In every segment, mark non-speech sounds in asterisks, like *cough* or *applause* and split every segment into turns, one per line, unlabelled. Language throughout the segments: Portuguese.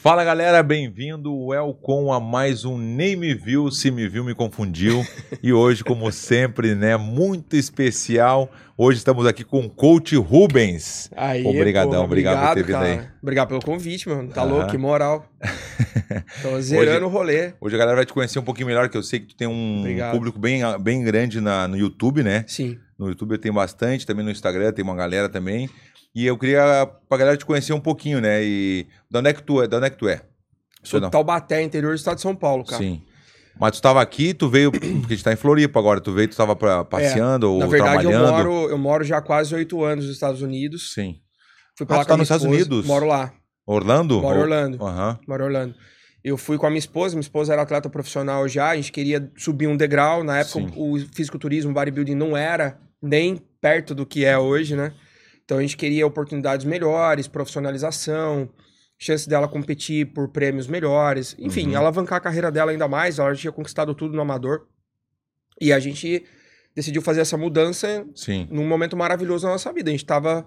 Fala galera, bem-vindo, welcome a mais um Nem Me Viu, Se Me Viu Me
*laughs*
Confundiu. E hoje, como sempre, né, muito especial. Hoje estamos aqui com o coach Rubens.
Aí, é
Obrigadão,
porra,
obrigado por ter vindo
cara.
aí.
Obrigado pelo convite, mano. Tá
Aham.
louco, que moral.
*laughs*
Tô zerando o rolê.
Hoje a galera vai te conhecer um pouquinho melhor, que eu sei que tu tem um
Obrigado.
público bem, bem grande na- no YouTube, né?
Sim.
No YouTube eu tenho bastante, também no Instagram tem uma galera também. E eu queria pra galera te conhecer um pouquinho, né? E de onde é que tu é? De onde é que tu é?
Sou
Não.
de Taubaté, interior do estado de São Paulo, cara.
Sim. Mas tu estava aqui, tu veio, porque a gente tá em Floripa agora, tu veio, tu estava passeando ou
É, Na verdade, eu
trabalhando.
moro, eu moro já há quase oito anos nos Estados Unidos.
Sim.
Fui
Ah,
pra lá
tu
com
tá
a minha
nos Estados
esposa.
Unidos?
Moro lá.
Orlando?
Moro em
Ou-
Orlando.
Aham.
Moro em Orlando. Eu fui com a minha esposa, minha esposa era atleta profissional já, a gente queria subir um degrau. Na época,
Sim.
o fisiculturismo, o bodybuilding não era nem perto do que é hoje, né? Então a gente queria oportunidades melhores, profissionalização, chance dela competir por prêmios melhores, enfim,
Uhum.
alavancar a carreira dela ainda mais. Ela já tinha conquistado tudo no amador. E a gente decidiu fazer essa mudança
Sim.
num momento maravilhoso na nossa vida. A gente tava,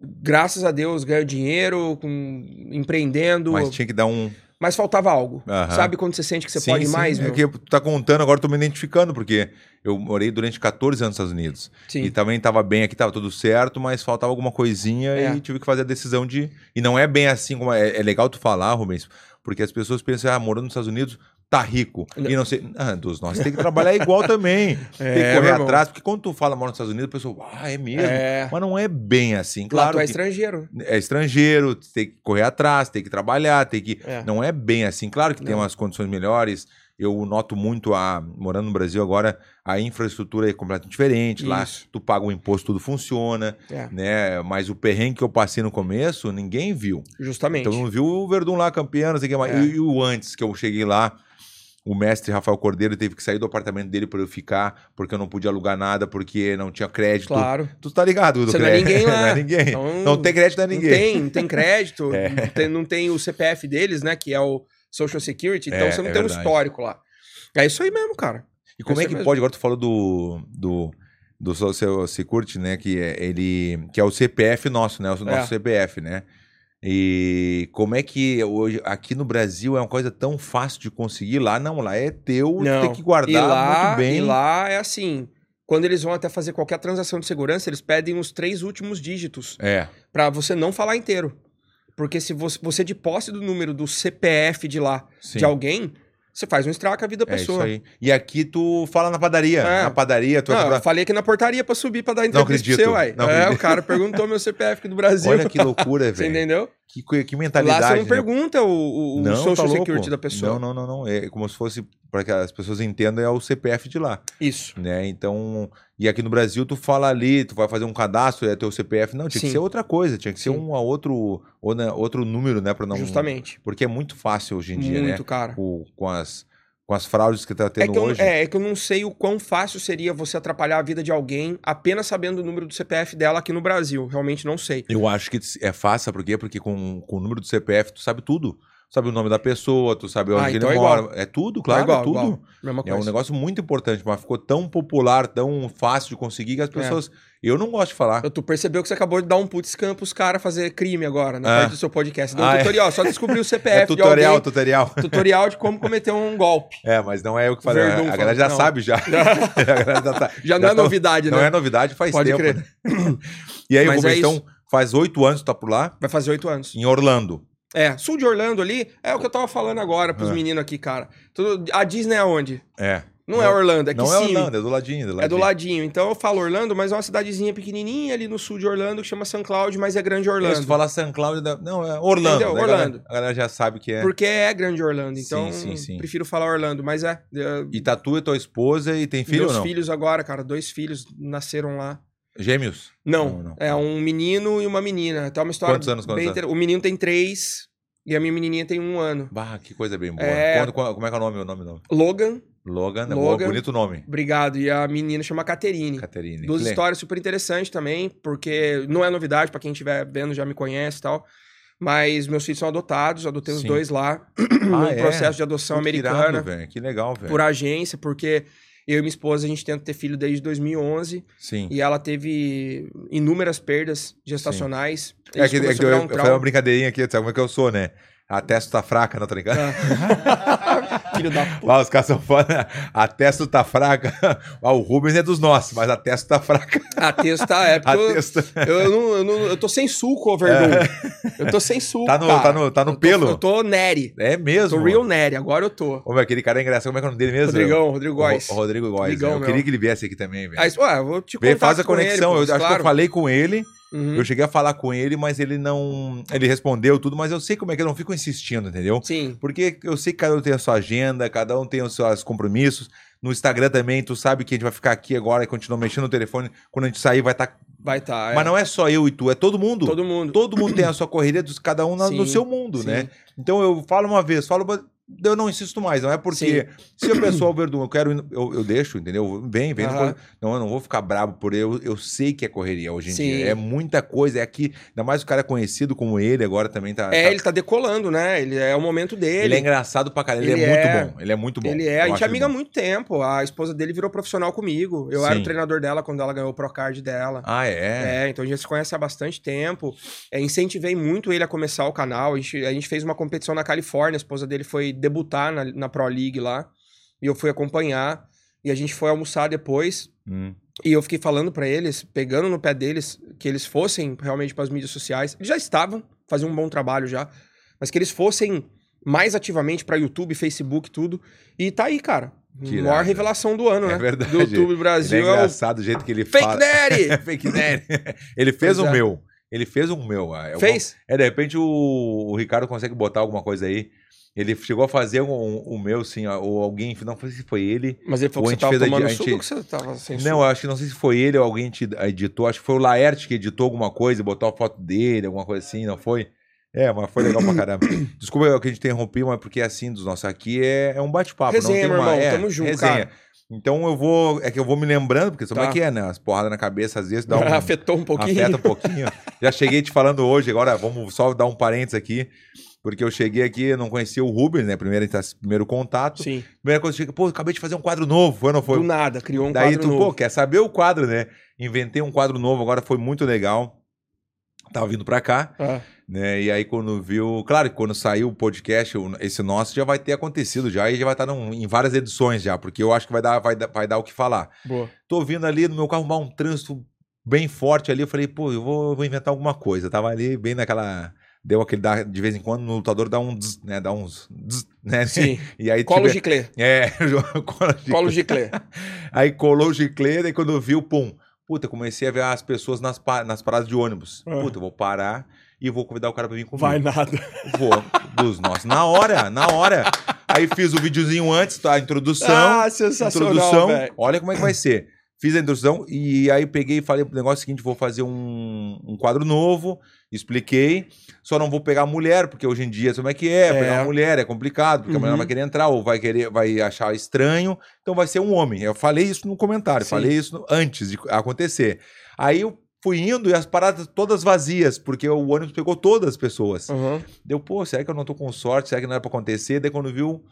graças a Deus, ganhando dinheiro, com- empreendendo,
Mas
mas,
tinha que dar um.
faltava algo.
Aham.
Sabe quando você sente que você
Sim,
pode
sim.
mais,
É
meu?
que tu tá contando, agora eu tô me identificando, porque eu morei durante 14 anos nos Estados Unidos.
Sim.
E também tava bem aqui, tava tudo certo, mas faltava alguma coisinha
É.
e tive que fazer a decisão de. E não é bem assim como. É, é legal tu falar, Rubens, porque as pessoas pensam, ah, morando nos Estados Unidos, tá rico. E não sei. Ah, dos nós tem que trabalhar
*laughs*
igual também. tem que
É,
correr
meu irmão.
atrás, porque quando tu fala mora nos Estados Unidos, a pessoa, ah, é mesmo.
É.
Mas não é bem assim.
Lá
Claro
tu é
que
estrangeiro.
é estrangeiro, tem que correr atrás, tem que trabalhar, tem que.
É.
Não é bem assim. Claro que tem
Não.
umas condições melhores. Eu noto muito, a, morando no Brasil agora, a infraestrutura é completamente diferente. Lá
Isso.
tu paga o imposto, tudo funciona,
É,
né? Mas o perrengue que eu passei no começo, ninguém viu.
justamente.
Então não viu o Verdun lá campeão, não sei o que mais.
É.
E, e o antes que eu cheguei lá, o mestre Rafael Cordeiro teve que sair do apartamento dele para eu ficar, porque eu não podia alugar nada, porque não tinha crédito.
claro.
Tu tá ligado, do
Você não é
crédito.
ninguém lá.
*laughs* não é ninguém.
Então,
Não tem crédito, não é ninguém. É.
Não tem, não
*laughs*
tem crédito, não, tem, não tem o CPF deles, né? Que é o Social Security, então
É,
você não
é
tem
verdade.
um histórico lá. É isso aí mesmo, cara.
E como é
Isso
que
mesmo.
pode? Agora tu falou do. do do Social Security, né? Que é, ele, que é o CPF nosso, né? O nosso
É.
CPF, né? E como é que hoje aqui no Brasil é uma coisa tão fácil de conseguir? Lá não, lá é teu, tu tem que guardar
e lá,
muito bem.
E lá é assim, quando eles vão até fazer qualquer transação de segurança, eles pedem os três últimos dígitos
É.
pra você não falar inteiro. Porque se você, você é de posse do número do CPF de lá,
Sim.
de alguém, você faz um estrago com a vida da
É isso
pessoa.
aí. E aqui tu fala na padaria.
É.
Na padaria, tu vai
Não, eu
comprar.
falei aqui na portaria pra subir pra dar entrevista pro
acredito,
seu, uai.
não
é,
acredito.
o cara perguntou meu CPF aqui do *laughs* Brasil.
Olha que
*laughs*
loucura,
Você
velho.
entendeu?
Que, coi- que mentalidade.
Lá você não
né?
pergunta o, o, o
Não, tá
social
louco.
security da pessoa.
Não, não, não, não. É como se fosse, para que as pessoas entendam, é o CPF de lá,
Isso.
né? Então, e aqui no Brasil, tu fala ali, tu vai fazer um cadastro, é teu CPF. Não, tinha que
Sim.
ser outra coisa, tinha que ser
Sim.
um a outro, ou, né, outro número, né? Pra não...
Justamente.
Porque é muito fácil hoje em dia,
Muito,
né?
cara.
Com, com, as, com as fraudes que tá
É
tendo
que, eu,
hoje.
é, é que eu não sei o quão fácil seria você atrapalhar a vida de alguém apenas sabendo o número do CPF dela aqui no Brasil. Realmente não sei.
Eu acho que é fácil, por quê? Porque com, com o número do CPF, tu sabe tudo. Tu sabe o nome da pessoa, tu sabe onde
Ah,
que
então
ele
é
mora. É tudo, claro,
É igual,
é tudo.
igual. Mesma
É
coisa.
um negócio muito importante, mas ficou tão popular, tão fácil de conseguir que as pessoas. Eu não gosto de falar.
É. Eu- Tu percebeu que você acabou de dar um putz campo os caras fazer crime agora, na
Ah.
parte do seu podcast. Deu um
Ah, é.
tutorial, só descobriu o
*laughs*
CPF
É tutorial,
de alguém.
tutorial.
Tutorial de como cometer um golpe.
É, mas não é eu que falei.
Verdun
a galera
falando,
já
não.
sabe
*laughs*
já. *laughs* a galera já tá-
Já não é
tão-
novidade,
Não
né?
é novidade, faz
Pode
tempo.
crer.
né? *laughs* E aí,
Mas
Rubens,
é isso.
então, faz oito anos que tu tá por lá,
Vai fazer oito anos.
em Orlando.
É, sul de Orlando ali, é o que eu tava falando agora pros
Ah.
meninos aqui, cara. Tudo- a Disney é onde?
É.
Não, é Orlando, é que
Não é
sim.
Orlando, é do ladinho. Do ladinho.
É do ladinho. Então eu falo Orlando, mas é uma cidadezinha pequenininha ali no sul de Orlando que chama San Cloud, mas é Grande
Orlando.
Orlando.
Se falar San Cláudio, dá- não, é Orlando.
Entendeu?
né, galera?
Orlando.
A galera já sabe que é.
Porque é Grande Orlando.
Sim,
Então
sim, sim.
prefiro falar Orlando, mas é. é
E tá tu e tua esposa e tem filho
meus
ou não?
filhos agora, cara, dois filhos nasceram lá.
Gêmeos?
Não,
Não, não.
é um menino e uma menina. É Até uma história.
Quantos anos, quantos
bem
anos?
inter- O menino tem três e a minha menininha tem um ano.
Bah, que coisa bem boa.
É.
Quando- qual- como é que é o nome? O nome, o nome?
Logan,
Logan, é
Logan.
bom, bonito nome.
obrigado. E a menina chama Caterine.
Caterine.
Duas
Cle-
histórias super interessantes também, porque não é novidade pra quem estiver vendo, já me conhece e tal. Mas meus filhos são adotados, adotei os
Sim.
dois lá,
Ah,
num
é?
processo de adoção
Puta, que irado,
americana,
velho. Que legal, velho.
por agência, porque eu e minha esposa, a gente tenta ter filho desde 2011,
Sim.
e ela teve inúmeras perdas gestacionais.
É
Isso um
que, é
começou
que
a
eu,
virar
eu falei uma brincadeirinha aqui, sabe como é que eu sou, né? A testa tá fraca, não tô
*laughs*
brincando.
Ah.
*laughs*
Filho da puta.
Lá os caras são foda. né? A testa tá fraca. *laughs* Ah, o Rubens é dos nossos, mas a testa tá fraca.
A testa é
A
porque eu,
testa
eu, não, eu, não- eu tô sem suco, Overdun. Eu tô sem suco,
tá no,
cara.
tá no, tá
Eu
no
tô-
pelo.
Eu tô Nery.
É mesmo.
Tô real Nery, agora eu tô.
Ô, meu, aquele cara é engraçado. Como é que é o nome dele mesmo?
Rodrigão, Rodrigo
O Ro-
Góes.
o Rodrigo Góes.
Rodrigão,
né? Eu
meu.
queria que ele viesse aqui também, velho.
Aí, ué, eu vou te
Vem,
contar
faz a
com
conexão.
ele, pô,
eu acho que eu
claro.
falei com ele.
Uhum.
Eu cheguei a falar com ele, mas ele não. Ele respondeu tudo, mas eu sei como é que eu não fico insistindo, entendeu?
Sim.
Porque eu sei que cada um tem a sua agenda, cada um tem os seus compromissos. No Instagram também, tu sabe que a gente vai ficar aqui agora e continuar mexendo no telefone. Quando a gente sair, vai estar.
Vai estar.
Mas não é só eu e tu, é todo mundo. Todo,
Ah, Todo mundo.
mundo tem a sua correria, dos- cada um na- no
Sim,
seu mundo,
sim.
né? Então eu falo uma vez, falo. mas Eu não insisto mais, não é porque. Se a pessoa, Verdun, eu quero. ir no- Eu, eu deixo, entendeu? Vem, vem.
Aham.
depois- Não, eu não vou ficar bravo por ele. Eu, eu sei que é correria hoje em
Sim.
dia. É muita coisa. É aqui. Ainda mais o cara conhecido como ele agora também tá.
É,
tá-
ele tá decolando, né? Ele é o momento dele.
ele é engraçado pra caralho. Ele,
Ele
é muito
é-
bom. Ele é muito bom.
Ele é,
Eu
a gente
acho
é
ele
amiga há
bom.
muito tempo. A esposa dele virou profissional comigo. Eu era
Sim.
o treinador dela quando ela ganhou o Procard dela.
Ah, é?
É, então a gente já se conhece há bastante tempo. É, incentivei muito ele a começar o canal. A gente, a gente fez uma competição na Califórnia. A esposa dele foi debutar na, na Pro League lá. E eu fui acompanhar. E a gente foi almoçar depois.
Hum.
E eu fiquei falando pra eles, pegando no pé deles, que eles fossem realmente pras mídias sociais. Eles já estavam, faziam um bom trabalho já, mas que eles fossem mais ativamente pra YouTube, Facebook, tudo. E tá aí, cara.
Que
maior
irado.
revelação do ano,
É
né?
verdade.
Do YouTube Brasil
Ele é
é, o
engraçado É do jeito que ele
Fake
fala. *laughs*
Daddy!
Fake Nerd. ele fez
Pois
o
é.
meu. Ele fez um meu. ah, eu
Fez?
É, de repente o, o Ricardo consegue botar alguma coisa aí. Ele chegou a fazer um- um- o meu, sim, ó, ou alguém. Não sei se foi ele.
Mas ele falou
Ou a
que
gente
você tava
fez a di-
tomando
a
suco
gente-
ou que você tava sem
Não,
suco?
eu acho que não sei se foi ele ou alguém que editou. Acho que foi o Laerte que editou alguma coisa, e botou a foto dele, alguma coisa assim, não foi? É, mas foi legal pra
*coughs*
caramba. Desculpa eu que a gente interrompi, mas porque é assim dos nossos aqui é, é um bate-papo.
Resenha,
não tem
meu
uma,
irmão,
é,
tamo junto, cara.
Então eu vou. É que eu vou me lembrando, porque sabe
Tá.
como é que é, né? As porradas na cabeça às vezes
*laughs*
dá um.
Afetou um pouquinho.
Afeta um pouquinho. Já cheguei te falando hoje, agora vamos só dar um parênteses aqui. Porque eu cheguei aqui, eu não conhecia o Rubens, né? Primeiro, primeiro contato.
Sim.
Primeira coisa que eu cheguei, pô, acabei de fazer um quadro novo, foi ou não foi?
Do nada, criou um
Daí
quadro
tu, pô,
novo.
quer saber o quadro, né? Inventei um quadro novo, agora foi muito legal. Tava vindo pra cá,
Ah,
né? E aí quando viu... Claro que quando saiu o podcast, o- esse nosso, já vai ter acontecido já. E já vai estar num- em várias edições já. Porque eu acho que vai dar, vai, dar- vai dar o que falar. *laughs*
boa.
Tô vindo ali no meu carro, arrumar um trânsito bem forte ali. Eu falei, pô, eu vou, eu vou inventar alguma coisa. Tava ali bem naquela... Deu aquele... dá- de vez em quando no lutador dá um... Tzz, né? Dá uns... Tzz, né?
Sim.
*laughs* E aí...
Colo
tive-
Giclé.
É, *laughs* cola de...
Colo
*laughs*
Giclé.
Aí colou o chiclete e quando viu, pum. Puta, eu comecei a ver as pessoas nas, pa- nas paradas de ônibus.
Ah.
Puta, eu vou parar e vou convidar o cara pra vir comigo.
Vai nada.
Vou, dos nossos. Na hora, na hora. Aí fiz o videozinho antes, tá? A introdução.
Ah, sensacional,
introdução.
velho.
Olha como é que vai ser. Fiz a introdução e aí peguei e falei o negócio seguinte: vou fazer um, um quadro novo, expliquei. Só não vou pegar mulher, porque hoje em dia, sabe como é que é?
É.
Pegar uma mulher é complicado, porque a mulher não
Uhum.
vai querer entrar ou vai querer, vai achar estranho. Então vai ser um homem. Eu falei isso no comentário,
Sim.
falei isso no- antes de acontecer. Aí eu fui indo e as paradas todas vazias, porque o ônibus pegou todas as pessoas.
Uhum.
Deu, pô, será que eu não tô com sorte? Será que não era pra acontecer? Daí quando viu,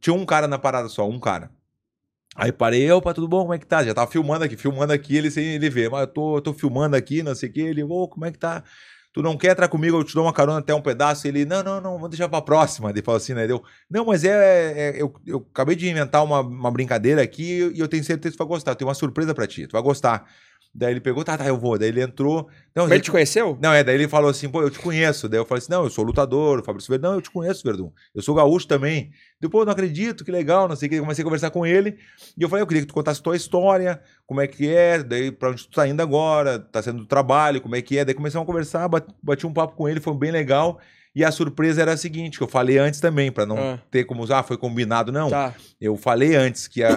tinha um cara na parada só, um cara. Aí parei, opa, tudo bom? Como é que tá? Já tava filmando aqui, filmando aqui, ele sem ele ver. Mas eu tô, eu tô filmando aqui, não sei o que. Ele, ô, como é que tá? Tu não quer entrar comigo, eu te dou uma carona até um pedaço. Ele, não, não, não, vou deixar pra próxima. Ele falou assim, né? Deu, não, mas é, é- eu, eu acabei de inventar uma, uma brincadeira aqui e eu tenho certeza que tu vai gostar. Eu tenho uma surpresa pra ti, tu vai gostar. Daí ele pegou, tá, tá, eu vou. Daí ele entrou. Então, Não,
Mas ele te conheceu?
não, é, daí ele falou assim, pô, eu te conheço. Daí eu falei assim, não, eu sou lutador, o Fabrício Verdão, eu te conheço, Verdão. Eu sou gaúcho também. Depois, não acredito, que legal, não sei o que. Eu Comecei a conversar com ele e eu falei, eu queria que tu contasse tua história, como é que é, daí pra onde tu tá indo agora, tá sendo do trabalho, como é que é. Daí começamos a conversar, bat- bati um papo com ele, foi bem legal. E a surpresa era a seguinte, que eu falei antes também, pra não
Ah.
ter como, ah, foi combinado, não.
Tá.
Eu falei antes que
*coughs*
a-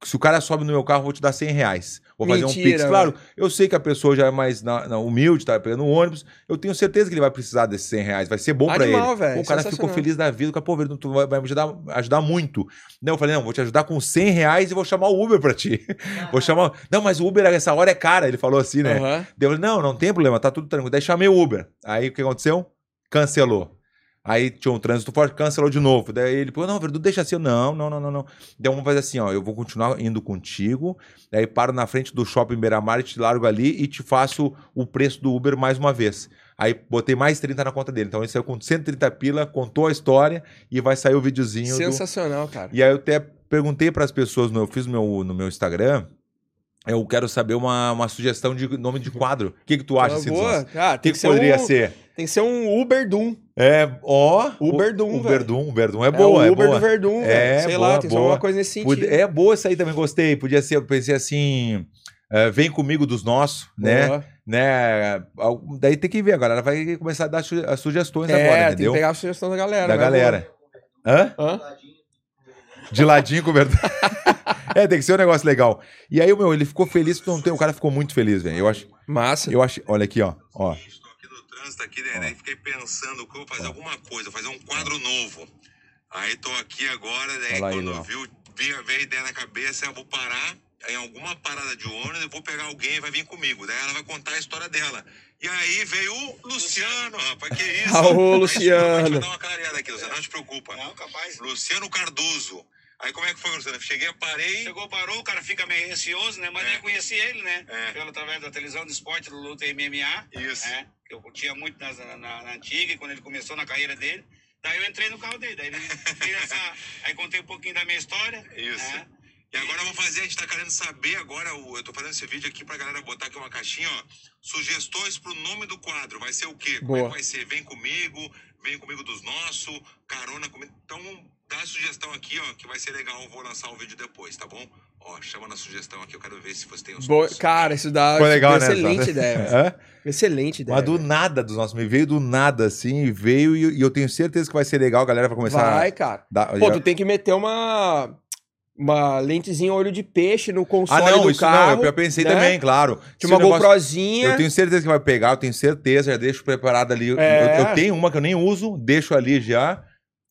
que se o cara sobe no meu carro, eu vou te dar 100 reais. Vou fazer um
Mentira,
pix. Claro, eu sei que a pessoa já é mais na- na- humilde, tá pegando um ônibus. Eu tenho certeza que ele vai precisar desses 100 reais. Vai ser bom pra ele.
Animal, velho,
o cara ficou
sensacional.
feliz da vida. O cara, pô, Verdun, tu vai, vai me ajudar, ajudar muito. Não, eu falei, não, vou te ajudar com 100 reais e vou chamar o Uber pra ti. vou chamar... Não, mas o Uber essa hora é cara. Ele falou assim, né?
Aham.
Daí eu falei, não, não tem problema, tá tudo tranquilo. Daí chamei o Uber. Aí o que aconteceu? Cancelou. Aí tinha um trânsito forte, cancelou de novo. Daí ele falou, não, Verdu, deixa assim. Eu, não, não, não, não, não. Daí vamos fazer assim, ó, eu vou continuar indo contigo, daí paro na frente do shopping Beira-Mar e te largo ali e te faço o preço do Uber mais uma vez. Aí botei mais 30 na conta dele. Então ele saiu com 130 pila, contou a história e vai sair o videozinho. do-
Sensacional, cara.
E aí eu até perguntei para as pessoas, no- eu fiz no meu, no meu Instagram, eu quero saber uma, uma sugestão de nome de quadro. O que, que tu acha,
Tá
assim,
boa.
O
Ah,
que, que
tem que, ser
poderia
um,
ser?
Tem que ser um Uber Doom.
É, ó.
Uber Doom,
Uberdum,
velho.
Uberdum, Uberdum. É boa, é,
o Uber
boa.
do Verdun,
É,
velho. Sei
boa,
lá, tem que ser
boa.
uma coisa nesse
Pod-
sentido.
É boa essa aí também, gostei. Podia ser, eu pensei assim, é, vem comigo dos nossos, né?
Boa.
né? Al- Daí tem que ver, a galera vai começar a dar su- as sugestões
É,
agora,
tem que
entendeu?
pegar a sugestão da galera.
Da
né?
galera. Hã?
Boa. Hã?
De ladinho com verdade. é, tem que ser um negócio legal. E aí, meu, ele ficou feliz que não tem. O cara ficou muito feliz, velho. Eu acho,
Massa.
eu acho. Olha aqui, ó. ó.
Estou tá aqui no trânsito aqui, né? Daí fiquei pensando que eu vou fazer alguma coisa, fazer um quadro novo. Aí tô aqui agora, daí
Olha lá
quando
ele, ó.
eu vi, o- vi- veio a ideia na cabeça, eu vou parar em alguma parada de ônibus, eu vou pegar alguém e vai vir comigo. Daí ela vai contar a história dela. E aí veio o Luciano, rapaz, que isso?
Ah, ô,
Aí,
Luciano.
a gente vai dar uma clareada aqui, Luciano, não te preocupa. Não, capaz. Luciano Cardoso. Aí como é que foi, Luciano? Cheguei, parei.
Chegou, parou, o cara fica meio receoso, né? Mas
É.
eu conheci ele, né?
É.
Pelo através da televisão do esporte, do luta MMA,
Isso.
né? Que eu curtia muito nas- na, na, na antiga, quando ele começou na carreira dele. Daí eu entrei no carro dele,
*laughs*
daí ele fez essa... Aí contei um pouquinho da minha história.
Isso.
né?
E agora eu vou fazer, a gente tá querendo saber agora, o- eu tô fazendo esse vídeo aqui pra galera botar aqui uma caixinha, ó, sugestões pro nome do quadro, vai ser o quê? Como é
Boa.
que vai ser? Vem comigo, vem comigo dos nossos, carona comigo. Então dá a sugestão aqui, ó, que vai ser legal, eu vou lançar o vídeo depois, tá bom? Ó, chama na sugestão aqui, eu quero ver se você tem os
Boa.
nossos.
Cara, isso dá
Foi legal,
uma
né?
excelente
Zé?
ideia. velho.
Hã?
Excelente ideia.
Mas do nada dos nossos. Me veio do nada, assim, e veio e, e eu tenho certeza que vai ser legal. A galera vai começar
Vai,
a.
cara.
Dar,
Pô, tu tem que meter uma, uma lentezinha olho de peixe no console
ah, não,
do
isso
carro.
não. Eu pensei
né?
também, claro.
Tinha uma
Se o negócio-
GoProzinha.
Eu tenho certeza que vai pegar, eu tenho certeza, já deixo preparada ali.
É.
Eu, eu tenho uma que eu nem uso, deixo ali já,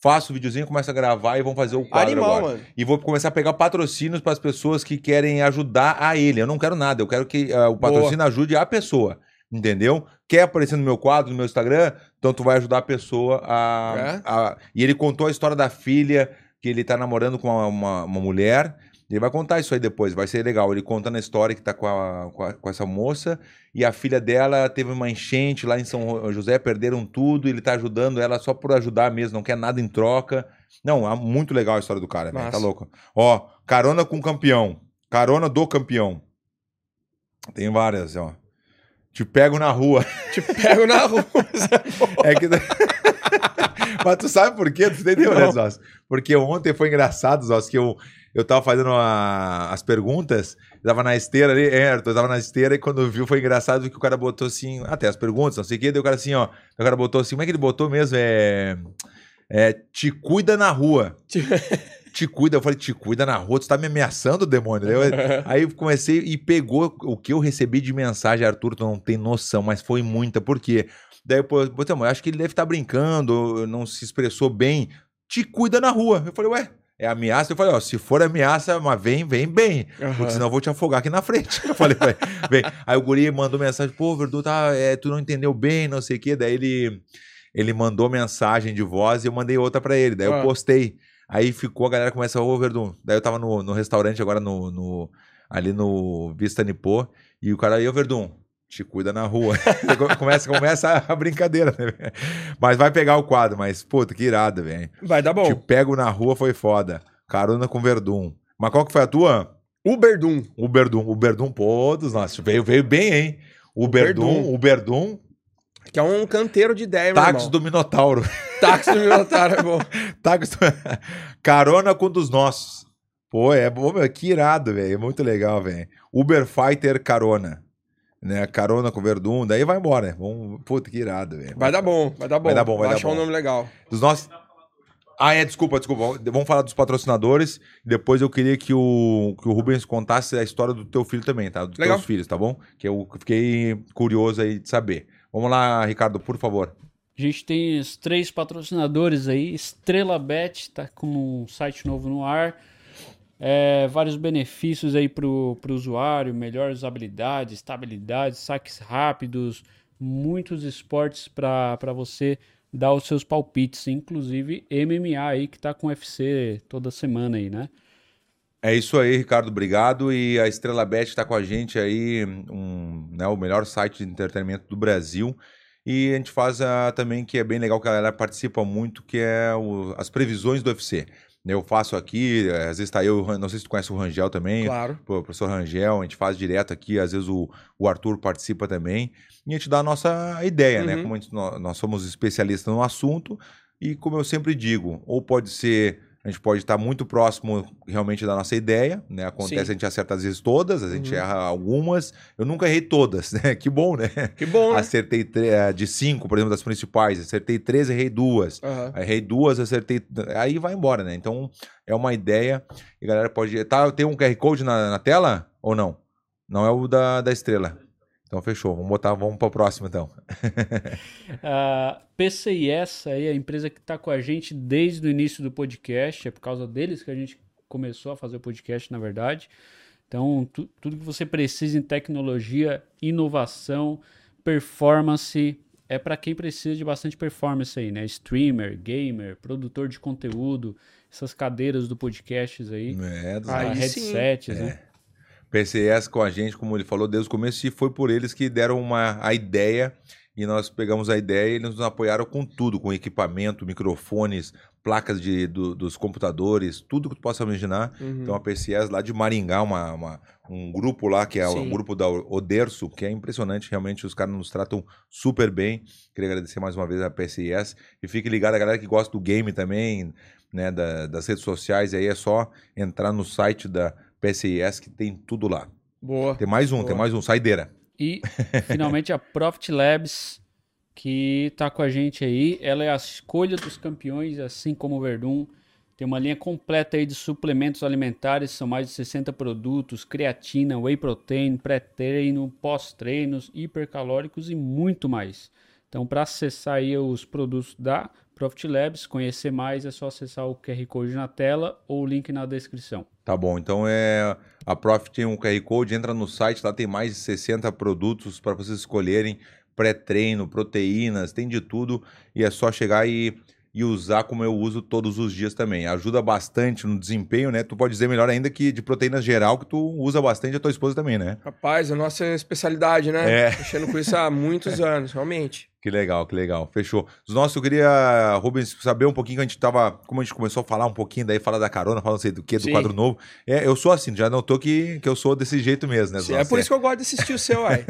faço o videozinho, começo a gravar e vamos fazer o quadro
Animal,
agora.
mano. *laughs*
E vou começar a pegar patrocínios para as pessoas que querem ajudar a ele. Eu não quero nada, eu quero que ah, o patrocínio ajude a pessoa, entendeu? Quer aparecer no meu quadro, no meu Instagram, então tu vai ajudar a pessoa a...
É.
a- e ele contou a história da filha, que ele tá namorando com uma, uma- uma mulher... Ele vai contar isso aí depois, vai ser legal. Ele contando a história que tá com, a- com a- com essa moça e a filha dela teve uma enchente lá em São Ro- José, perderam tudo. Ele tá ajudando ela só por ajudar mesmo, não quer nada em troca. Não, é muito legal a história do cara, velho. Tá
Massa.
louco. Ó, carona com campeão. Carona do campeão. Tem várias, ó. Te pego na rua.
Te pego na rua. *laughs*
*laughs* É que. Mas tu sabe por quê? Tu entendeu, né,
Não.
Zós? Porque ontem foi engraçado, Zós, que eu, eu tava fazendo a- as perguntas, eu tava na esteira ali, é, eu tava na esteira e quando viu foi engraçado que o cara botou assim, até as perguntas, não sei o quê, daí o cara assim, ó, o cara botou assim, como é que ele botou mesmo? É. É, te cuida na rua.
Te-
Te cuida, eu falei, te cuida na rua, tu tá me ameaçando, demônio. Daí eu- Aí eu comecei e pegou o que eu recebi de mensagem, Arthur, tu não tem noção, mas foi muita, por quê? Daí eu, pô, pô, eu acho que ele deve estar brincando, não se expressou bem, te cuida na rua. Eu falei, ué, é ameaça? Eu falei, ó, se for ameaça, mas vem, vem bem, porque senão eu vou te afogar aqui na frente. *laughs* Eu falei, ué, vem. Aí o guri mandou mensagem, pô, Verdun, tá, é, tu não entendeu bem, não sei o quê. Daí ele, ele mandou mensagem de voz e eu mandei outra pra ele, daí eu
Ah.
postei. Aí ficou, a galera começa, ô, Verdun. Daí eu tava no, no restaurante agora, no, no- ali no Vista Nipô, e o cara, aí, ô, Verdun, te cuida na rua. *laughs* Você co- começa, começa a brincadeira, né? velho? Mas vai pegar o quadro, mas, puta, que irado, velho.
Vai dar bom.
Te pego na rua foi foda. Carona com Verdun. Mas qual que foi a tua?
Uber Doom.
O Verdun. O Verdun, pô, dos nossos. Veio, veio bem, hein? O Verdun, o Verdun,
Que é um canteiro de ideia, meu
táxi
irmão.
do Minotauro. *laughs*
*laughs* Táxi do Minotauro, é bom.
Táxi do... Carona com um dos nossos. Pô, é bom, meu, que irado, velho. É muito legal, velho. Uber Fighter Carona. Né? Carona com Verdun, daí vai embora. né? Vamos... Puta, que irado, velho.
Vai dar bom, vai dar bom.
Vai dar bom, vai dar
achar
bom.
um nome legal.
Dos nossos. Ah, é, desculpa, desculpa. Vamos falar dos patrocinadores. Depois eu queria que o, que o Rubens contasse a história do teu filho também, tá? Dos
Legal.
teus filhos, tá bom? Que eu fiquei curioso aí de saber. Vamos lá, Ricardo, por favor.
A gente tem os três patrocinadores aí. Estrela Bet tá com um site novo no ar. É, vários benefícios aí pro, pro usuário, melhor usabilidade, estabilidade, saques rápidos, muitos esportes para você dar os seus palpites, inclusive MMA aí que tá com UFC toda semana aí, né?
É isso aí, Ricardo, obrigado. E a Estrela Bet está com a gente aí, um, né, o melhor site de entretenimento do Brasil. E a gente faz a- também, que é bem legal, que a galera participa muito, que é o- as previsões do UFC. Eu faço aqui, eh, às vezes tá eu, e o Ran- não sei se tu conhece o Rangel também,
Claro.
Pô, o professor Rangel, a gente faz direto aqui, às vezes o, o Arthur participa também, e a gente dá a nossa ideia, né?
Uhum.
Como a gente- nó- nós, somos especialistas no assunto, e como eu sempre digo, ou pode ser, a gente pode estar muito próximo realmente da nossa ideia, né? Acontece,
Sim.
a gente acerta às vezes todas, a gente
Uhum.
erra algumas, eu nunca errei todas, *laughs* né? Que bom, né?
Que bom, né?
Acertei tre- eh, de cinco, por exemplo, das principais, acertei três, errei duas.
Aham.
Errei duas, acertei. Aí vai embora, né? Então é uma ideia. E a galera pode. Tá, tem um QR Code na, na tela? Ou não? Não é o da, da estrela. Então fechou. Vamos botar, vamos pra próxima então.
A PCIS aí, é a empresa que está com a gente desde o início do podcast, é por causa deles que a gente começou a fazer o podcast, na verdade. Então, tu- tudo que você precisa em tecnologia, inovação, performance, é para quem precisa de bastante performance aí, né? Streamer, gamer, produtor de conteúdo, essas cadeiras do podcasts aí,
É, dos-
Aí
ah,
sim.
headsets, né?
PCS com a gente, como ele falou, desde o começo, e foi por eles que deram uma, a ideia, e nós pegamos a ideia e eles nos apoiaram com tudo, com equipamento, microfones, placas de, do- dos computadores, tudo que tu possa imaginar.
Uhum.
Então a PCS lá de Maringá, uma, uma- um grupo lá que é o
Sim.
grupo da Oderso, que é impressionante, realmente os caras nos tratam super bem. Queria agradecer mais uma vez a PCS e fique ligado a galera que gosta do game também, né, da- das redes sociais, aí é só entrar no site da PCS que tem tudo lá.
Boa.
Tem mais um,
Boa.
tem mais um, saideira.
E finalmente a Profit Labs, que tá com a gente aí. Ela é a escolha dos campeões, assim como o Verdun. Tem uma linha completa aí de suplementos alimentares, são mais de 60 produtos, creatina, whey protein, pré-treino, pós-treinos, hipercalóricos e muito mais. Então, para acessar aí os produtos da Profit Labs, conhecer mais, é só acessar o QR Code na tela ou o link na descrição.
Tá bom, então é a Prof tem um QR Code, entra no site, lá tem mais de 60 produtos para vocês escolherem, pré-treino, proteínas, tem de tudo, e é só chegar e, e usar como eu uso todos os dias também. Ajuda bastante no desempenho, né? Tu pode dizer melhor ainda que de proteínas geral que tu usa bastante a tua esposa também, né?
Rapaz, a nossa especialidade, né?
É.
Mexendo com isso há muitos
*laughs*
anos, realmente.
Que legal, que legal. Fechou. Os nossos, eu queria, Rubens, saber um pouquinho que a gente tava. Como a gente começou a falar um pouquinho, daí fala da carona, fala não sei do que, do
Sim.
quadro novo. É, eu sou assim, já notou que, que eu sou desse jeito mesmo, né?
Sim, é
Zossi?
por isso que eu gosto de assistir o seu,
*laughs*
uai.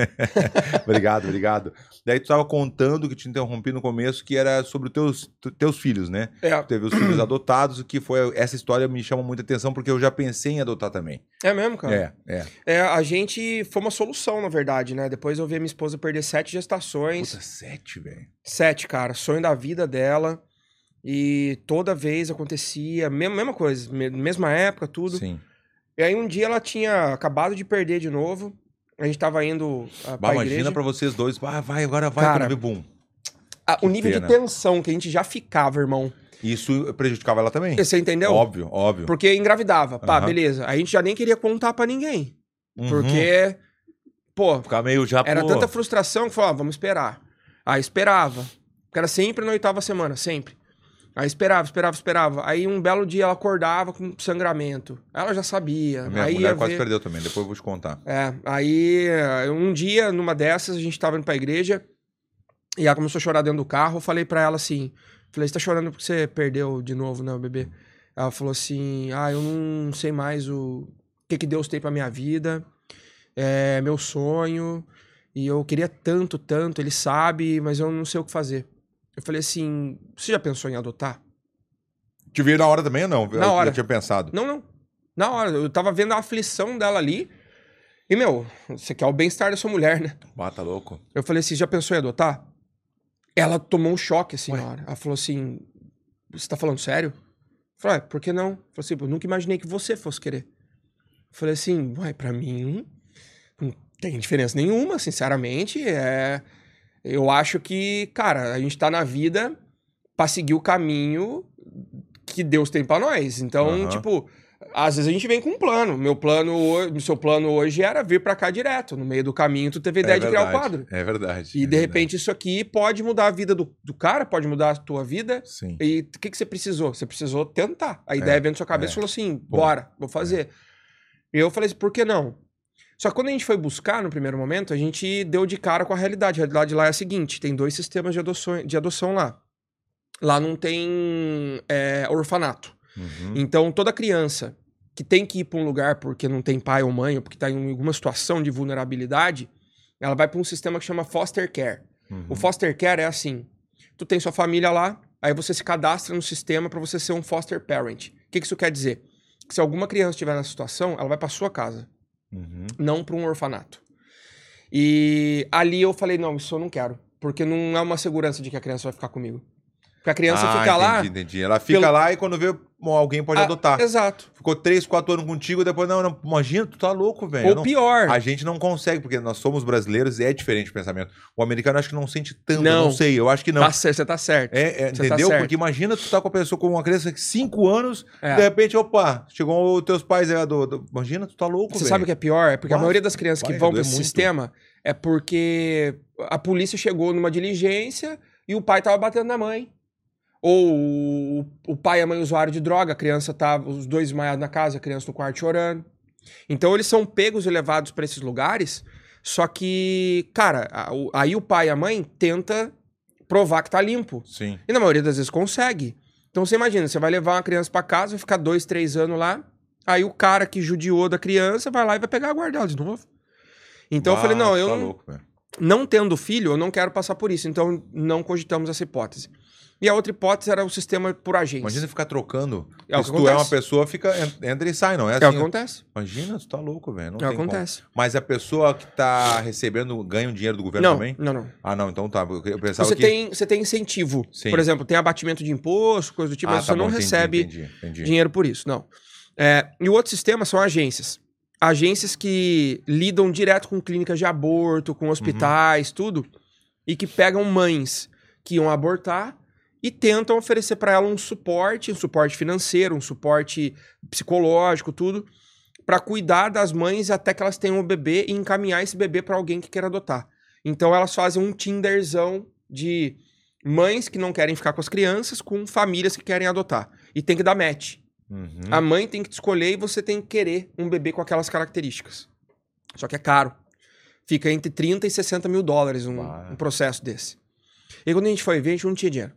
obrigado, obrigado. Daí tu estava contando que te interrompi no começo, que era sobre os teus, tu- teus filhos, né? Tu
É,
Teve os filhos adotados, o que foi. Essa história me chama muita atenção, porque eu já pensei em adotar também.
é mesmo, cara.
É, é.
É, a gente foi uma solução, na verdade, né? Depois eu vi a minha esposa perder sete gestações.
Puta, sete, velho.
Sete, cara. Sonho da vida dela. E toda vez acontecia, me- mesma coisa, me- mesma época, tudo.
Sim.
E aí um dia ela tinha acabado de perder de novo. A gente tava indo ah,
Bah,
pra
imagina
igreja.
pra vocês dois. Ah, vai, agora vai,
Cara.
quando vê, bum.
Ah, o nível
pena.
de tensão que a gente já ficava, irmão.
Isso prejudicava ela também.
Você entendeu?
Óbvio, óbvio.
Porque engravidava. Pá,
Aham.
beleza. A gente já nem queria contar pra ninguém.
Uhum.
Porque, pô,
Ficar meio já.
Era
pô,
tanta frustração que falava, "Ah, vamos esperar. Aí esperava. Porque era sempre na oitava semana, sempre. Aí esperava, esperava, esperava. Aí um belo dia ela acordava com sangramento. Ela já sabia.
A minha
aí
mulher
ia
quase
ver...
perdeu também, depois eu vou te contar.
É, aí eh, um dia, numa dessas, a gente tava indo pra igreja e ela começou a chorar dentro do carro. Eu falei pra ela assim: falei, você tá chorando porque você perdeu de novo, né, o bebê? Ela falou assim: ah, eu não sei mais o que, que Deus tem pra minha vida, é meu sonho, e eu queria tanto, tanto, ele sabe, mas eu não sei o que fazer. Eu falei assim: você já pensou em adotar?
Te vi na hora também ou não? eu
Na hora.
Já tinha pensado.
Não, não. Na hora, eu tava vendo a aflição dela ali. E, meu, você quer o bem-estar da sua mulher, né?
Bata tá louco.
Eu falei assim, já pensou em adotar? Ela tomou um choque, assim, na hora. Ela falou assim, você tá falando sério? Eu falei, "Ah, por que não? Eu falei assim, eu nunca imaginei que você fosse querer. Eu falei assim, uai, pra mim não tem diferença nenhuma, sinceramente. É... Eu acho que, cara, a gente tá na vida pra seguir o caminho que Deus tem pra nós. Então,
Aham.
tipo, às vezes a gente vem com um plano. Meu plano, ho- seu plano hoje era vir pra cá direto. No meio do caminho, tu teve a ideia de criar o
verdade,
quadro.
É verdade.
E
é
de
verdade.
repente isso aqui pode mudar a vida do, do cara, pode mudar a tua vida.
Sim.
E o que, que você precisou? Você precisou tentar. A ideia veio na sua cabeça e
é.
falou assim: bora, vou fazer. E eu falei assim: por que não? Só que quando a gente foi buscar no primeiro momento, a gente deu de cara com a realidade. A realidade lá é a seguinte: tem dois sistemas de adoção, de adoção lá. Lá não tem é, orfanato.
Uhum.
Então, toda criança que tem que ir para um lugar porque não tem pai ou mãe, ou porque está em alguma situação de vulnerabilidade, ela vai para um sistema que chama foster care.
uhum.
O foster care é assim: tu tem sua família lá, aí você se cadastra no sistema para você ser um foster parent. O que que isso quer dizer? Que se alguma criança estiver nessa situação, ela vai para sua casa
Uhum.
não para um orfanato. E ali eu falei, não, isso eu não quero. Porque não é uma segurança de que a criança vai ficar comigo. Porque a criança
Ah,
fica lá...
entendi, entendi. Ela fica
pelo-
lá e quando vê, bom, alguém pode
Ah,
adotar.
Exato.
Ficou 3, 4 anos contigo, depois, não, não, imagina, tu tá louco, velho. Eu
Ou
não-
pior.
A gente não consegue, porque nós somos brasileiros e é diferente o pensamento. O americano acho que não sente tanto, não,
Não.
sei, eu acho que não.
Tá certo, você tá certo.
É, é,
Você tá
entendeu?
certo.
Porque imagina tu tá com a pessoa com uma criança de 5 anos,
É.
de repente, opa, chegou os teus pais aí, do, do- imagina, tu tá louco,
Você
velho.
sabe o que é pior? É porque
Vai,
a maioria das crianças
vai,
que vão
doer
para esse
muito.
sistema é porque a polícia chegou numa diligência e o pai tava batendo na mãe. Ou o, o pai e a mãe usuário de droga, a criança tava, os dois esmaiados na casa, a criança no quarto chorando. Então eles são pegos e levados para esses lugares, só que, cara, a- o- aí o pai e a mãe tenta provar que tá limpo.
Sim.
E na maioria das vezes consegue. Então você imagina, você vai levar uma criança pra casa, vai ficar dois, três anos lá, aí o cara que judiou da criança vai lá e vai pegar a guarda dela de novo. Então eu falei,
Bah,
não,
tu
eu
tá
não,
louco, velho.
não tendo filho, eu não quero passar por isso, então não cogitamos essa hipótese. E a outra hipótese era o sistema por agência.
Imagina ficar trocando.
É o
Se
que
tu é uma
acontece.
pessoa, fica, en- entra e sai, não é
é o que
assim?
acontece.
Imagina, tu tá louco, velho. Não
é o
tem
que
como.
acontece.
Mas a pessoa que tá recebendo ganha um dinheiro do governo
Não,
também?
não, não.
Ah, não, então tá. Eu eu pensava
Você
que.
tem, você tem incentivo.
Sim.
Por exemplo, tem abatimento de imposto, coisa do tipo,
ah,
mas
tá
você não
bom, entendi,
recebe
Entendi, entendi.
dinheiro por isso, não. É, e o outro sistema são agências. Agências que lidam direto com clínicas de aborto, com hospitais, tudo, e que pegam mães que iam abortar e tentam oferecer para ela um suporte, um suporte financeiro, um suporte psicológico, tudo, para cuidar das mães até que elas tenham o bebê e encaminhar esse bebê para alguém que queira adotar. Então elas fazem um Tinderzão de mães que não querem ficar com as crianças com famílias que querem adotar. E tem que dar match.
Uhum.
A mãe tem que te escolher e você tem que querer um bebê com aquelas características. Só que é caro. Fica entre 30 e 60 mil dólares um,
Bah.
um processo desse. E quando a gente foi ver, a gente não tinha dinheiro.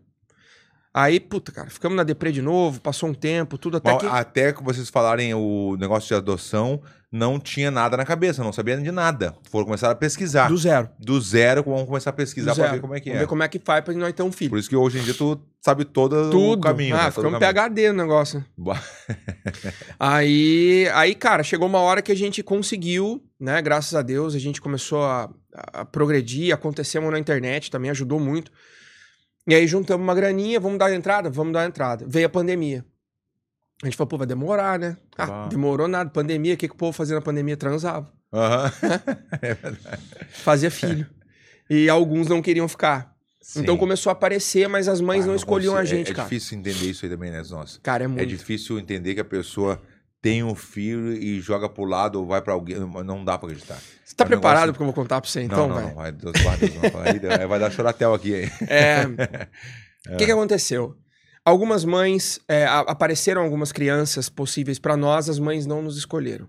Aí, puta, cara, ficamos na deprê de novo, passou um tempo, tudo até
Bom,
que...
até que vocês falarem o negócio de adoção, não tinha nada na cabeça, não sabia de nada. Foram começar a pesquisar.
Do
Do,
zero.
zero, vamos começar a
Do
pesquisar pra
zero.
ver como é tá. que
Vamos
é.
ver como é que faz pra nós ter um filho.
Por isso que hoje em dia tu sabe todo o
Tudo.
caminho.
ah,
né? Todo o
ficamos
caminho.
PHD no negócio.
*laughs* Bah.
Aí, aí, cara, chegou uma hora que a gente conseguiu, né? Graças a Deus, a gente começou a, a progredir, acontecemos na internet, também ajudou muito. E aí juntamos uma graninha, vamos dar a entrada? Vamos dar a entrada. Veio a pandemia. A gente falou, pô, vai demorar, né? Ah,
Bah.
demorou nada. Pandemia, o que, que o povo fazia na pandemia? Transava.
Aham. *laughs*
Fazia filho. e alguns não queriam ficar. Então
Sim.
começou a aparecer, mas as
*laughs*
mães
Ah,
não escolhiam a
consigo- é-
gente,
é,
cara.
difícil entender isso aí também, né, nossa?
Cara, é muito.
É difícil entender que a pessoa tem um filho e joga pro lado ou vai pra alguém. Não não dá pra acreditar.
Você tá
é um
preparado
negócio-
porque eu vou contar pra você,
não,
então,
não,
velho?
não, vai, Deus guarda, Deus não fala. Aí deu- aí vai dar choratel aqui aí.
*laughs* É,
É.
O que, que aconteceu? Algumas mães, é, a- apareceram algumas crianças possíveis pra nós, as mães não nos escolheram.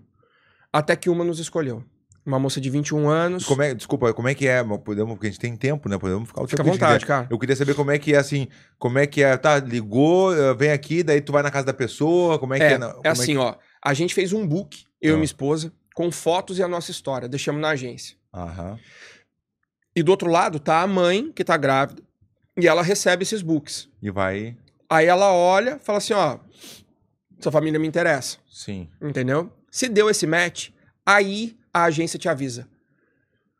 Até que uma nos escolheu. Uma moça de 21 anos.
Como é, desculpa, como é que é? mas Podemos, porque a gente tem tempo, né? Podemos ficar o
Fica à
tempo que a gente
vontade,
quiser.
cara.
Eu queria saber como é que é assim, como é que é, tá, ligou, eh, vem aqui, daí tu vai na casa da pessoa, como é que
É,
é?
é
na- como
assim, ó. A gente fez um book,
Ah.
eu e minha esposa, com fotos e a nossa história. Deixamos na agência.
Que... Aham.
E do outro lado tá a mãe, que tá grávida, e ela recebe esses books.
E vai,
Aí ela olha, fala assim, ó... Sua família me interessa.
sim.
Entendeu? Se deu esse match, aí a agência te avisa.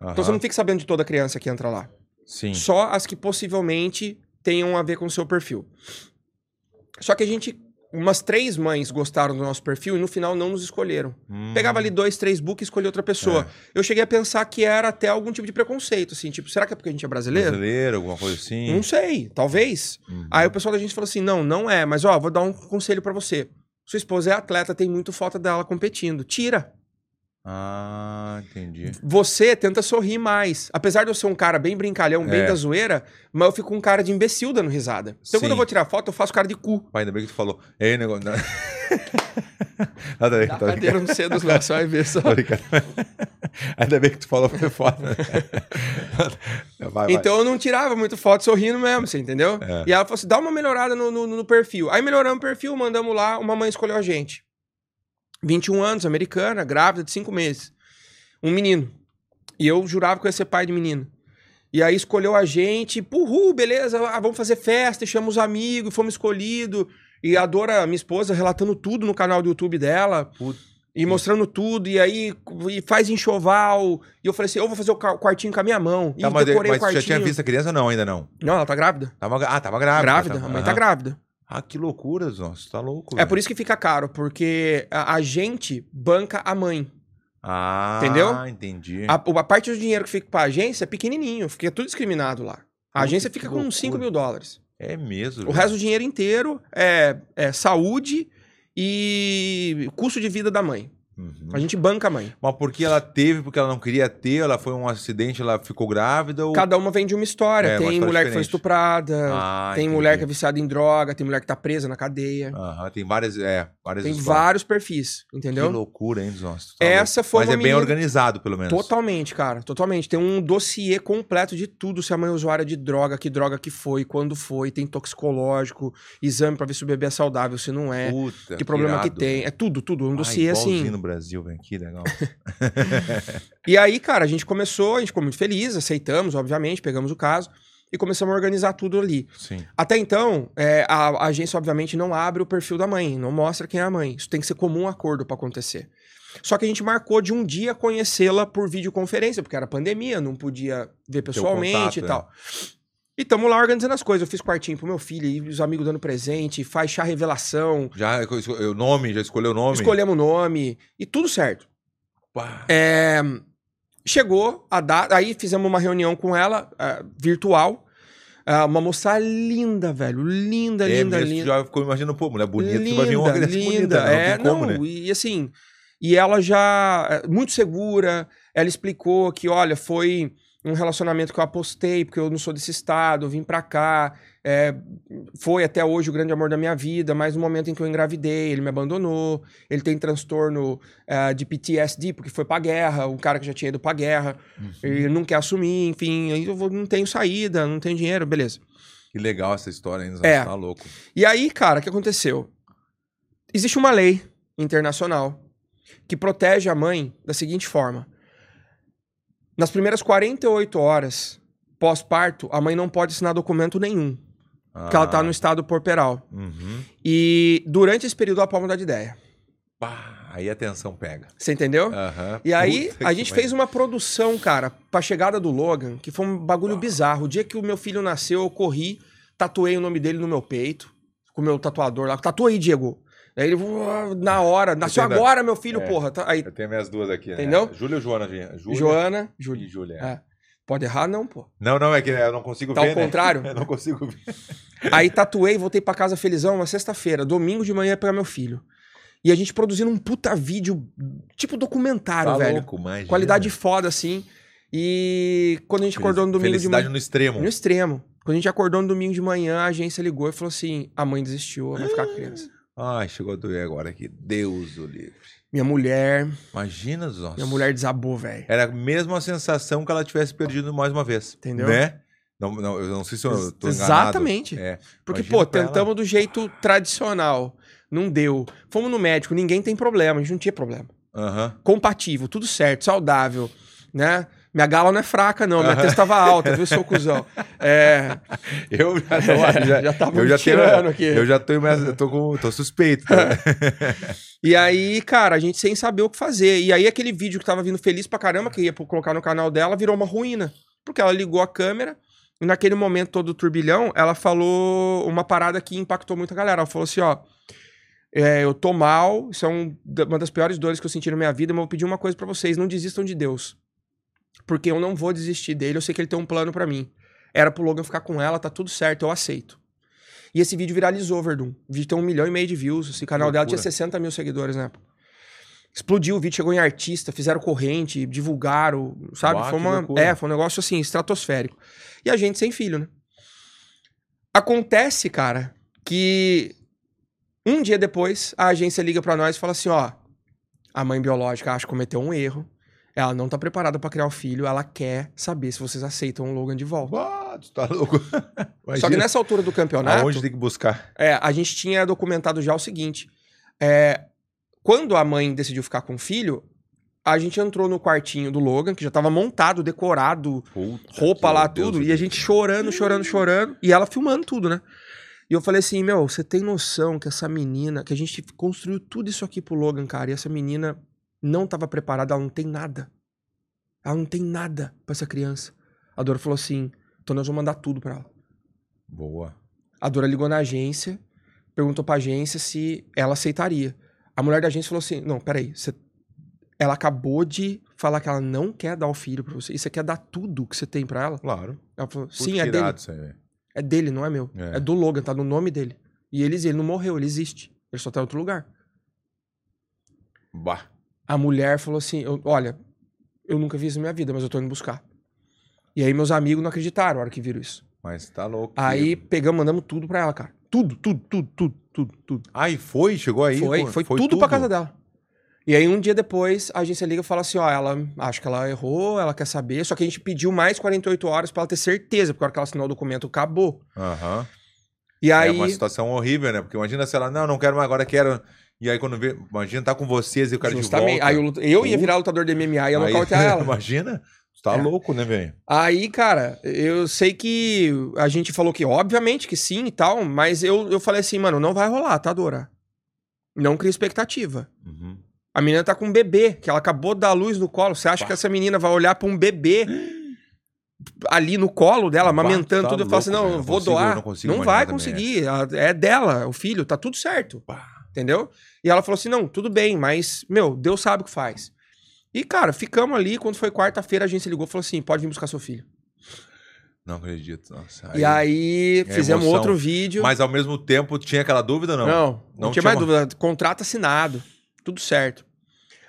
Então você
Aham,
não fica sabendo de toda criança que entra lá.
Sim.
Só as que possivelmente tenham a ver com o seu perfil. Só que a gente. Umas três mães gostaram do nosso perfil e no final não nos escolheram.
Hum,
Pegava ali dois, três books e escolhia outra pessoa.
É.
Eu cheguei a pensar que era até algum tipo de preconceito, assim, tipo, será que é porque a gente é brasileiro? Um
brasileiro, alguma coisa assim.
Não sei, talvez.
Uhum.
Aí o pessoal da gente falou assim: não, não é, mas ó, vou dar um conselho pra você. Sua esposa é atleta, tem muito foto dela competindo. Tira.
Ah, entendi.
Você tenta sorrir mais. Apesar de eu ser um cara bem brincalhão, bem
É.
da zoeira, mas eu fico um cara de imbecil dando risada.
Sim.
Então quando eu vou tirar foto, eu faço cara de cu. *laughs*
Pai, ainda bem que tu falou. Ei, negócio. Ah, *laughs* tá,
Dá
tá brincando.
cadeira no C dos lá, você vai ver só.
Tô brincando. Ainda bem que tu falou foi
*laughs*
foda. Vai, vai. É.
Então eu não tirava muito foto sorrindo mesmo, você entendeu? E ela falou assim: dá uma melhorada no, no- no perfil. Aí melhoramos o perfil, mandamos lá, uma mãe escolheu a gente. 21 anos, americana, grávida de 5 meses. Um menino. E eu jurava que eu ia ser pai de menino. E aí escolheu a gente, uhul, beleza, ah, vamos fazer festa, e chama os amigos, fomos escolhidos. E a Dora, minha esposa, relatando tudo no canal do YouTube dela. E mostrando tudo, e aí e faz enxoval. E eu falei assim: eu vou fazer o ca- quartinho com a minha mão. E
Tá, mas
decorei
mas
o
tu já
quartinho.
tinha visto a criança ou não? Ainda não.
Não, ela tá grávida.
Tava, ah, tava grávida.
Grávida,
Tava-
a mãe tá
aham.
grávida.
Ah, que loucura, nossa, tá louco.
É por isso que fica caro, porque a, a gente banca a mãe.
Ah,
Entendeu?
entendi.
A, a parte do dinheiro que fica pra agência é pequenininho, fica tudo discriminado lá. A
Puta,
agência
que
fica com
loucura.
uns 5 mil dólares.
É mesmo.
O resto do dinheiro inteiro é, é saúde e custo de vida da mãe.
Uhum.
A gente banca a mãe.
Mas porque ela teve, porque ela não queria ter, ela foi um acidente, ela ficou grávida ou.
Cada uma vem de uma história.
É, uma
tem
história
mulher que foi
diferente.
estuprada,
Ah,
tem
entendi.
mulher que é viciada em droga, tem mulher que tá presa na cadeia.
Aham, tem várias. É, várias
tem
histórias.
vários perfis, entendeu?
Que loucura, hein, Zonso? Tu tá
Essa
louco.
foi
Mas
uma
é bem
menina-
organizado, pelo menos.
Totalmente, cara, totalmente. Tem um dossiê completo de tudo, se a mãe é usuária de droga, que droga que foi, quando foi, tem toxicológico, exame pra ver se o bebê é saudável, se não é,
Puta,
que problema
irado,
que tem, é
velho.
tudo, tudo, um
Ah,
dossiê
igualzinho
assim.
no Brasil, velho, que
*laughs*
legal.
E aí, cara, a gente começou, a gente ficou muito feliz, aceitamos, obviamente, pegamos o caso e começamos a organizar tudo ali.
Sim.
Até então, é, a, a agência obviamente não abre o perfil da mãe, não mostra quem é a mãe. Isso tem que ser comum acordo pra acontecer. Só que a gente marcou de um dia conhecê-la por videoconferência, porque era pandemia, não podia ver
contato, é.
pessoalmente e tal. E tamo lá organizando as coisas. Eu fiz quartinho pro meu filho, e os amigos dando presente, faz chá revelação,
Já escolheu o nome? Já escolheu o nome?
escolhemos o nome e tudo certo.
Pá.
É, chegou a data, aí fizemos uma reunião com ela, ah, virtual. Ah, uma moça linda, velho. Linda,
É
linda,
mesmo, tu
linda.
já ficou imaginando, pô, mulher *laughs* bonita, tu vai vir uma criança
linda,
bonita, não
é,
tem como, né?
E assim, e ela já, é, muito segura, ela explicou que, olha, foi um relacionamento que eu apostei, porque eu não sou desse estado, eu vim pra cá, é, foi até hoje o grande amor da minha vida, mas no momento em que eu engravidei, ele me abandonou, ele tem transtorno é, de PTSD, porque foi pra guerra, um cara que já tinha ido pra guerra,
Uhum.
ele não quer assumir, enfim, aí eu vou- não tenho saída, não tenho dinheiro, beleza.
Que legal essa história, hein, Zonso?
É.
Tá louco.
E aí, cara, o que aconteceu? Existe uma lei internacional que protege a mãe da seguinte forma: nas primeiras 48 horas pós-parto, a mãe não pode assinar documento nenhum, porque ela tá
Ah,
no estado porperal.
Uhum.
E durante esse período ela pode mudar de ideia.
Pá, aí a tensão pega.
Você entendeu?
Aham.
E aí,
Puta
a
que
gente
pariu.
fez uma produção, cara, pra chegada do Logan, que foi um bagulho
Ah.
bizarro. O dia que o meu filho nasceu, eu corri, tatuei o nome dele no meu peito, com o meu tatuador lá. Tatuei, Diego. Aí ele, "Uau", na hora, nasceu
ainda-
agora, meu filho,
É.
porra. Tá- Aí,
Eu tenho minhas duas aqui, né?
Entendeu?
Júlia ou Joana? Júlia,
Joana,
e
Júlio.
Júlia.
É. Pode errar, não, pô.
Não, não, é que eu não consigo
Tá
ver,
ao
né?
contrário.
*laughs* Eu não consigo ver.
Aí tatuei, voltei pra casa felizão, uma sexta-feira, domingo de manhã ia pegar meu filho. E a gente produzindo um puta vídeo, tipo documentário,
tá
velho.
louco, imagina.
Qualidade foda, assim. E quando a gente acordou no domingo de
Felicidade
manhã.
no extremo.
No extremo. Quando a gente acordou no domingo de manhã, a agência ligou e falou assim: a mãe desistiu, ela vai ficar com a
Ah.
criança.
Ai, chegou a doer agora aqui. Deus o livre.
Minha mulher,
Imagina, nossa.
minha mulher desabou, velho.
Era a mesma sensação que ela tivesse perdido mais uma vez.
Entendeu?
Né? Não, não, eu não sei se eu tô enganado.
Exatamente.
É.
Porque,
imagina
pô,
pra ela.
tentamos do jeito tradicional. Não deu. Fomos no médico, ninguém tem problema, a gente não tinha problema.
Aham.
Compatível, tudo certo, saudável, né? Minha gala não é fraca, não. Minha testa tava alta, viu, seu cuzão?
*laughs*
É.
Eu já
*laughs*
tô, já,
Já tava
eu
me
já tenho,
tirando aqui.
Eu já tô, eu tô, com, tô suspeito.
*laughs*
tá?
E aí, cara, a gente sem saber o que fazer. E aí aquele vídeo que tava vindo feliz pra caramba, que ia pro- colocar no canal dela, virou uma ruína. Porque ela ligou a câmera e naquele momento todo o turbilhão, ela falou uma parada que impactou muito a galera. Ela falou assim, ó... é, eu tô mal, isso é um da- uma das piores dores que eu senti na minha vida, mas eu vou pedir uma coisa pra vocês, não desistam de Deus. Porque eu não vou desistir dele, eu sei que ele tem um plano pra mim. Era pro Logan ficar com ela, tá tudo certo, eu aceito. E esse vídeo viralizou, Verdun. O vídeo tem um milhão e meio de views. Esse canal dela tinha
loucura.
60 mil seguidores na época. Explodiu o vídeo, chegou em artista, fizeram corrente, divulgaram, sabe?
Uau,
foi,
que
uma,
loucura.
é, foi um negócio assim, estratosférico. E a gente sem filho, né? Acontece, cara, que Um dia depois, a agência liga pra nós e fala assim: ó, a mãe biológica acho que cometeu um erro. Ela não tá preparada pra criar o filho, ela quer saber se vocês aceitam o Logan de volta.
Ah, tu tá louco.
Só que
Imagina
nessa né? altura do campeonato.
Aonde tem que buscar?
É, a gente tinha documentado já o seguinte: é, quando a mãe decidiu ficar com o filho, a gente entrou no quartinho do Logan, que já tava montado, decorado,
Puta
roupa
que-
lá,
Deus
tudo,
do
e
céu.
a gente chorando, chorando, chorando, e ela filmando tudo, né? E eu falei assim: meu, você tem noção que essa menina, que a gente construiu tudo isso aqui pro Logan, cara, e essa menina não tava preparada, ela não tem nada. Ela não tem nada pra essa criança. A Dora falou assim: então nós vamos mandar tudo pra ela.
Boa.
A Dora ligou na agência, perguntou pra agência se ela aceitaria. A mulher da agência falou assim: Não, peraí, você... ela acabou de falar que ela não quer dar o filho pra você. E você quer dar tudo que você tem pra ela?
Claro.
Ela falou:
Puta
Sim,
que
é dele.
irado isso aí, né? velho.
É dele, não é meu.
É.
É. do Logan, tá no nome dele. E eles, ele não morreu, ele existe. Ele só tá em outro lugar.
Bah.
A mulher falou assim: eu- Olha, eu nunca vi isso na minha vida, mas eu tô indo buscar. E aí meus amigos não acreditaram na hora que viram isso.
Mas tá louco.
Aí pegamos, mandamos tudo pra ela, cara. Tudo, tudo, tudo, tudo, tudo, tudo.
Aí Ah, foi, chegou aí.
Foi,
pô,
foi, tudo, pra casa dela. E aí, um dia depois, a agência liga e fala assim: ó, ela acho que ela errou, ela quer saber. Só que a gente pediu mais 48 horas pra ela ter certeza, porque a hora que ela assinou o documento, acabou.
Aham.
E aí.
É uma situação horrível, né? Porque imagina se ela, não, não quero mais, agora quero. E aí quando vê, imagina tá com vocês e o cara de
justamente,
volta.
aí eu, lut- eu ia virar lutador de MMA e ia
Aí- *laughs*
nocautear ela.
imagina, tu tá
É.
louco, né, velho?
Aí, cara, eu sei que a gente falou que, obviamente, que sim e tal, mas eu, eu falei assim, mano, não vai rolar, tá, Dora? Não cria expectativa.
Uhum.
A menina tá com um bebê, que ela acabou de dar luz no colo. Você acha que essa menina vai olhar pra um bebê ali no colo dela,
Bah,
amamentando
tá
tudo e falar assim:
louco,
não,
velho.
eu
Não
vou
consigo-
doar.
não
Não,
consigo imaginar
vai
também,
conseguir. ela- É dela, o filho, tá tudo certo. Entendeu? E ela falou assim: não, tudo bem, mas, meu, Deus sabe o que faz. E, cara, ficamos ali. Quando foi quarta-feira, a agência ligou e falou assim: pode vir buscar seu filho.
Não acredito. Nossa,
e aí
é
fizemos
emoção.
outro vídeo.
Mas ao mesmo tempo tinha aquela dúvida, ou não?
Não, não,
não tinha
tinha mais dúvida. Contrato assinado, tudo certo.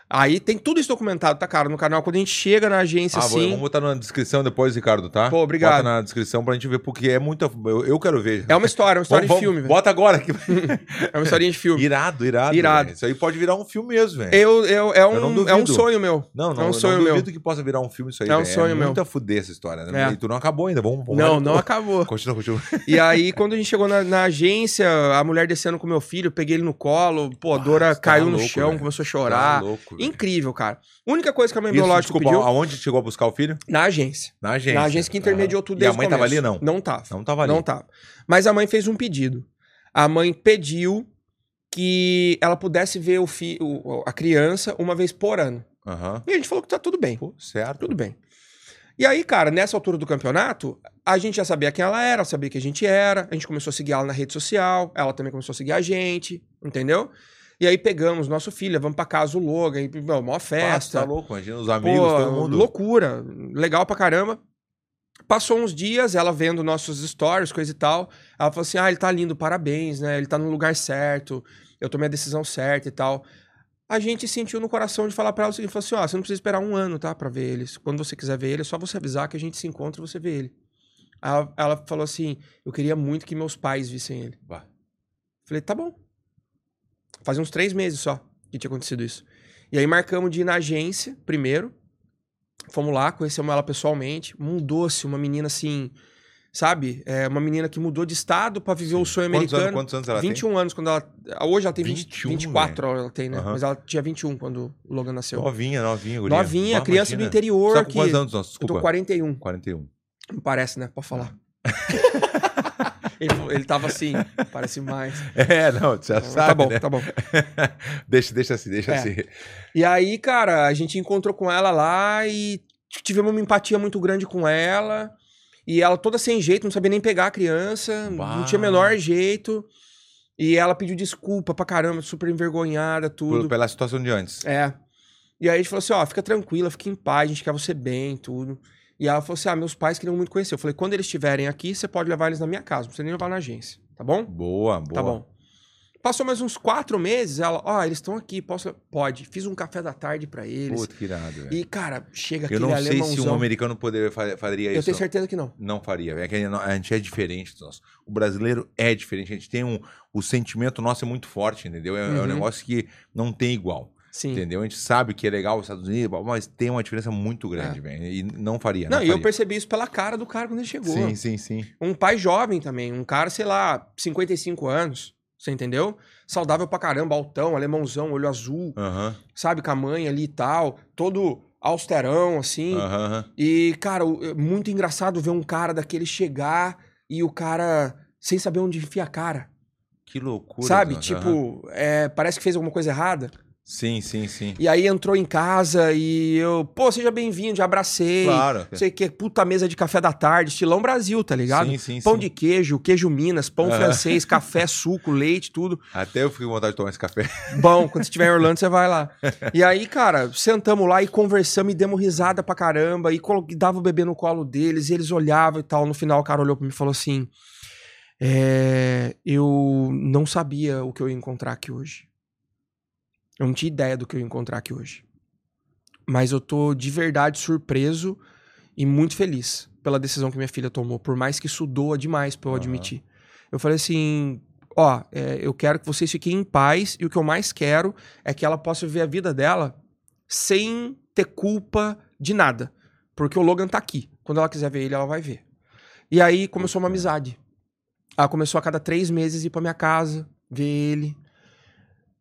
Aí tem tudo isso documentado, tá, cara? No canal, quando a gente chega na agência,
Ah, vou,
assim,
vamos botar na descrição depois, Ricardo, tá?
Pô, obrigado.
Bota na descrição pra gente ver, porque é muita. Eu, eu quero ver.
é uma história, é uma
Vamos-
história
vamos-
de filme, velho.
Bota agora. Que...
É uma historinha de filme.
*laughs* irado, irado.
Irado.
velho. Isso aí pode virar um filme mesmo, velho.
Eu, eu, é,
não
um,
duvido.
é um sonho meu.
Não, não,
É um
eu
sonho
não
meu.
duvido que possa virar um filme isso aí.
É um
velho.
sonder
é
meu.
muita fuder essa história, né?
É.
E tu não acabou ainda, vamos... vamos- *laughs*
Não, não acabou.
Continua, continua.
E aí, quando a gente chegou na, na agência, a mulher descendo com meu filho, eu peguei ele no colo, pô, a Dora
você tá
caiu no
louco,
chão,
velho.
começou a
Tá
chorar.
louco, velho.
Incrível, cara. Única coisa que a mãe
Isso,
biológica
desculpa,
pediu,
aonde chegou a buscar o filho?
na agência.
Na agência. Ah.
Na agência que intermediou
E a
tudo desde o
mãe tava
começo.
ali, não?
Não tava.
Não tava ali.
Não tava. Mas a mãe fez um pedido. A mãe pediu que ela pudesse ver o fi, o- a criança uma vez por ano.
Aham.
E a gente falou que tá tudo bem.
Pô, certo.
Tudo bem. E aí, cara, nessa altura do campeonato, a gente já sabia quem ela era, sabia que a gente era, a gente começou a seguir ela na rede social, ela também começou a seguir a gente, entendeu? E aí pegamos nosso filho, vamos pra casa o Logan, e, meu, maior
Festa.
festa.
Tá louco, imagina os amigos,
É, Pô,
todo mundo.
Loucura, legal pra caramba. Passou uns dias, ela vendo nossos stories, coisa e tal. Ela falou assim: ah, ele tá lindo, parabéns, né? Ele tá no lugar certo, eu tomei a decisão certa e tal. A gente sentiu no coração de falar pra ela o seguinte: falou assim, ó, você não precisa esperar um ano, tá? Pra ver eles. Quando você quiser ver ele, é só você avisar que a gente se encontra e você vê ele. Ela, ela falou assim: eu queria muito que meus pais vissem ele.
Bah.
Falei, tá bom. Fazia uns três meses só que tinha acontecido isso. E aí marcamos de ir na agência primeiro. Fomos lá, conhecemos ela pessoalmente. Mudou-se uma menina assim, sabe? É uma menina que mudou de estado pra viver o sonho
Quantos anos,
americano.
quantos anos ela
21 anos quando ela. Hoje ela tem
21,
21, 24 ela tem, né?
Aham.
Mas ela tinha 21 quando o Logan
tem?
nasceu.
Novinha, novinha, guria.
Novinha,
Bah,
criança do
imagina.
interior.
Sabe com
que...
quantos anos nós?
Eu
Desculpa.
tô 41,
41.
me parece, né? Pra falar.
*laughs*
ele, falou- ele tava assim, parece mais.
É, não, tu já sabe,
tá bom,
né?
tá bom.
Deixa, deixa assim, deixa
É.
assim.
E aí, cara, a gente encontrou com ela lá e t- tivemos uma empatia muito grande com ela. E ela toda sem jeito, não sabia nem pegar a criança,
Bah.
não tinha o menor jeito. E ela pediu desculpa pra caramba, super envergonhada,
Por-
tudo.
Pela situação de antes.
É. E aí a gente falou assim: ó, fica tranquila, fica em paz, a gente quer você bem, tudo. E ela falou assim: ah, meus pais queriam muito conhecer. Eu falei: quando eles estiverem aqui, você pode levar eles na minha casa, não precisa nem levar na agência, tá bom?
Boa, boa.
Tá bom. Passou mais uns quatro meses, ela, ó, eles estão aqui, posso. Pode. Fiz um café da tarde pra eles.
Puta que irado, velho.
e, cara,
Eu
chega aquele
não sei se um é
alemãozão.
americano poderia, fa- faria
Eu
isso.
tenho certeza que não.
Não faria. É que a no- a gente é diferente do nosso. O brasileiro é diferente. A gente tem um. O sentimento nosso é muito forte, entendeu? É, é um
Uhum.
negócio que não tem igual.
Sim.
Entendeu? A gente sabe que é legal os Estados Unidos, mas tem uma diferença muito grande, velho. E não faria.
É. Não, e eu
faria.
percebi isso pela cara do cara quando ele chegou.
Sim, sim, sim.
Um pai jovem também, um cara, sei lá, 55 anos, você entendeu? Saudável pra caramba, altão, alemãozão, olho azul,
Aham.
sabe, com a mãe ali e tal, todo austerão, assim.
aham, aham.
E, cara, o- é muito engraçado ver um cara daquele chegar e o cara sem saber onde enfia a cara.
Que loucura.
sabe?
Zanata. Aham.
Tipo, é, parece que fez alguma coisa errada.
Sim, sim, sim.
E aí entrou em casa e eu, pô, seja bem-vindo, já abracei.
Claro.
Não sei o que, puta mesa de café da tarde, estilão Brasil, tá ligado?
Sim, sim,
Pão
sim.
de queijo, queijo Minas, pão
Aham.
francês,
*laughs*
café, suco, leite, tudo.
Até eu fiquei com vontade de tomar esse café.
Bom, quando você estiver em Orlando, você vai lá. E aí, cara, sentamos lá e conversamos e demos risada pra caramba. E colo- dava o bebê no colo deles, e eles olhavam e tal. No final, o cara olhou pra mim e falou assim: é, Eu não sabia o que eu ia encontrar aqui hoje. Eu não tinha ideia do que eu ia encontrar aqui hoje. Mas eu tô de verdade surpreso e muito feliz pela decisão que minha filha tomou, por mais que isso doa demais pra eu
Aham.
admitir. Eu falei assim: ó, é, eu quero que vocês fiquem em paz e o que eu mais quero é que ela possa viver a vida dela sem ter culpa de nada. Porque o Logan tá aqui. Quando ela quiser ver ele, ela vai ver. E aí começou uma amizade. Ela começou a cada três meses ir pra minha casa, ver ele.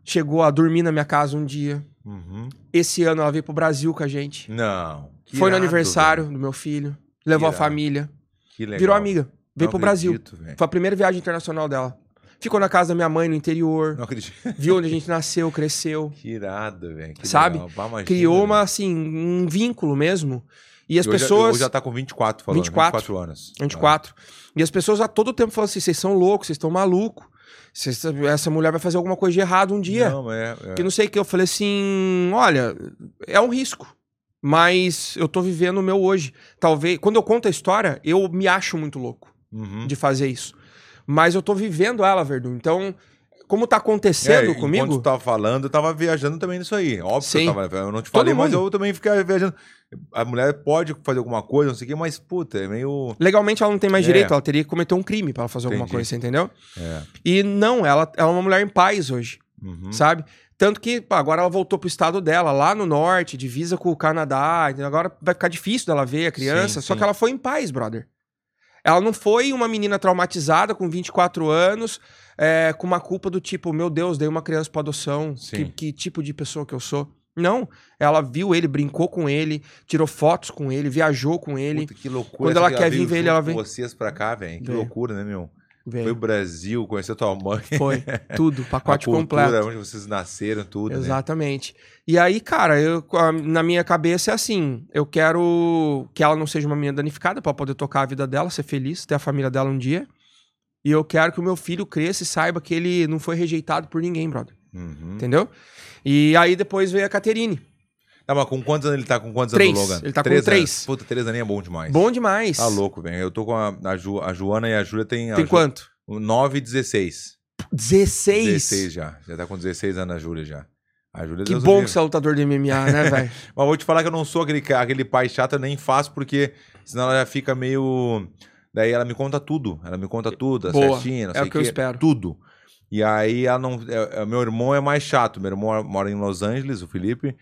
Chegou a dormir na minha casa um dia.
Uhum.
Esse ano ela veio pro Brasil com a gente.
Não. que
Foi no
irado,
aniversário
velho.
do meu filho. Levou
irado.
a família.
Que legal.
Virou amiga. Veio
Não
pro Brasil.
acredito, velho.
Foi a primeira viagem internacional dela. Ficou na casa da minha mãe no interior.
Não acredito.
Viu onde a gente nasceu, cresceu.
*laughs* Que irado, velho. que
Sabe?
legal. Pá, imagina,
Criou uma,
velho.
assim, um vínculo mesmo. E as
E hoje-
pessoas.
Hoje já tá com 24, falando.
24.
24 anos.
24. E as pessoas a todo tempo falam assim: vocês são loucos, vocês estão malucos. Vocês- Essa mulher vai fazer alguma coisa de errado um dia.
Não, é. é.
Que não sei o que. Eu falei assim: olha, é um risco. Mas eu tô vivendo o meu hoje. Talvez. Quando eu conto a história, eu me acho muito louco
Uhum.
de fazer isso. Mas eu tô vivendo ela, Verdun. Então, como tá acontecendo
É, Enquanto
comigo.
tu tava falando, eu tava viajando também nisso aí. Óbvio que
Sim.
eu tava. Eu não te
Todo
falei, mas
mundo.
eu também ficava viajando. A mulher pode fazer alguma coisa, não sei o quê, mas, puta, é meio.
Legalmente ela não tem mais
É.
direito, ela teria que cometer um crime pra ela fazer alguma
Entendi.
coisa, você entendeu?
É.
E não, ela, ela é uma mulher em paz hoje,
Uhum.
sabe? Tanto que pá, agora ela voltou pro estado dela, lá no norte, divisa com o Canadá, entendeu? agora vai ficar difícil dela ver a criança,
Sim,
só
sim.
que ela foi em paz, brother. Ela não foi uma menina traumatizada com 24 anos, é, com uma culpa do tipo, meu Deus, dei uma criança pra adoção,
Sim.
que, que tipo de pessoa que eu sou. Não, ela viu ele, brincou com ele, tirou fotos com ele, viajou com ele.
Puta, que loucura.
Quando
Essa
ela
que
quer
veio
vir ver ele,
junto
ela
com
vem.
vocês pra cá, velho. Que
Veio.
loucura, né, meu?
Veio.
Foi o Brasil, conheceu tua mãe.
Foi,
*laughs*
tudo,
a
pacote
cultura,
completo.
onde vocês nasceram, tudo. né?
Exatamente. E aí, cara, eu, a- na minha cabeça é assim: eu quero que ela não seja uma menina danificada pra poder tocar a vida dela, ser feliz, ter a família dela um dia. E eu quero que o meu filho cresça e saiba que ele não foi rejeitado por ninguém, brother.
Uhum.
Entendeu? E aí depois veio a Caterine.
Tá, mas com quantos anos ele tá? Com quantos
Três.
anos o Logan?
Ele tá com
Anos.
três.
Puta, três aninhos é bom demais.
Bom demais.
Tá louco, velho. Eu tô com a, a, Ju- a Joana e a Júlia tem... a
Tem
Ju-
quanto?
9 e 16.
16.
16 já. Já tá com 16 anos a Júlia já. A Júlia
Que
Deus
bom
me
que você é lutador de MMA,
*laughs*
né, velho?
livre. Mas vou te falar que eu não sou aquele, ca- aquele pai chato, eu nem faço, porque senão ela já fica meio... Daí ela me conta tudo. Ela me conta tudo, tá
Boa.
certinho, não
É
sei
o que eu espero.
Tudo. E aí ela não... é- é- meu irmão é mais chato. Meu irmão mora em Los Angeles, o Felipe.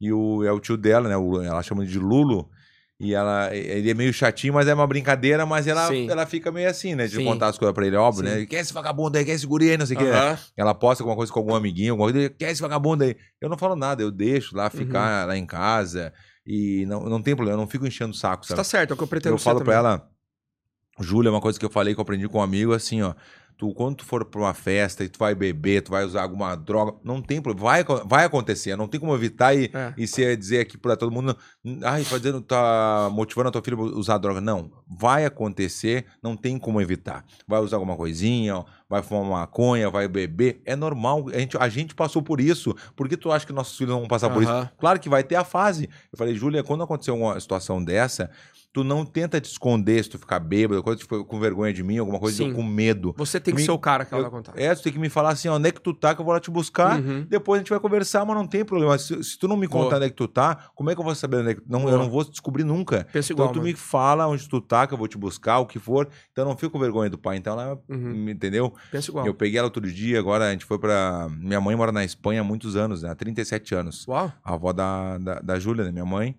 E o, é o tio dela, né? o- ela chama de Lulo. E ela, ele é meio chatinho, mas é uma brincadeira, mas ela,
Sim.
ela fica meio assim, né? De
Sim.
contar as coisas pra ele, óbvio,
Sim.
né? Quem é esse vagabundo aí? Quem é esse guri aí? Não sei o que.
Aham.
Ela posta alguma coisa com algum amiguinho, alguma coisa, quer esse vagabundo aí. Eu não falo nada, eu deixo lá ficar lá em casa e não, não tem problema, eu não fico enchendo o saco,
Você
sabe?
tá certo, é o que eu pretendo
eu
ser
falo pra
também.
ela, Júlia, é uma coisa que eu falei que eu aprendi com um amigo, assim, ó. Tu, quando tu for pra uma festa e tu vai beber, tu vai usar alguma droga, não tem problema, vai, acon- vai acontecer, não tem como evitar e,
É.
e se dizer aqui pra todo mundo, ai, fazendo, tá motivando a tua filha a usar droga. Não, vai acontecer, não tem como evitar. Vai usar alguma coisinha, ó, vai fumar uma maconha, vai beber. É normal, a gente, a gente passou por isso. Por que tu acha que nossos filhos não vão passar por isso?
Aham.
Claro que vai ter a fase. Eu falei, Júlia, quando aconteceu uma situação dessa, tu não tenta te esconder se tu ficar bêbado, coisa, tipo, com vergonha de mim, alguma coisa,
Sim.
eu com medo.
Você tem que
Me-
ser o cara que ela
eu-
vai contar.
É, tu tem que me falar assim, ó, onde é que tu tá, que eu vou lá te buscar.
Uhum.
Depois a gente vai conversar, mas não tem problema. Se, se tu não me
Boa.
contar onde é que tu tá, como é que eu vou saber onde é que tu não, Eu
Boa.
não vou descobrir nunca.
Pensa
Então
igual,
tu
mano.
me fala onde tu tá, que eu vou te buscar, o que for. Então eu não fico com vergonha do pai. Então ela,
Uhum.
me entendeu?
Pensa igual.
Eu peguei ela outro dia, agora a gente foi pra. Minha mãe mora na Espanha há muitos anos, né? Há 37 anos.
Uau.
A avó da, da, da Júlia, né? Minha mãe.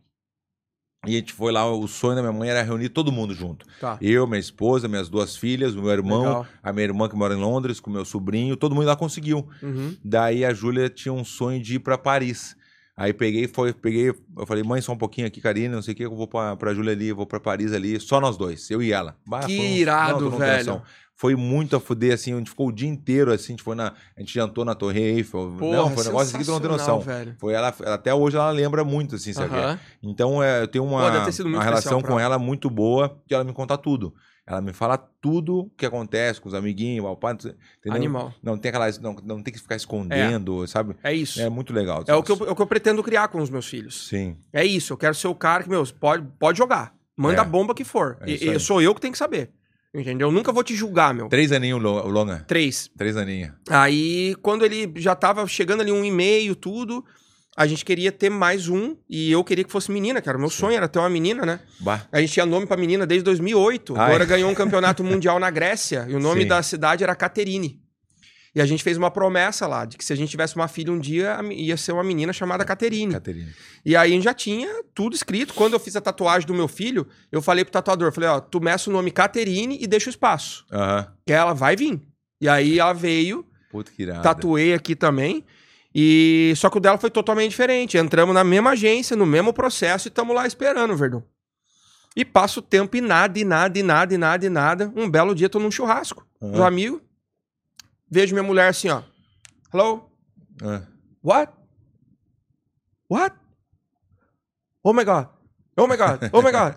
E a gente foi lá, o sonho da minha mãe era reunir todo mundo junto.
Tá.
Eu, minha esposa, minhas duas filhas, o meu irmão,
Legal.
a minha irmã que mora em Londres, com meu sobrinho, todo mundo lá conseguiu.
Uhum.
Daí a Júlia tinha um sonho de ir pra Paris. Aí peguei, foi, peguei, eu falei, mãe, só um pouquinho aqui, Karina, não sei o que, eu vou pra, pra Júlia ali, eu vou pra Paris ali, só nós dois, eu e ela. Bah,
Que
foi um-
irado,
tu tem
velho.
noção. Foi muito a fuder, assim, a gente ficou o dia inteiro, assim, a gente foi na, a gente jantou na Torre Eiffel,
Porra,
não, foi um negócio que tu não tem
é sensacional,
noção.
Velho.
Foi ela, ela- até hoje ela lembra muito, assim, sabe?
Aham.
Então é, eu tenho uma,
Pô, deve ter sido muito
uma relação
especial pra
com ela muito boa, que ela me conta tudo. Ela me fala tudo que acontece com os amiguinhos, o pai, entendeu?
Animal.
Não tem aquela, não, não tem que ficar escondendo, sabe?
É isso.
É muito legal.
É o, que eu,
isso.
é o que eu pretendo criar com os meus filhos.
Sim.
É isso, eu quero ser o cara que, meu, pode, pode jogar. Manda
É.
a bomba que for.
É
E-
isso
e
aí.
sou eu que tenho que saber. Entendeu? Eu nunca vou te julgar, meu.
Três aninhos lo- longa.
Três.
Três aninhos.
Aí, quando ele já tava chegando ali um e meio, tudo, a gente queria ter mais um e eu queria que fosse menina, cara. Meu sonho era ter uma menina, né?
Bah.
A gente tinha nome pra menina desde 2008.
Ah,
Agora
é?
ganhou um campeonato mundial na Grécia e o nome
Sim.
da cidade era Caterine. E a gente fez uma promessa lá de que se a gente tivesse uma filha um dia, a me- ia ser uma menina chamada Caterine.
Caterina.
E aí a gente já tinha tudo escrito. Quando eu fiz a tatuagem do meu filho, eu falei pro tatuador, falei, ó, tu meça o nome Caterine e deixa o espaço,
Aham.
que ela vai vir. E aí ela veio,
Puta que irado.
tatuei aqui também. E só que o dela foi totalmente diferente. Entramos na mesma agência, no mesmo processo e estamos lá esperando, Verdão. E passa o tempo e nada, e nada, e nada, e nada, e nada. Um belo dia tô num churrasco
Aham.
do amigo. Vejo minha mulher assim, ó. Hello?
Ah.
What? What? Oh my god. Oh my god. Oh
*laughs*
my god.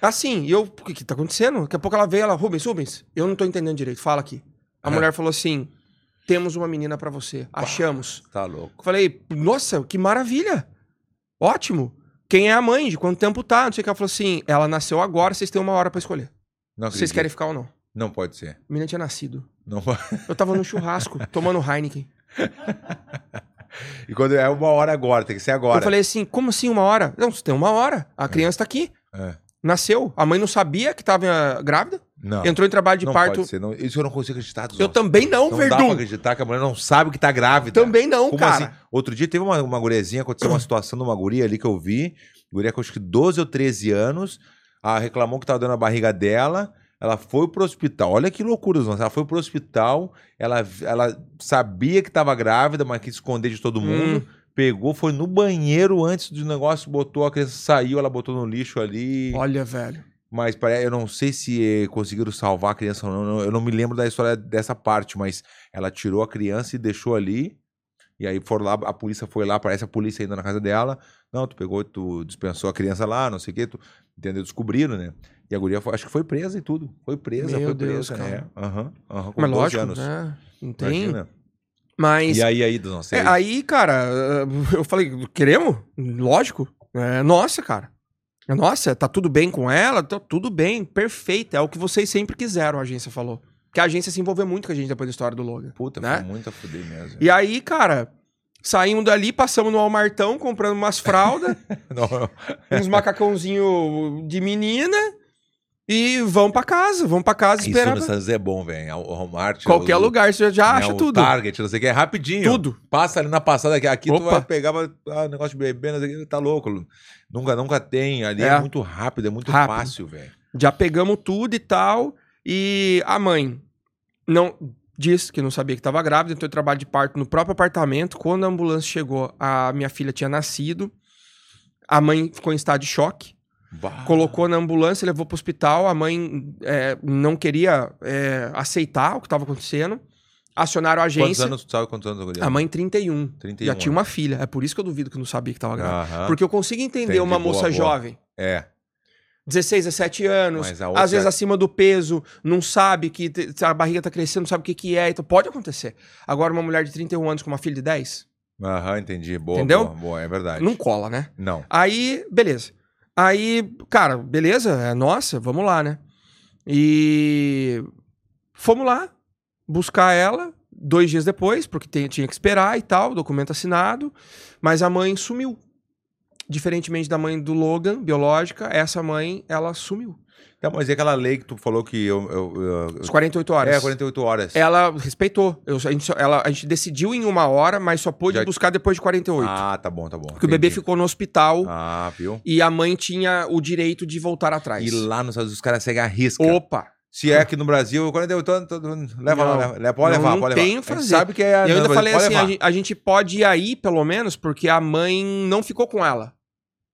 Assim, e eu, o que que tá acontecendo? Daqui a pouco ela veio, ela, Rubens, Rubens, eu não tô entendendo direito, fala aqui. A
É.
mulher falou assim: temos uma menina pra você, achamos.
Tá louco.
Eu falei, nossa, que maravilha! Ótimo! Quem é a mãe? De quanto tempo tá? Não sei o que. Ela falou assim: ela nasceu agora, vocês têm uma hora pra escolher.
Não
Vocês
acredito.
querem ficar ou não? A
Não pode ser.
menina tinha nascido.
Não pode.
Eu tava num churrasco, tomando Heineken.
*laughs* E quando é uma hora agora, tem que ser agora.
Eu falei assim, como assim uma hora? Não, você tem uma hora. A criança tá aqui.
É.
Nasceu. A mãe não sabia que tava eh, grávida.
Não.
Entrou em trabalho de
não
parto.
Pode ser, não. Isso eu não consigo acreditar. dos
Eu
outros.
também
Não
não,
dá pra
Verdun.
acreditar que a mulher não sabe que tá grávida.
Também não,
Como
cara.
assim? Outro dia teve uma, uma guriazinha, aconteceu
*clears throat*
uma situação de uma guria ali que eu vi. Guria com acho que 12 ou 13 anos. Ela reclamou que tava dando a barriga dela. Ela foi pro hospital. Olha que loucura, Zonza. Ela foi pro hospital. Ela, ela sabia que tava grávida, mas quis esconder de todo mundo.
Hum.
Pegou, foi no banheiro antes do negócio, botou a criança, saiu, ela botou no lixo ali.
Olha, velho.
Mas pare- eu não sei se eh, conseguiram salvar a criança ou não, não. Eu não me lembro da história dessa parte, mas ela tirou a criança e deixou ali. E aí foram lá, a polícia foi lá, parece a polícia ainda na casa dela. Não, tu pegou, tu dispensou a criança lá, não sei o quê, tu entendeu? Descobriram, né? E a guria foi- acho que foi presa e tudo. Foi presa,
Meu
foi
Deus,
presa,
cara.
né? Aham, aham, com
Mas
12
lógico,
anos.
né? Não tem.
Imagina.
Mas
E aí, aí, não sei.
É, aí, cara, eh, *laughs* eu falei, queremos? Lógico. É, nossa, cara. Nossa, tá tudo bem com ela? Tá tudo bem, perfeito. É o que vocês sempre quiseram, a agência falou. Porque a agência se envolveu muito com a gente depois da história do Logan.
Puta,
né?
foi muito a fuder mesmo.
E aí, cara, saímos dali, passamos no Almartão, comprando umas fraldas,
*laughs* Não, *laughs*
uns macacãozinho de menina e vamos pra casa, vamos pra casa
isso
esperar.
no Santos é bom, velho. O Walmart,
Qualquer
o-
lugar, você já
né,
acha
o
tudo.
Target, não sei o que, é rapidinho.
Tudo.
Passa ali na passada, aqui, aqui tu
Opa.
vai pegar vai- ah, negócio de bebê, não sei o que, tá louco. Nunca, nunca tem. Ali é,
É.
muito rápido, é muito
Rápido.
fácil, velho.
Já pegamos tudo e tal. E a mãe não disse que não sabia que estava grávida, entrou em trabalho de parto no próprio apartamento. Quando a ambulância chegou, a minha filha tinha nascido. A mãe ficou em estado de choque,
Bah.
colocou na ambulância, levou para o hospital. A mãe é, não queria é, aceitar o que estava acontecendo. Acionaram a
Quantos
agência.
anos tu sabe quantos anos guria?
A mãe, 31.
31
Ah, Já tinha uma filha. É por isso que eu duvido que não sabia que estava grávida.
Aham.
Porque eu consigo entender
Ah. Entendi,
uma
boa,
moça
boa.
jovem.
É.
16, 17 anos,
Mas a outra- é
às vezes acima do peso, não sabe que te- a barriga tá crescendo, não sabe o que que é, então pode acontecer. Agora uma mulher de 31 anos com uma filha de 10,
Aham, entendi. Boa,
Entendeu?
boa, boa, é verdade.
não cola, né?
Não.
Aí, beleza. Aí, cara, beleza, é nossa, vamos lá, né? E fomos lá buscar ela dois dias depois, porque tem- tinha que esperar e tal, documento assinado, mas a mãe sumiu. Diferentemente da mãe do Logan, biológica, essa mãe, ela sumiu.
Tá, mas e aquela lei que tu falou que eu. eu, eu-
As 48 horas.
É, 48 horas.
Ela respeitou. Eu- a, gente, só- ela- a gente decidiu em uma hora, mas só pôde
Já-
buscar depois de 48.
Ah, tá bom, tá bom.
porque o bebê
entendi.
ficou no hospital
Ah, viu?
e a mãe tinha o direito de voltar atrás.
E lá nos Estados Unidos os caras seguem a risca.
Opa!
Se é aqui no Brasil, quando eu tô, tô- tô- leva
Não.
lá, leva, leva, pode
Não,
levar,
não
pode levar.
tem o
A gente
fazer.
Sabe que é.
eu ainda
não,
falei
pode
assim, a
levar.
gente, a gente pode ir aí, pelo menos, porque a mãe não ficou com ela.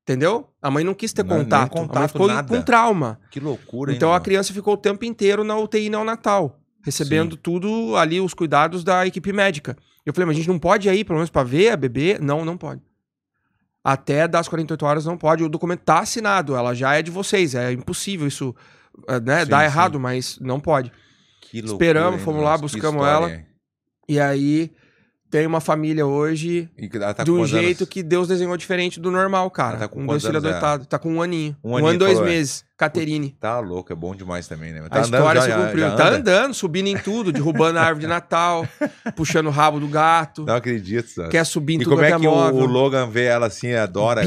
Entendeu? A mãe não quis ter
Não, é nem
contato. a mãe
contato,
ficou em-
nada.
com trauma.
Que loucura, hein,
então a
mano?
criança ficou o tempo inteiro na UTI neonatal, recebendo tudo ali, os cuidados da equipe médica. Eu falei, mas a gente não pode ir aí, pelo menos pra ver a bebê? Não, não pode. Até das 48 horas não pode. O documento tá assinado, ela já é de vocês. É impossível isso, eh, né?
Sim,
Dá
sim.
errado, mas não pode.
Que loucura,
esperamos,
hein,
fomos
mano?
lá,
Que
buscamos
história,
ela.
hein?
E aí tem uma família hoje
E que ela tá
de
com
um
quantos
jeito
anos?
que Deus desenhou diferente do normal, cara.
Ela tá com
com um dois
quantos
filhos
anos, é?
adotados. Tá com um aninho.
Um
Um,
aninho,
ano e dois
falou, é.
meses. Caterine.
Tá louco, é bom demais também, né? Tá
a
andando
história
já,
se
já-
cumpriu.
já
tá
anda?
andando, subindo em tudo, derrubando a árvore
*laughs*
de Natal, puxando o rabo do gato,
Não acredito, sabe?
quer subir em
E
tudo
como é que o,
móvel.
o Logan vê ela assim e adora? né?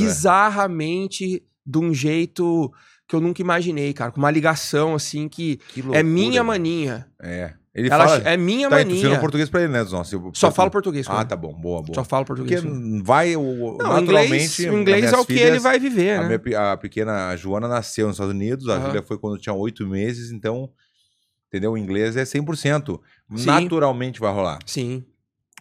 Bizarramente, de um jeito que eu nunca imaginei, cara. Com uma ligação, assim, que
Que loucura,
é minha
mano.
maninha.
É. Ele
Ela
fala.
É minha
tá, e tu ensinou
maninha.
português pra ele, né, Nossa, eu-
Só falo português. com
Ah,
ele.
tá bom, boa, boa.
Só falo
Porque
português. com ele.
vai, o, o-
Não, o inglês,
naturalmente...
o inglês é
minhas
o que ele
filhas-
vai viver,
A,
né?
minha pe- a pequena a Joana nasceu nos Estados Unidos, a
Aham.
Júlia foi quando tinha oito meses, então, entendeu? O inglês é 100%.
Sim.
Naturalmente vai rolar.
Sim.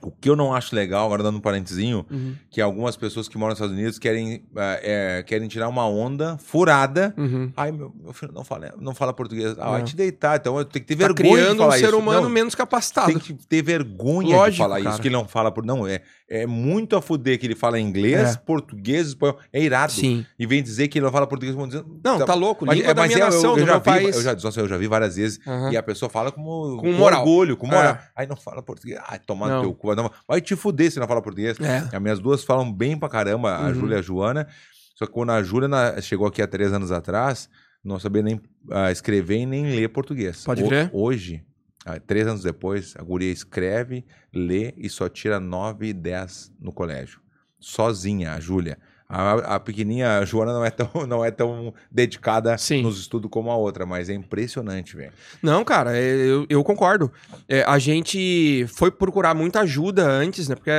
O que eu não acho legal, agora dando um parentezinho,
Uhum.
que algumas pessoas que moram nos Estados Unidos querem, ah, é, querem tirar uma onda furada.
Uhum.
Ai, meu, meu filho não fala, não fala português. Ah, vai
Não.
te deitar, então eu tenho que ter
Tá
vergonha de
criando um
falar
ser
isso.
humano
Não,
menos capacitado.
tem que ter vergonha de
Lógico,
falar isso,
cara.
que ele não fala por. Não, é, é muito a fuder que ele fala inglês,
É.
português, espanhol. É irado.
Sim.
E vem dizer que ele não fala português. como dizendo,
Não, tá,
tá-
louco.
mas,
Língua
é,
da
mas
minha
é, eu,
nação,
eu
do
já
meu
vi,
país.
Eu já, nossa, eu já vi várias vezes.
Aham.
E a pessoa fala como,
Com moral.
orgulho, com moral.
É.
Aí não fala português. Ai, toma no
Não.
teu cu. Não, vai te fuder se não fala português.
É.
As minhas duas falam bem pra caramba, a
Uhum.
Júlia e a Joana. Só que quando a Júlia na- chegou aqui há três anos atrás, não sabia nem ah, escrever e nem ler português.
Pode crer.
Hoje, ah, três anos depois, a guria escreve, lê e só tira 9 e 10 no colégio. Sozinha, a Júlia. A, a pequenininha, a Joana, não é tão, *laughs* não é tão dedicada
Sim.
nos estudos como a outra, mas é impressionante, velho.
Não, cara, é, eu, eu concordo. É, a gente foi procurar muita ajuda antes, né? Porque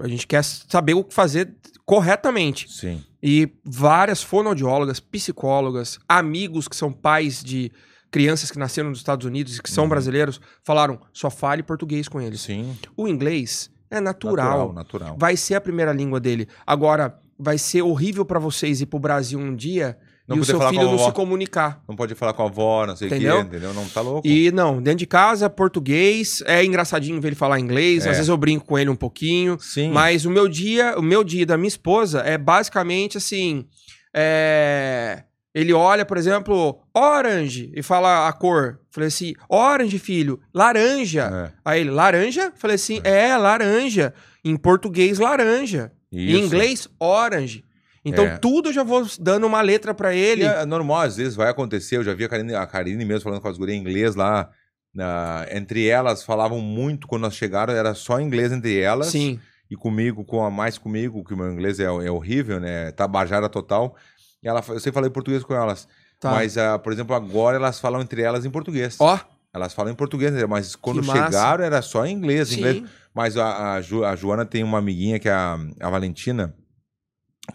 a gente quer saber o que fazer corretamente.
Sim.
E várias fonoaudiólogas, psicólogas, amigos que são pais de crianças que nasceram nos Estados Unidos e que são
Uhum.
brasileiros, falaram, só fale português com eles.
Sim.
O inglês é
Natural,
natural.
natural.
Vai ser a primeira língua dele. Agora, vai ser horrível pra vocês ir pro Brasil um dia
Não
e o
poder
seu
falar com a
filho não
vovó.
se comunicar.
Não pode falar com a avó, não sei o que,
Entendeu?
entendeu? Não tá louco.
E não, dentro de casa, português, é engraçadinho ver ele falar inglês,
É.
às vezes eu brinco com ele um pouquinho,
Sim.
mas o meu dia, o meu dia da minha esposa é basicamente assim, é, ele olha, por exemplo, orange e fala a cor. Falei assim, orange, filho, laranja.
É,
Aí ele, laranja? Falei assim, é, laranja. Em português, laranja.
isso.
Em inglês, orange. Então,
É.
tudo eu já vou dando uma letra pra ele.
E é normal, às vezes vai acontecer. Eu já vi a Karine, a Karine mesmo falando com as gurias em inglês lá. na- entre elas, falavam muito quando nós chegaram, era só inglês entre elas.
Sim.
E comigo, com a mais comigo, que o meu inglês é, é horrível, né? Tabajara total. E ela, fa- eu sempre falei português com elas.
Tá.
Mas, ah, por exemplo, agora elas falam entre elas em português.
Ó,
Elas falam em português, né? mas quando
Que massa.
chegaram era só em inglês.
sim.
inglês. Mas a, a Jo- a Joana tem uma amiguinha que é a, a Valentina,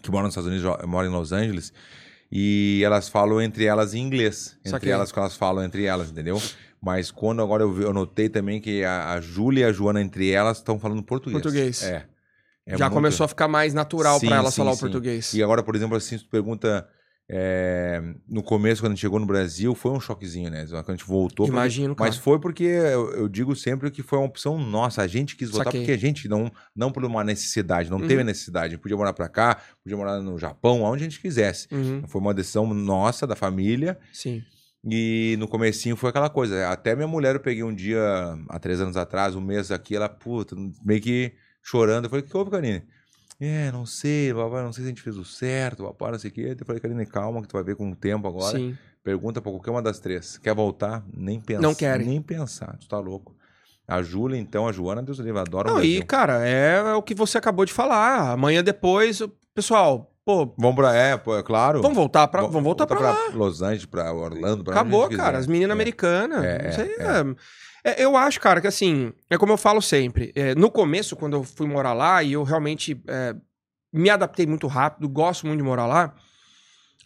que mora nos Estados Unidos, jo- mora em Los Angeles, e elas falam entre elas em inglês. Entre
Saquei.
elas, que elas falam entre elas, entendeu? Mas quando agora eu, vi- eu notei também que a, a Júlia e a Joana entre elas estão falando português.
Português.
É. É
já
muito-
começou a ficar mais natural
Sim,
pra ela
sim,
falar
sim.
o português.
E agora, por exemplo, assim, se tu pergunta. é, no começo, quando a gente chegou no Brasil, foi um choquezinho, né? Quando a gente voltou. pra-
Imagino, cara.
mas foi porque eu, eu digo sempre que foi uma opção nossa. A gente quis votar
Saquei.
porque a gente não, não por uma necessidade, não
Uhum.
teve necessidade. Podia morar pra cá, podia morar no Japão, aonde a gente quisesse.
Uhum,
Foi uma decisão nossa, da família.
sim.
E no comecinho foi aquela coisa. Até minha mulher eu peguei um dia, há três anos atrás, um mês aqui, ela, puta, meio que chorando. Eu falei, o que houve, Karine? É, não sei, babá, não sei se a gente fez o certo, babá, não sei o quê. Eu falei, Karine, calma, que tu vai ver com o tempo agora.
Sim.
Pergunta pra qualquer uma das três. Quer voltar? Nem pensar.
Não querem.
Nem pensar, tu tá louco. A Júlia, então, a Joana, Deus livre, adora um o
Não,
Brasil.
e, cara, é o que você acabou de falar. Amanhã depois, pessoal, pô,
Vamos pra... É, pô, é claro.
vamos voltar pra,
Vo-
vamos voltar pra, lá.
Los Angeles, pra Orlando, pra onde a
Acabou,
gente
cara.
quiser.
As meninas
É.
americanas.
É,
não
é,
sei, é. É, eu acho, cara, que assim, é como eu falo sempre. é, no começo, quando eu fui morar lá, e eu realmente é, me adaptei muito rápido, gosto muito de morar lá.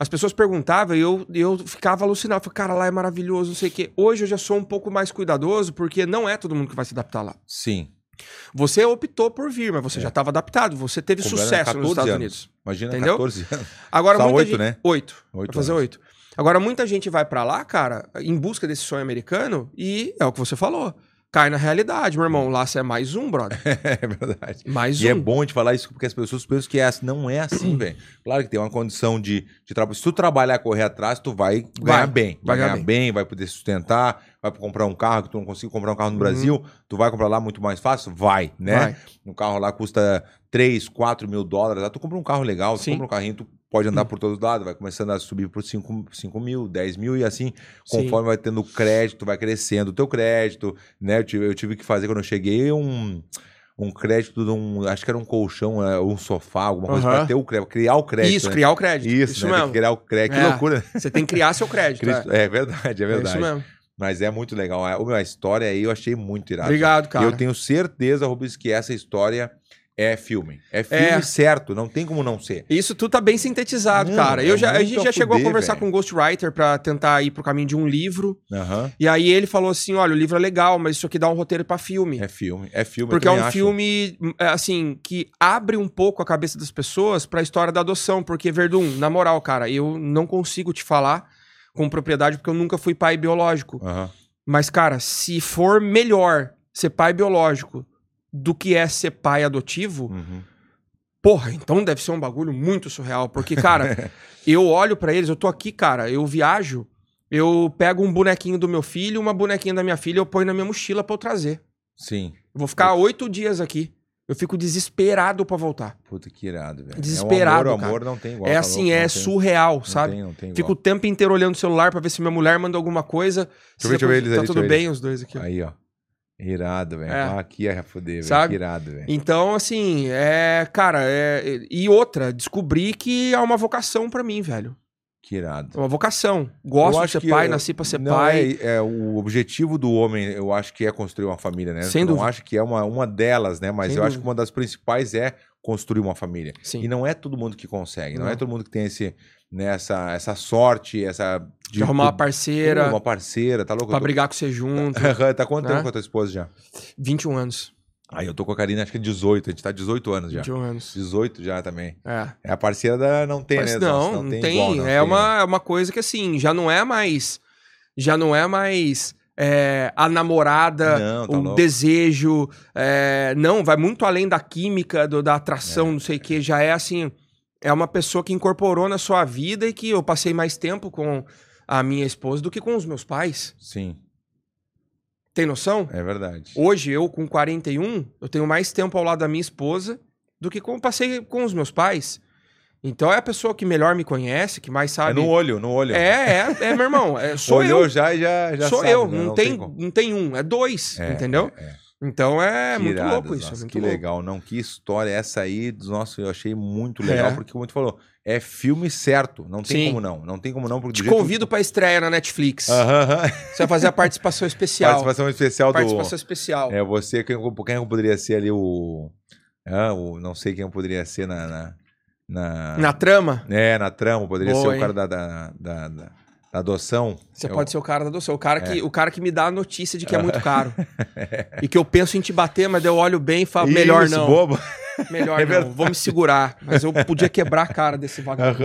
As pessoas perguntavam e eu, e eu ficava alucinado. Falei, cara, lá é maravilhoso, não sei o quê. Hoje eu já sou um pouco mais cuidadoso, porque não é todo mundo que vai se adaptar lá.
Sim.
Você optou por vir, mas
É.
você já estava adaptado, você teve
Com Vera,
sucesso
14
nos Estados
anos.
Unidos.
Imagina,
Entendeu?
14 anos. *laughs*
Agora,
Só
muita
oito,
gente...
né?
Oito.
Oito
Vai fazer
anos.
oito. Agora, muita gente vai pra lá, cara, em busca desse sonho americano e é o que você falou. Cai na realidade, meu irmão. Lá você é mais um,
*laughs*
brother.
É verdade.
Mais
E é
um.
bom a gente falar isso porque as pessoas pensam que é assim, não é assim, velho. Claro que tem uma condição de, de trabalho. Se tu trabalhar, correr atrás, tu vai ganhar
Vai,
bem. Vai,
vai ganhar
ganhar bem. vai poder se sustentar, vai comprar um carro que tu não conseguiu comprar um carro no Brasil, tu vai comprar lá muito mais fácil? Vai, né?
Uhum. Vai.
Um carro lá custa 3, 4 mil dólares. Lá tu compra um carro legal, tu
Sim. Hum.
compra um carrinho, tu pode andar por todos os lados, vai começando a subir por 5, 5 mil, 10 mil e assim,
Sim.
conforme vai tendo crédito, vai crescendo o teu crédito, né? Eu tive, eu tive que fazer quando eu cheguei um, um crédito de um, acho que era um colchão, é, um sofá, alguma coisa
Aham.
pra ter o crédito, criar o crédito.
Isso,
né?
criar o crédito.
Isso, né? Tem que
mesmo.
criar o crédito. Que
É.
loucura. né?
Você tem que criar seu crédito.
Cristo-
é.
É. verdade, é
É
verdade.
isso mesmo.
Mas é muito legal. É, ô, meu, A história aí eu achei muito irada.
Obrigado, cara.
Eu tenho certeza, Rubens, que essa história é filme. É filme
É.
certo, não tem como não ser.
Isso tudo tá bem sintetizado,
Não,
cara.
é
Eu já, a
muito
gente
a
já chegou a
fuder,
conversar
velho.
com um ghostwriter pra tentar ir pro caminho de um livro.
Aham.
E aí ele falou assim: olha, o livro é legal, mas isso aqui dá um roteiro pra filme.
É filme, é filme. eu
Porque é
também
um
acho.
filme, é, assim, que abre um pouco a cabeça das pessoas pra história da adoção. Porque, Verdun, na moral, cara, eu não consigo te falar com propriedade porque eu nunca fui pai biológico.
Aham.
Mas, cara, se for melhor ser pai biológico do que é ser pai adotivo,
Uhum.
Porra, então deve ser um bagulho muito surreal,
*laughs*
porque, cara, eu olho pra eles, eu tô aqui, cara, eu viajo, eu pego um bonequinho do meu filho, uma bonequinha da minha filha, eu ponho na minha mochila pra eu trazer.
Sim.
Eu vou ficar oito dias aqui. Eu fico desesperado pra voltar.
Puta que irado, velho.
Desesperado,
É um amor, o
cara.
amor não tem igual.
é
tá
assim,
louco?
é
Não tem-
surreal,
não
sabe?
tem- não tem
Fico o
igual.
tempo inteiro olhando o celular pra ver se minha mulher mandou alguma coisa.
eu ver,
Se
deixa eu ver eles
tá
ali,
tudo
deixa eu ver
bem os dois aqui. ó.
Aí, ó. Irado, velho.
É.
Ah, aqui é foder, velho.
Sabe?
Que irado, velho.
Então, assim, é, cara, é- e outra, descobri que é uma vocação pra mim, velho.
Que irado.
É uma vocação. Gosto
Eu
de
acho
ser
que
pai,
eu-
nasci pra ser
Não,
pai.
É, é, o objetivo do homem, eu acho que é construir uma família, né?
Sem
eu não
dúvida.
acho que é uma, uma delas, né? Mas
Sem
eu acho
dúvida.
que uma das principais é construir uma família.
Sim.
E não é todo mundo que consegue, não, é
Não.
todo mundo que tem esse, né, essa, essa sorte, essa.
de arrumar uma
parceira.
parceira
tipo, Uma parceira, tá louco?
pra
Eu tô- *laughs*
brigar com você junto.
tá quanto
né?
tempo com a tua esposa já?
21 anos.
Aí eu tô com a Karina, acho que é 18, a gente tá 18 anos já.
21 anos.
18 já também.
É.
É a parceira da não tem,
Mas
né?
não,
Nossa,
não tem.
igual, não
é
tem. né?
uma, é uma coisa que assim, já não é mais. Já não é mais. é, a namorada,
Não, tá
o
louco.
desejo. é, não, vai muito além da química, do- da atração, não sei o que. Já é assim. É uma pessoa que incorporou na sua vida e que eu passei mais tempo com a minha esposa do que com os meus pais.
Sim,
Tem noção?
é verdade.
Hoje, eu com 41, eu tenho mais tempo ao lado da minha esposa do que como passei com os meus pais. Então é a pessoa que melhor me conhece, que mais
É
sabe.
no olho, no olho.
É, é, é, meu irmão. É, sou
Olhou
eu.
já e já, já
sou
sabe,
eu.
né?
Não, tem,
como.
não tem um, é dois,
É,
entendeu?
é, é.
Então é
Que
muito
irado,
louco isso. é
nossa,
muito
que
louco.
legal, não. Que história é essa aí dos nossos, eu achei muito legal,
É.
porque como tu falou, é filme certo. Não tem
Sim.
como não. Não tem como não. Porque
Te
do jeito-
convido pra estreia na Netflix.
Aham, aham.
Você vai fazer a participação especial.
*laughs* Participação especial
Participação
do.
especial.
É você, quem, quem eu poderia ser ali o. Ah, o. Não sei quem eu poderia ser na. na, na-
Na trama,
É, na trama, poderia
Boa,
ser o
hein?
cara da, da, da, da- da adoção. É
você
Eu- É.
pode ser o cara da adoção. O cara, que, o cara que me dá a notícia de que é muito caro.
*laughs*
e que eu penso em te bater, mas daí eu olho bem e falo, melhor
Isso,
não.
Bobo.
Melhor
*laughs* É
não,
verdade.
vou me segurar. Mas eu podia quebrar a cara desse vagabundo.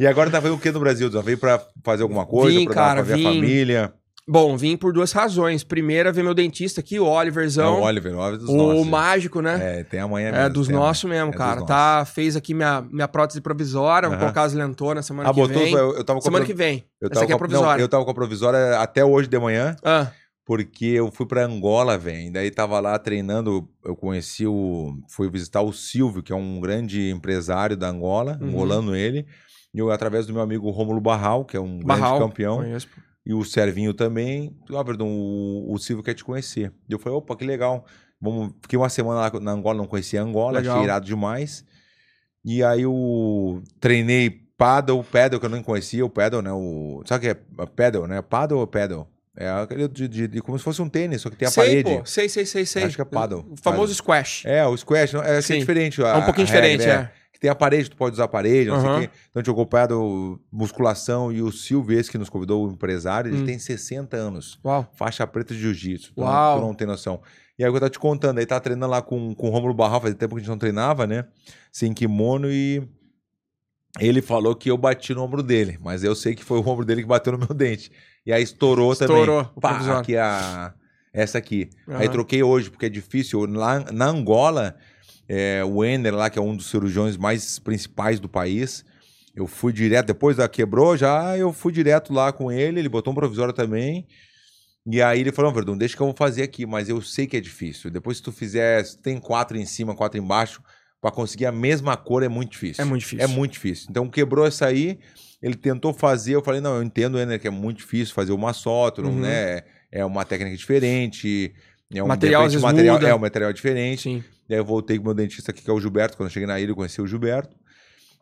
E agora tá fazendo o que no Brasil? Já veio pra fazer alguma coisa,
Vim,
pra, dar, pra
cara,
ver
vim.
a família? É
Bom, vim por duas razões. Primeira, ver meu dentista aqui, o
é
Oliverzão.
o Oliver, o Oliver dos
o
nossos.
mágico, né?
É, tem amanhã
É,
mesmo,
dos
tem amanhã.
nossos mesmo,
É dos
cara.
nossos.
Tá, fez aqui minha, minha prótese provisória,
Aham.
vou colocar as lentonas semana
Ah,
que
botou,
vem.
eu, eu tava com a
Semana
pro-
que vem.
eu tava
Essa
com a-
aqui é
não,
provisória.
eu tava com a provisória até hoje de manhã,
Ah,
porque eu fui pra Angola, velho. e Daí tava lá treinando, eu conheci o. Fui visitar o Silvio, que é um grande empresário da Angola,
Uhum.
angolano ele. E eu, através do meu amigo Rômulo Barral, que é um
Barral.
grande campeão,
Conheço.
e o Servinho também. Ó, Verdun, o, o Silvio quer te conhecer. E eu falei, opa, que legal. Vamos, fiquei uma semana lá na Angola, não conhecia Angola,
Legal.
achei irado demais. E aí eu treinei paddle, paddle, que eu não conhecia o paddle, né? O, sabe o que é paddle, né? Paddle ou paddle? É aquele de, de- de- como se fosse um tênis, só que tem a
sei,
parede.
pô. Sei, sei, sei, sei.
Acho que é paddle.
O famoso squash.
É, o squash, não- é, acho que é
Sim.
diferente.
É um pouquinho diferente, é.
Que tem a parede, tu pode usar a parede, não sei
Aham.
o quê. Então a gente jogou paddle, musculação, e o Silvio, esse que nos convidou, o empresário, ele
Hum.
tem 60 anos
Uau.
faixa preta de jiu-jitsu. Tu,
Uau.
não- tu não tem noção. E aí, o que eu tava te contando, aí tava treinando lá com, com o Romulo Barral, fazia tempo que a gente não treinava, né? Sem kimono e. Ele falou que eu bati no ombro dele, mas eu sei que foi o ombro dele que bateu no meu *laughs* dente. E aí estourou, também.
Estourou o
Pá,
provisório.
aqui a. Essa aqui. Aí
Aham.
troquei hoje, porque é difícil. Lá na Angola, é, o Ener lá, que é um dos cirurgiões mais principais do país, eu fui direto, depois da quebrou já, eu fui direto lá com ele, ele botou um provisório também. E aí ele falou, não, Verdun, deixa que eu vou fazer aqui, mas eu sei que é difícil. Depois se tu fizer, se tem quatro em cima, quatro embaixo, pra conseguir a mesma cor é muito difícil.
É muito difícil.
É muito difícil. Então quebrou essa aí, ele tentou fazer, eu falei, não, eu entendo, Ener, que é muito difícil fazer uma só, tu não,
Uhum.
né? É uma técnica diferente, é um
Material,
de repente,
às vezes,
material
muda.
é um material diferente.
Sim.
E aí eu voltei com meu dentista aqui, que é o Gilberto. Quando eu cheguei na ilha, eu conheci o Gilberto.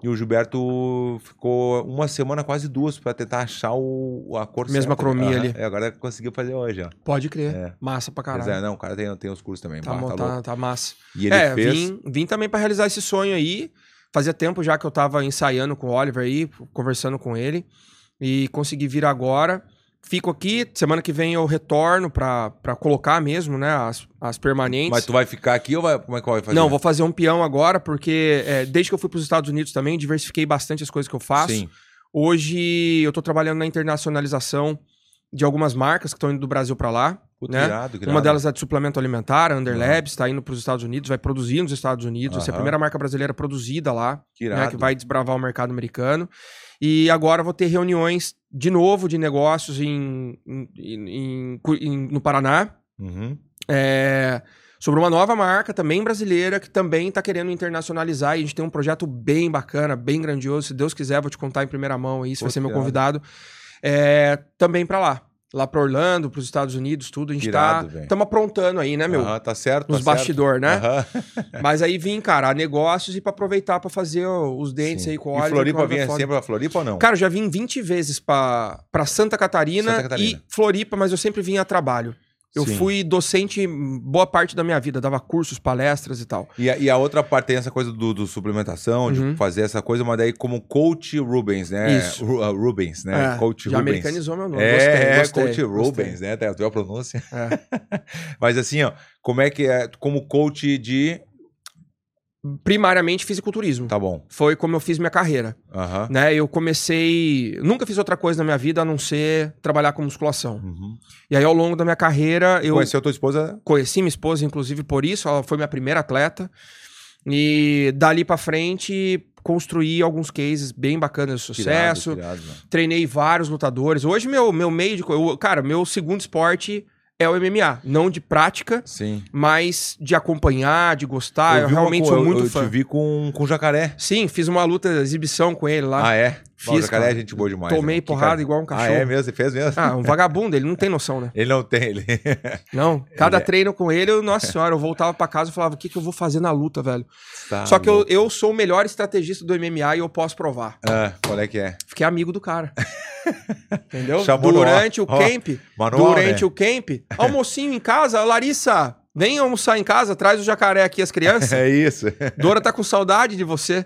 E o Gilberto ficou uma semana, quase duas, pra tentar achar o, a cor
Mesma
certa.
cromia
Aham.
ali.
É, agora conseguiu fazer hoje, ó.
Pode crer.
É.
Massa pra
Mas
caralho.
é, não, o cara tem, tem os cursos também.
Tá,
bah,
bom,
tá
tá,
louco.
tá massa.
E ele
é,
fez...
vim, vim também pra realizar esse sonho aí. Fazia tempo já que eu tava ensaiando com o Oliver aí, conversando com ele. E consegui vir agora. Fico aqui, semana que vem eu retorno pra, pra colocar mesmo, né, as, as permanentes.
Mas tu vai ficar aqui ou vai... Como é que vai fazer?
Não, vou fazer um peão agora, porque é, desde que eu fui pros Estados Unidos também, diversifiquei bastante as coisas que eu faço.
Sim.
Hoje eu tô trabalhando na internacionalização de algumas marcas que estão indo do Brasil pra lá.
Puta,
né?
irado,
Uma
irado.
delas é de suplemento alimentar, a Under
Aham.
Labs, tá está indo para os Estados Unidos, vai produzir nos Estados Unidos, vai ser a
Aham.
primeira marca brasileira produzida lá,
Que
né,
irado.
que vai desbravar o mercado americano. E agora eu vou ter reuniões de novo de negócios em, em- em- em- em- no Paraná,
Uhum.
é, sobre uma nova marca também brasileira que também está querendo internacionalizar. E a gente tem um projeto bem bacana, bem grandioso. Se Deus quiser, vou te contar em primeira mão aí, você vai
Pô,
ser meu
que irado.
convidado. É, também para lá. Lá para Orlando, para os Estados Unidos, tudo. A gente
Que
está
irado, velho.
Estamos aprontando aí, né, meu?
Aham, tá certo,
Nos
tá certo.
bastidores, né?
Aham.
Mas aí vim, cara, a negócios e pra aproveitar pra fazer ó, os dentes
Sim.
aí com
E
óleo. que
Floripa
óleo é
vinha
foda.
sempre pra Floripa ou não?
Cara, eu já vim 20 vezes pra, pra Santa, Catarina
Santa Catarina.
e Floripa, mas eu sempre vim a trabalho. Eu
Sim.
fui docente boa parte da minha vida, dava cursos, palestras e tal.
E a, e a outra parte tem essa coisa do, do suplementação,
Uhum.
de fazer essa coisa, mas daí como coach Rubens, né?
Isso.
Ru- ah, Rubens, né?
É,
coach
já
Rubens.
americanizou meu nome.
É, é,
gostei,
coach
gostei, gostei.
Rubens, né? Tá, Tu viu a pronúncia?
É.
*laughs* Mas assim, ó, como é que é, como coach de...
Primariamente fisiculturismo.
Tá bom,
Foi como eu fiz minha carreira.
aham.
Né? Eu comecei. Nunca fiz outra coisa na minha vida a não ser trabalhar com musculação.
Uhum.
E aí, ao longo da minha carreira, eu.
Conheceu tua esposa?
conheci minha esposa, inclusive, por isso, ela foi minha primeira atleta. E dali pra frente, construí alguns cases bem bacanas de
Irado,
sucesso.
irado, né?
Treinei vários lutadores. Hoje, meu, meu meio de. co- eu- cara, meu segundo esporte é o MMA. Não de prática,
Sim. mas
mas de acompanhar, de gostar. Ah, Eu, realmente sou muito
eu,
fã.
Eu te vi com, com jacaré.
Sim, fiz uma luta exibição com ele lá.
Ah, é?
Fiz,
Bom, o jacaré
cara.
é gente boa demais.
Tomei
né? Que
porrada
cara-
igual um
Ah, é
cachorro.
mesmo? Você fez
*laughs*
mesmo?
Ah, um vagabundo, ele não tem noção, né?
Ele não tem,
*laughs*
ele...
Não,
*laughs*
cada
Ele é-
treino com ele, eu, nossa senhora, eu voltava pra casa e falava, o que, que eu vou fazer na luta, velho?
Tá
Só que eu,
louco.
eu sou o melhor estrategista do MMA e eu posso provar.
Ah, qual é que é?
Fiquei amigo do
*laughs*
cara. Entendeu?
Chamou no
durante
ó-
o
ó,
camp,
Manual,
durante
né? *laughs*
o camp, almocinho em casa, Larissa, vem almoçar em casa, traz o jacaré aqui as
*laughs*
crianças.
É isso.
Dora tá com saudade de você.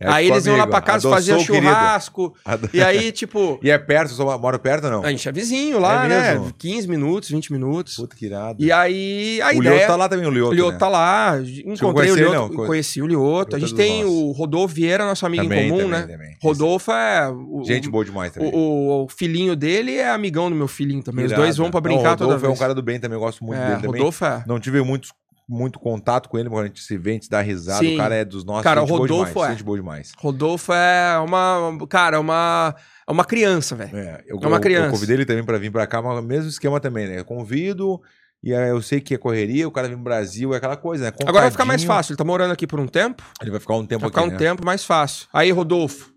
É
aí
com
eles iam lá
amigo.
pra casa
Adoçou
fazer
o querido.
churrasco.
Ado-
E aí,
*laughs*
tipo,
E é perto, só mora perto ou não?
a gente é vizinho lá,
É
né?
mesmo?
15 minutos, 20 minutos.
Puta que irado.
E aí, a
o
ideia...
Lioto tá lá também, o Lioto.
O Lioto
né?
tá lá, encontrei
conheceu
o
ele,
Lioto,
não? Conhe-
conheci o Lioto. A
Lioto
gente
é
tem
do
o Rodolfo Vieira, nosso amigo em
Também,
comum,
também,
né?
também.
Rodolfo é. O,
Gente
o-
boa demais também.
o, o filhinho dele é amigão do meu filhinho também. Os
Irado.
dois vão pra
Não,
brincar
O Rodolfo
toda
é
vez.
um cara do bem também, eu gosto muito
É,
dele também.
Rodolfo é.
Não tive muitos muito contato com ele, mas a gente se vê, a gente dá risada.
Sim.
O cara é dos nossos,
Cara,
gente
o
boa
Rodolfo
demais,
é.
gente boa demais.
Rodolfo é uma. Cara, é uma. É uma criança, velho.
É, eu,
É uma
eu-
criança.
Eu convidei ele também pra vir pra cá, mas o mesmo esquema também, né? Eu convido, e aí eu sei que é correria, o cara vem pro Brasil, é aquela coisa, né?
Agora vai ficar mais
Contadinho.
fácil. Ele tá morando aqui por um tempo.
Ele vai ficar um tempo
Vai ficar
aqui,
um
né?
tempo mais fácil. Aí, Rodolfo.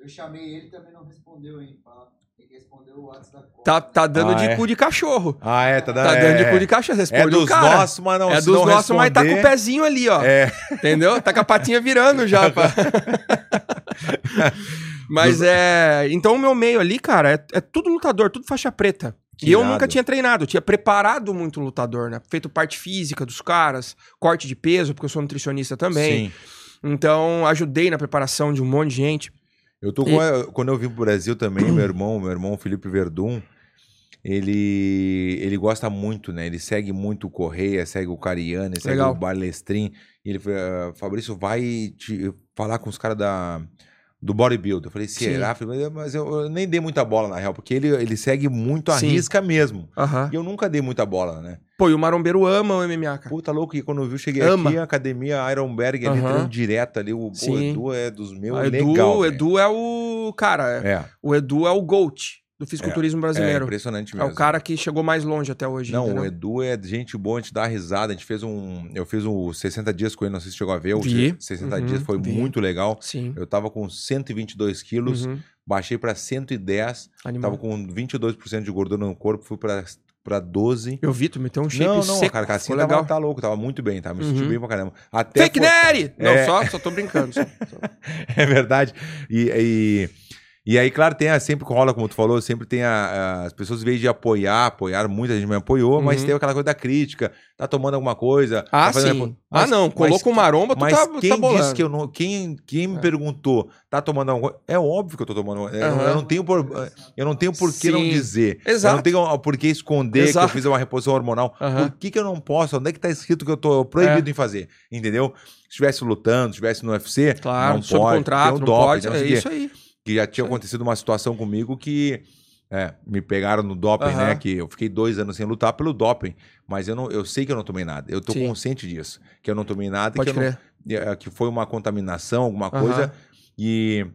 Eu chamei ele também não respondeu, hein? Fala, Tem que responder o WhatsApp da Copa.
Tá, tá dando
Ah,
de
é.
cu de cachorro.
Ah, é, tá dando.
Tá dando de
é,
cu de cachorro. Responde
É
o
dos
cara.
nossos, mas não
é
se
dos
não
nossos, mas tá com o
responder-
pezinho ali, ó.
É,
Entendeu? Tá com a patinha virando
*laughs*
já, pá. Mas é. Então o meu meio ali, cara, é, é tudo lutador, tudo faixa preta.
Que
E eu
irado.
nunca tinha treinado, eu tinha preparado muito lutador, né? Feito parte física dos caras, corte de peso, porque eu sou nutricionista também.
Sim.
Então, ajudei na preparação de um monte de gente.
Eu tô com. Quando eu vim pro Brasil também, meu irmão, meu irmão Felipe Verdun, ele, ele gosta muito, né? Ele segue muito o Correia, segue o Cariani, segue
Legal.
o Balestrin. E ele falou: "Ah, Fabrício, vai te falar com os caras da. Do bodybuilder. Eu falei, será? Eu falei, mas eu, eu nem dei muita bola, na real, porque ele, ele segue muito a
Sim.
risca mesmo.
Aham.
E eu nunca dei muita bola, né?
Pô, e o marombeiro ama o MMA, cara.
Puta louco, e quando eu vi, eu cheguei
Ama.
aqui, a academia Ironberg ali,
Aham.
treino direto ali. O, pô, o
Sim.
Edu é dos meus,
Ah, Edu,
legal. velho.
Edu é o. Cara,
É,
o Edu é o GOAT do
é
fisiculturismo brasileiro.
impressionante
É,
mesmo.
o cara que chegou mais longe até hoje.
Não,
entendeu?
o Edu é gente boa, a gente dá risada. A gente fez um. Eu fiz um 60 dias com ele, não sei se chegou a ver. o
Vi.
60
Uhum,
dias foi
vi.
muito legal.
Sim.
Eu tava com 122 quilos,
Uhum.
baixei pra 110,
Animal.
tava com 22% de gordura no corpo, fui pra, pra 12.
Eu vi, tu meteu um shape
não, não,
seco.
a carcassinha
ficou
tava,
legal.
tá louco, tava muito bem, tava me sentindo
Uhum.
bem pra caramba. Até
Fake né?
foi-
Nery!
É.
Não, só, só tô brincando.
*laughs*
só.
É verdade. E, e, e aí, claro, tem a, sempre que rola, como tu falou, sempre tem a, a- as pessoas, em vez de apoiar, apoiar, muita gente me apoiou, mas
Uhum.
tem aquela coisa da crítica, tá tomando alguma coisa.
Ah,
tá fazendo
sim.
alguma-
ah,
Mas-
não. Colou
mas-
com maromba, tu
Mas
tá,
quem
tá bolando. É.
disse que eu não. Quem, quem me perguntou, tá tomando alguma coisa? É óbvio que eu tô tomando. Eu, não- eu
Aham.
não tenho por, é,
assim, "Ah,
eu não tenho por que não
Sim.
dizer. Eu não
Exato.
tenho ah, por que esconder
Exato.
que eu fiz uma reposição hormonal.
Aham. É.
Por que, que eu não posso? Onde é que tá escrito que eu tô proibido em fazer? Entendeu? Se estivesse lutando, se estivesse no UFC,
Claro,
não
sob
pode,
contrato,
tem um
não
doping,
pode.
tem não
É
sei o quê
isso aí.
que já tinha acontecido uma situação comigo que é, me pegaram no doping,
Aham.
né? Que eu fiquei dois anos sem lutar pelo doping, mas eu não, eu sei que eu não tomei nada. Eu tô
Sim.
consciente disso, que eu não tomei nada, e
Pode
que, eu não-
crer.
é, que foi uma contaminação, alguma
Aham.
coisa. E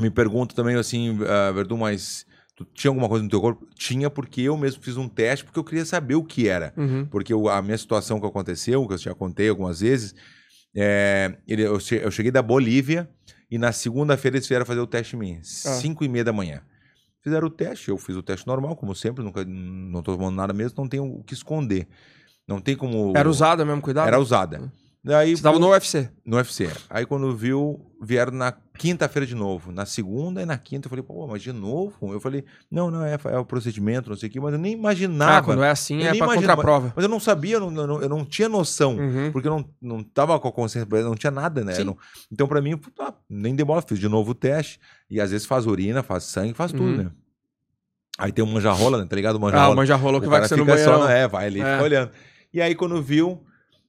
me pergunto também assim, ah, Verdun, mas tu tinha alguma coisa no teu corpo? Tinha, porque eu mesmo fiz um teste, porque eu queria saber o que era.
Uhum.
Porque o- a minha situação que aconteceu, que eu já contei algumas vezes, é, ele- eu, che- eu cheguei da Bolívia e na segunda-feira eles vieram fazer o teste em
Ah.
mim, cinco e meia da manhã. Fizeram o teste, eu fiz o teste normal, como sempre, nunca, não tô tomando nada mesmo, não tenho o que esconder. Não tem como...
Era usada mesmo, cuidado.
Era usada. Daí,
Você tava no UFC.
no UFC. Aí quando viu, vieram na quinta-feira de novo. Na segunda e na quinta eu falei, pô, mas de novo? Eu falei, não, não, é, é o procedimento, não sei o quê, mas eu nem imaginava.
Ah, quando é assim,
Eu
é
nem
pra
imagino,
contraprova.
Mas assim, eu não sabia, eu não, eu não- eu não tinha noção.
Uhum.
Porque eu não, não tava com a consciência, não tinha nada, né? Eu não- então, pra mim, puta, nem dei bola, fiz de novo o teste. E às vezes faz urina, faz sangue, faz tudo,
Uhum.
né? Aí tem o manjarrola, né? Tá ligado? O
Ah,
manjarrola.
o manja rolou que vai
cara
ser no
fica só
banheiro.
na- É, vai ali,
É.
fica olhando. E aí, quando viu,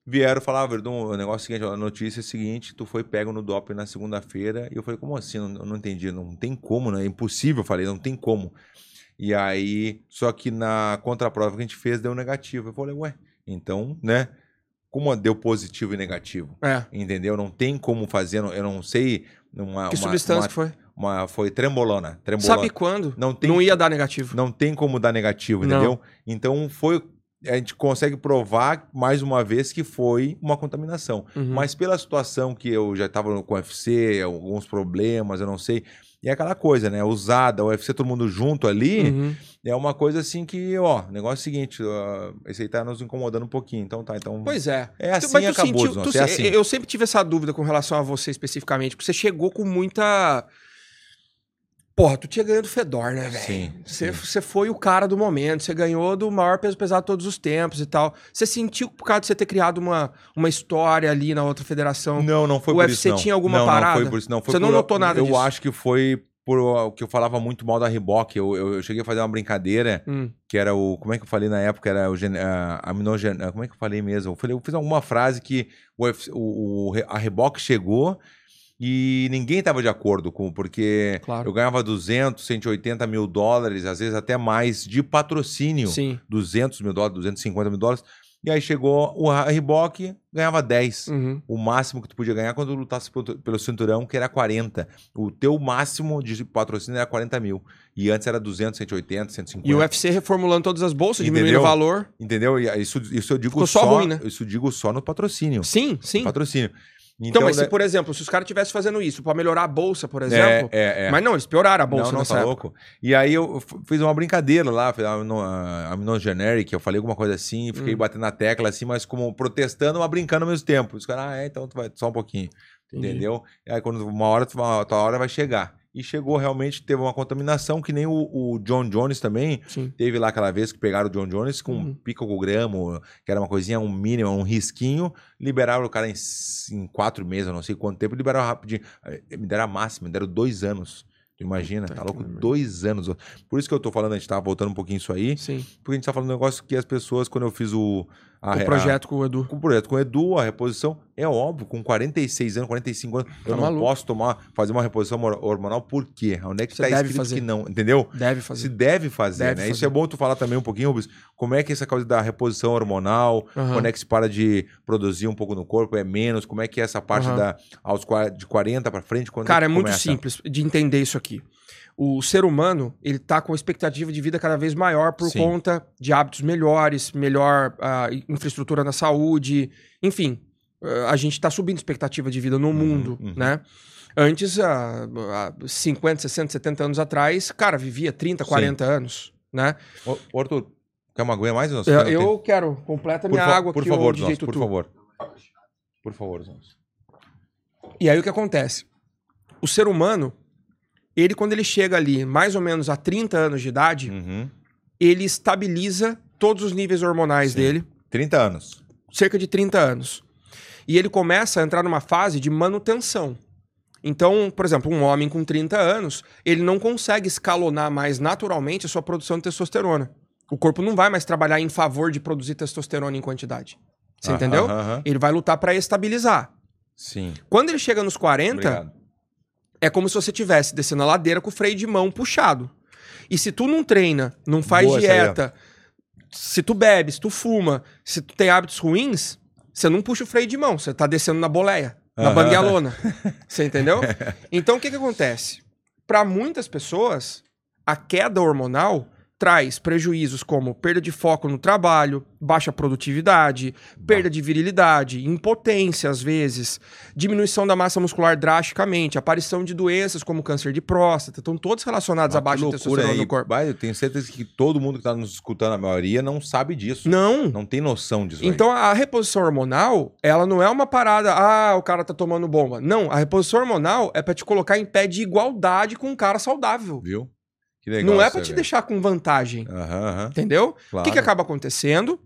vieram falar, ah, Verdun, o negócio é o seguinte, ó, a notícia é a seguinte, tu foi pego no doping na segunda-feira. E eu falei, como assim? Eu não, eu não entendi. Não tem como, né? É impossível, eu falei, não tem como. E aí, só que na contraprova que a gente fez, deu negativo. Eu falei, ué, então, né? Como deu positivo e negativo?
É.
Entendeu? Não tem como fazer, eu não- eu não sei. Uma,
Que
uma-
substância
uma-
que foi?
uma- foi trembolona. Trembolona.
Sabe quando?
Não tem
Não ia dar negativo.
não tem como dar negativo,
Não.
entendeu? Então foi. A gente consegue provar mais uma vez que foi uma contaminação.
Uhum.
Mas pela situação que eu já estava com o UFC, alguns problemas, eu não sei. E é aquela coisa, né? Usada, o UFC todo mundo junto ali,
Uhum.
é uma coisa assim que, ó, negócio é o seguinte, ó, esse aí tá nos incomodando um pouquinho. Então tá, então.
Pois é.
é assim
mas tu
acabou,
sentiu-
Desnossa,
tu
é
se-
assim.
Eu sempre tive essa dúvida com relação a você especificamente, porque você chegou com muita. Porra, tu tinha ganhado do Fedor, né, velho?
Sim,
Você, você foi o cara do momento, você ganhou do maior peso pesado de todos os tempos e tal. Você sentiu que por causa de você ter criado uma, uma história ali na outra federação?
Não, não foi
O
por isso,
UFC
não.
tinha alguma
não, Não,
parada?
foi por isso, não. Foi
Você não
por-
notou nada
Eu
disso?
acho que foi por o que eu falava muito mal da Reebok. Eu, eu, eu cheguei a fazer uma brincadeira
Hum.
que era o... Como é que eu falei na época? Era o... gen- ah, aminogen- ah, Como é que eu falei mesmo? Eu, falei, eu fiz alguma frase que o UFC o, o- a Reebok chegou e ninguém estava de acordo com... Porque
Claro.
eu ganhava 200, 180 mil dólares, às vezes até mais, de patrocínio.
Sim.
200 mil dólares, 250 mil dólares. E aí chegou o Reebok, ganhava 10.
Uhum.
O máximo que tu podia ganhar quando tu lutasse pelo pelo cinturão, que era 40. O teu máximo de patrocínio era 40 mil. E antes era 200, 180, 150.
E o UFC reformulando todas as bolsas,
Entendeu?
diminuindo o valor.
Entendeu? E isso, isso eu digo
Ficou
só,
só ruim, né?
Isso eu digo só no patrocínio.
Sim, sim.
Patrocínio.
Então, mas se,
né,
por exemplo, se os caras estivessem fazendo isso pra melhorar a bolsa, por exemplo.
É, é, é.
Mas não, eles pioraram a bolsa
não, não,
nessa
tá
época.
louco. E aí eu f- fiz uma brincadeira lá, fiz a non- a non generic, eu falei alguma coisa assim, e
Hum.
fiquei batendo na tecla assim, mas como protestando, mas brincando ao mesmo tempo. Os caras, ah, é, então tu vai só um pouquinho. Entendeu? E aí quando uma hora, tu- uma tua hora vai chegar. E chegou realmente, teve uma contaminação, que nem o, o John Jones também.
Sim.
Teve lá aquela vez que pegaram o John Jones com um
Uhum.
picogramo, que era uma coisinha, um mínimo, um risquinho. Liberaram o cara em, s- em quatro meses, eu não sei quanto tempo, liberaram rapidinho. Eh, Me deram a máxima, me deram dois anos. Tu imagina, tá louco? Dois anos. Por isso que eu tô falando, a gente tava voltando um pouquinho isso aí,
Sim.
porque a gente tá falando um negócio que as pessoas, quando eu fiz o... a-
o
a-
projeto com o Edu.
com o projeto com o Edu, a reposição, é óbvio, com 46 anos, 45 anos, eu
Tá
não
maluco.
posso tomar, fazer uma reposição mor- hormonal, por quê? Onde é que
Você
tá
deve
escrito
fazer.
que não, entendeu?
Deve fazer.
Se deve fazer,
Deve
né? Isso
fazer.
é bom tu falar também um pouquinho, Rubens, como é que essa coisa da reposição hormonal,
Aham.
quando é que se para de produzir um pouco no corpo, é menos, como é que é essa parte
Aham.
da, aos, qua- de 40 pra frente, quando
Cara, é
que
muito
começa?
simples de entender isso aqui. O ser humano, ele tá com expectativa de vida cada vez maior por
Sim.
conta de hábitos melhores, melhor ah, infraestrutura na saúde, enfim. ah, a gente tá subindo expectativa de vida no mundo,
uhum.
né? Antes, ah, há há 50, 60, 70 anos atrás, cara, vivia 30, 40 anos, né?
Ô, ô, Arthur, quer uma aguinha mais? Nossa,
Eu,
tem-
eu quero, completa
por
minha
fa-
água
por
aqui, ô
favor,
DJ
Zonzo, por
Tutu.
favor. Por favor, Zonzo.
E aí o que acontece? O ser humano, ele quando ele chega ali mais ou menos a 30 anos de idade,
Uhum.
ele estabiliza todos os níveis hormonais
Sim.
dele,
30 anos.
cerca de 30 anos. E ele começa a entrar numa fase de manutenção. Então, por exemplo, um homem com 30 anos, ele não consegue escalonar mais naturalmente a sua produção de testosterona. O corpo não vai mais trabalhar em favor de produzir testosterona em quantidade. Você
Ah,
entendeu?
aham, aham.
Ele vai lutar para estabilizar.
Sim.
Quando ele chega nos 40,
Obrigado.
é como se você tivesse descendo a ladeira com o freio de mão puxado. E se tu não treina, não faz
Boa essa aí, ó.
dieta, se tu bebe, se tu fuma, se tu tem hábitos ruins, você não puxa o freio de mão, você tá descendo na boleia, na
Aham. *laughs*
banguelona. Você entendeu? Então o que que acontece? Para muitas pessoas, a queda hormonal traz prejuízos como perda de foco no trabalho, baixa produtividade, perda de virilidade, impotência às vezes, diminuição da massa muscular drasticamente, aparição de doenças como câncer de próstata, estão todos relacionados à
Ah, que
baixa
loucura,
testosterona
né?
no
E,
corpo.
vai, eu tenho certeza que todo mundo que tá nos escutando, a maioria, não sabe disso.
Não.
Não tem noção disso. aí.
Então a reposição hormonal, ela não é uma parada, ah, o cara tá tomando bomba. Não, a reposição hormonal é pra te colocar em pé de igualdade com um cara saudável.
Viu? Que legal.
Não é
isso
pra
aí,
te
velho.
deixar com vantagem,
Aham, aham.
entendeu? O
Claro.
que, que acaba acontecendo?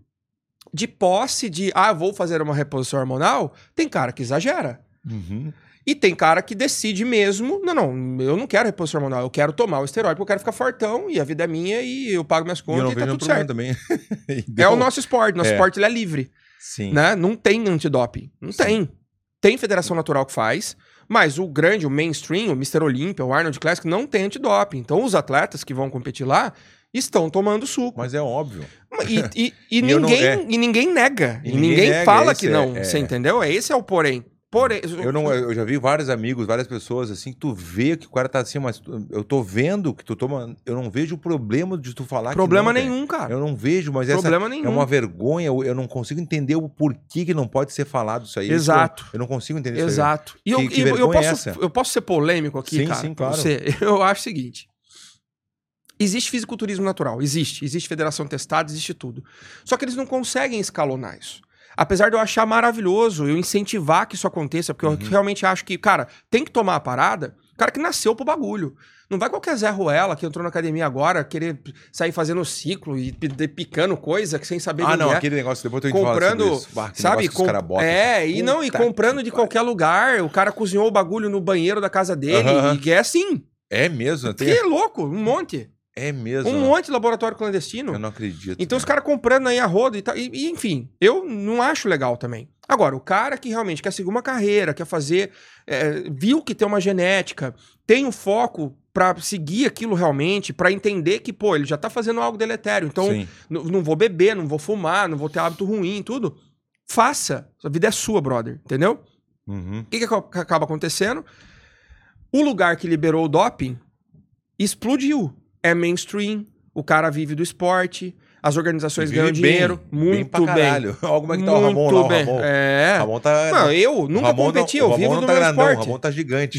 De posse de, ah, vou fazer uma reposição hormonal, tem cara que exagera.
Uhum.
E tem cara que decide mesmo, não, não, eu não quero reposição hormonal, eu quero tomar o esteroide porque eu quero ficar fortão e a vida é minha e eu pago minhas
E eu não
contas e,
vejo
tá
nenhum
tudo
problema
certo.
também. E
*laughs* É
deu.
o nosso esporte, nosso
É.
esporte ele é livre,
Sim.
né? Não tem antidoping, não
Sim.
tem. Tem federação natural que faz, mas o grande, o mainstream, o Mr. Olympia, o Arnold Classic não tem antidoping. Então os atletas que vão competir lá estão tomando suco.
Mas é óbvio. *laughs*
E, e- e
E eu não-
ninguém,
é.
e ninguém nega.
E
E,
ninguém
ninguém,
nega,
fala
esse
que
é-
não.
é.
Você entendeu? É Esse é o porém. Porém.
Eu, não, eu já vi vários amigos, várias pessoas, assim, tu vê que o cara tá assim, mas tu- eu tô vendo que tu toma. Eu não vejo problema de tu falar
Problema
que não,
nenhum, cara.
Cara. Eu não vejo, mas essa
Problema
é
nenhum.
uma vergonha. Eu eu não consigo entender o porquê que não pode ser falado isso aí. Isso
Exato.
Eu, eu não consigo entender isso aí.
Exato. E eu,
Que- que
e eu- eu
vergonha é
posso,
essa?
eu posso ser polêmico aqui,
Sim,
cara?
sim,
pra
claro.
você? *laughs* Eu acho o seguinte. Existe fisiculturismo natural, existe. Existe federação testada, existe tudo. Só que eles não conseguem escalonar isso. Apesar de eu achar maravilhoso, eu incentivar que isso aconteça, porque
Uhum.
eu realmente acho que, cara, tem que tomar a parada. Cara que nasceu pro bagulho. Não vai qualquer Zé Ruela que entrou na academia agora querer sair fazendo ciclo e pi- de- picando coisa que sem saber
Ah,
quem
não,
é
aquele negócio depois eu
comprando,
Ah,
sabe?
Com...
com- é, e não, e comprando de qualquer lugar. O cara cozinhou o bagulho no banheiro da casa dele.
Aham.
E é assim.
É mesmo,
Que
tem...
é louco, um monte.
é mesmo.
Um monte de laboratório clandestino.
Eu não acredito.
Então os
cara.
caras comprando aí a roda e tal. E, e, enfim, eu não acho legal também. Agora, o cara que realmente quer seguir uma carreira, quer fazer, é, viu que tem uma genética, tem um foco pra seguir aquilo realmente, pra entender que, pô, ele já tá fazendo algo deletério. Então,
Sim.
n- não vou beber, não vou fumar, não vou ter hábito ruim, tudo. Faça. Sua vida é sua, brother. Entendeu?
Uhum.
O que, que aco- que acaba acontecendo? O lugar que liberou o doping explodiu. É mainstream, o cara vive do esporte, as organizações
E
ganham
vive bem,
dinheiro,
bem
muito
pra
bem.
caralho. *laughs* Olha como é que tá o Ramon
muito
lá, o
bem.
Ramon.
É.
O Ramon tá...
Mano, eu
o
nunca
Ramon
competi,
não, o
eu
Ramon
vivo
não
do
tá
meu
grandão, O
esporte.
Ramon tá gigante.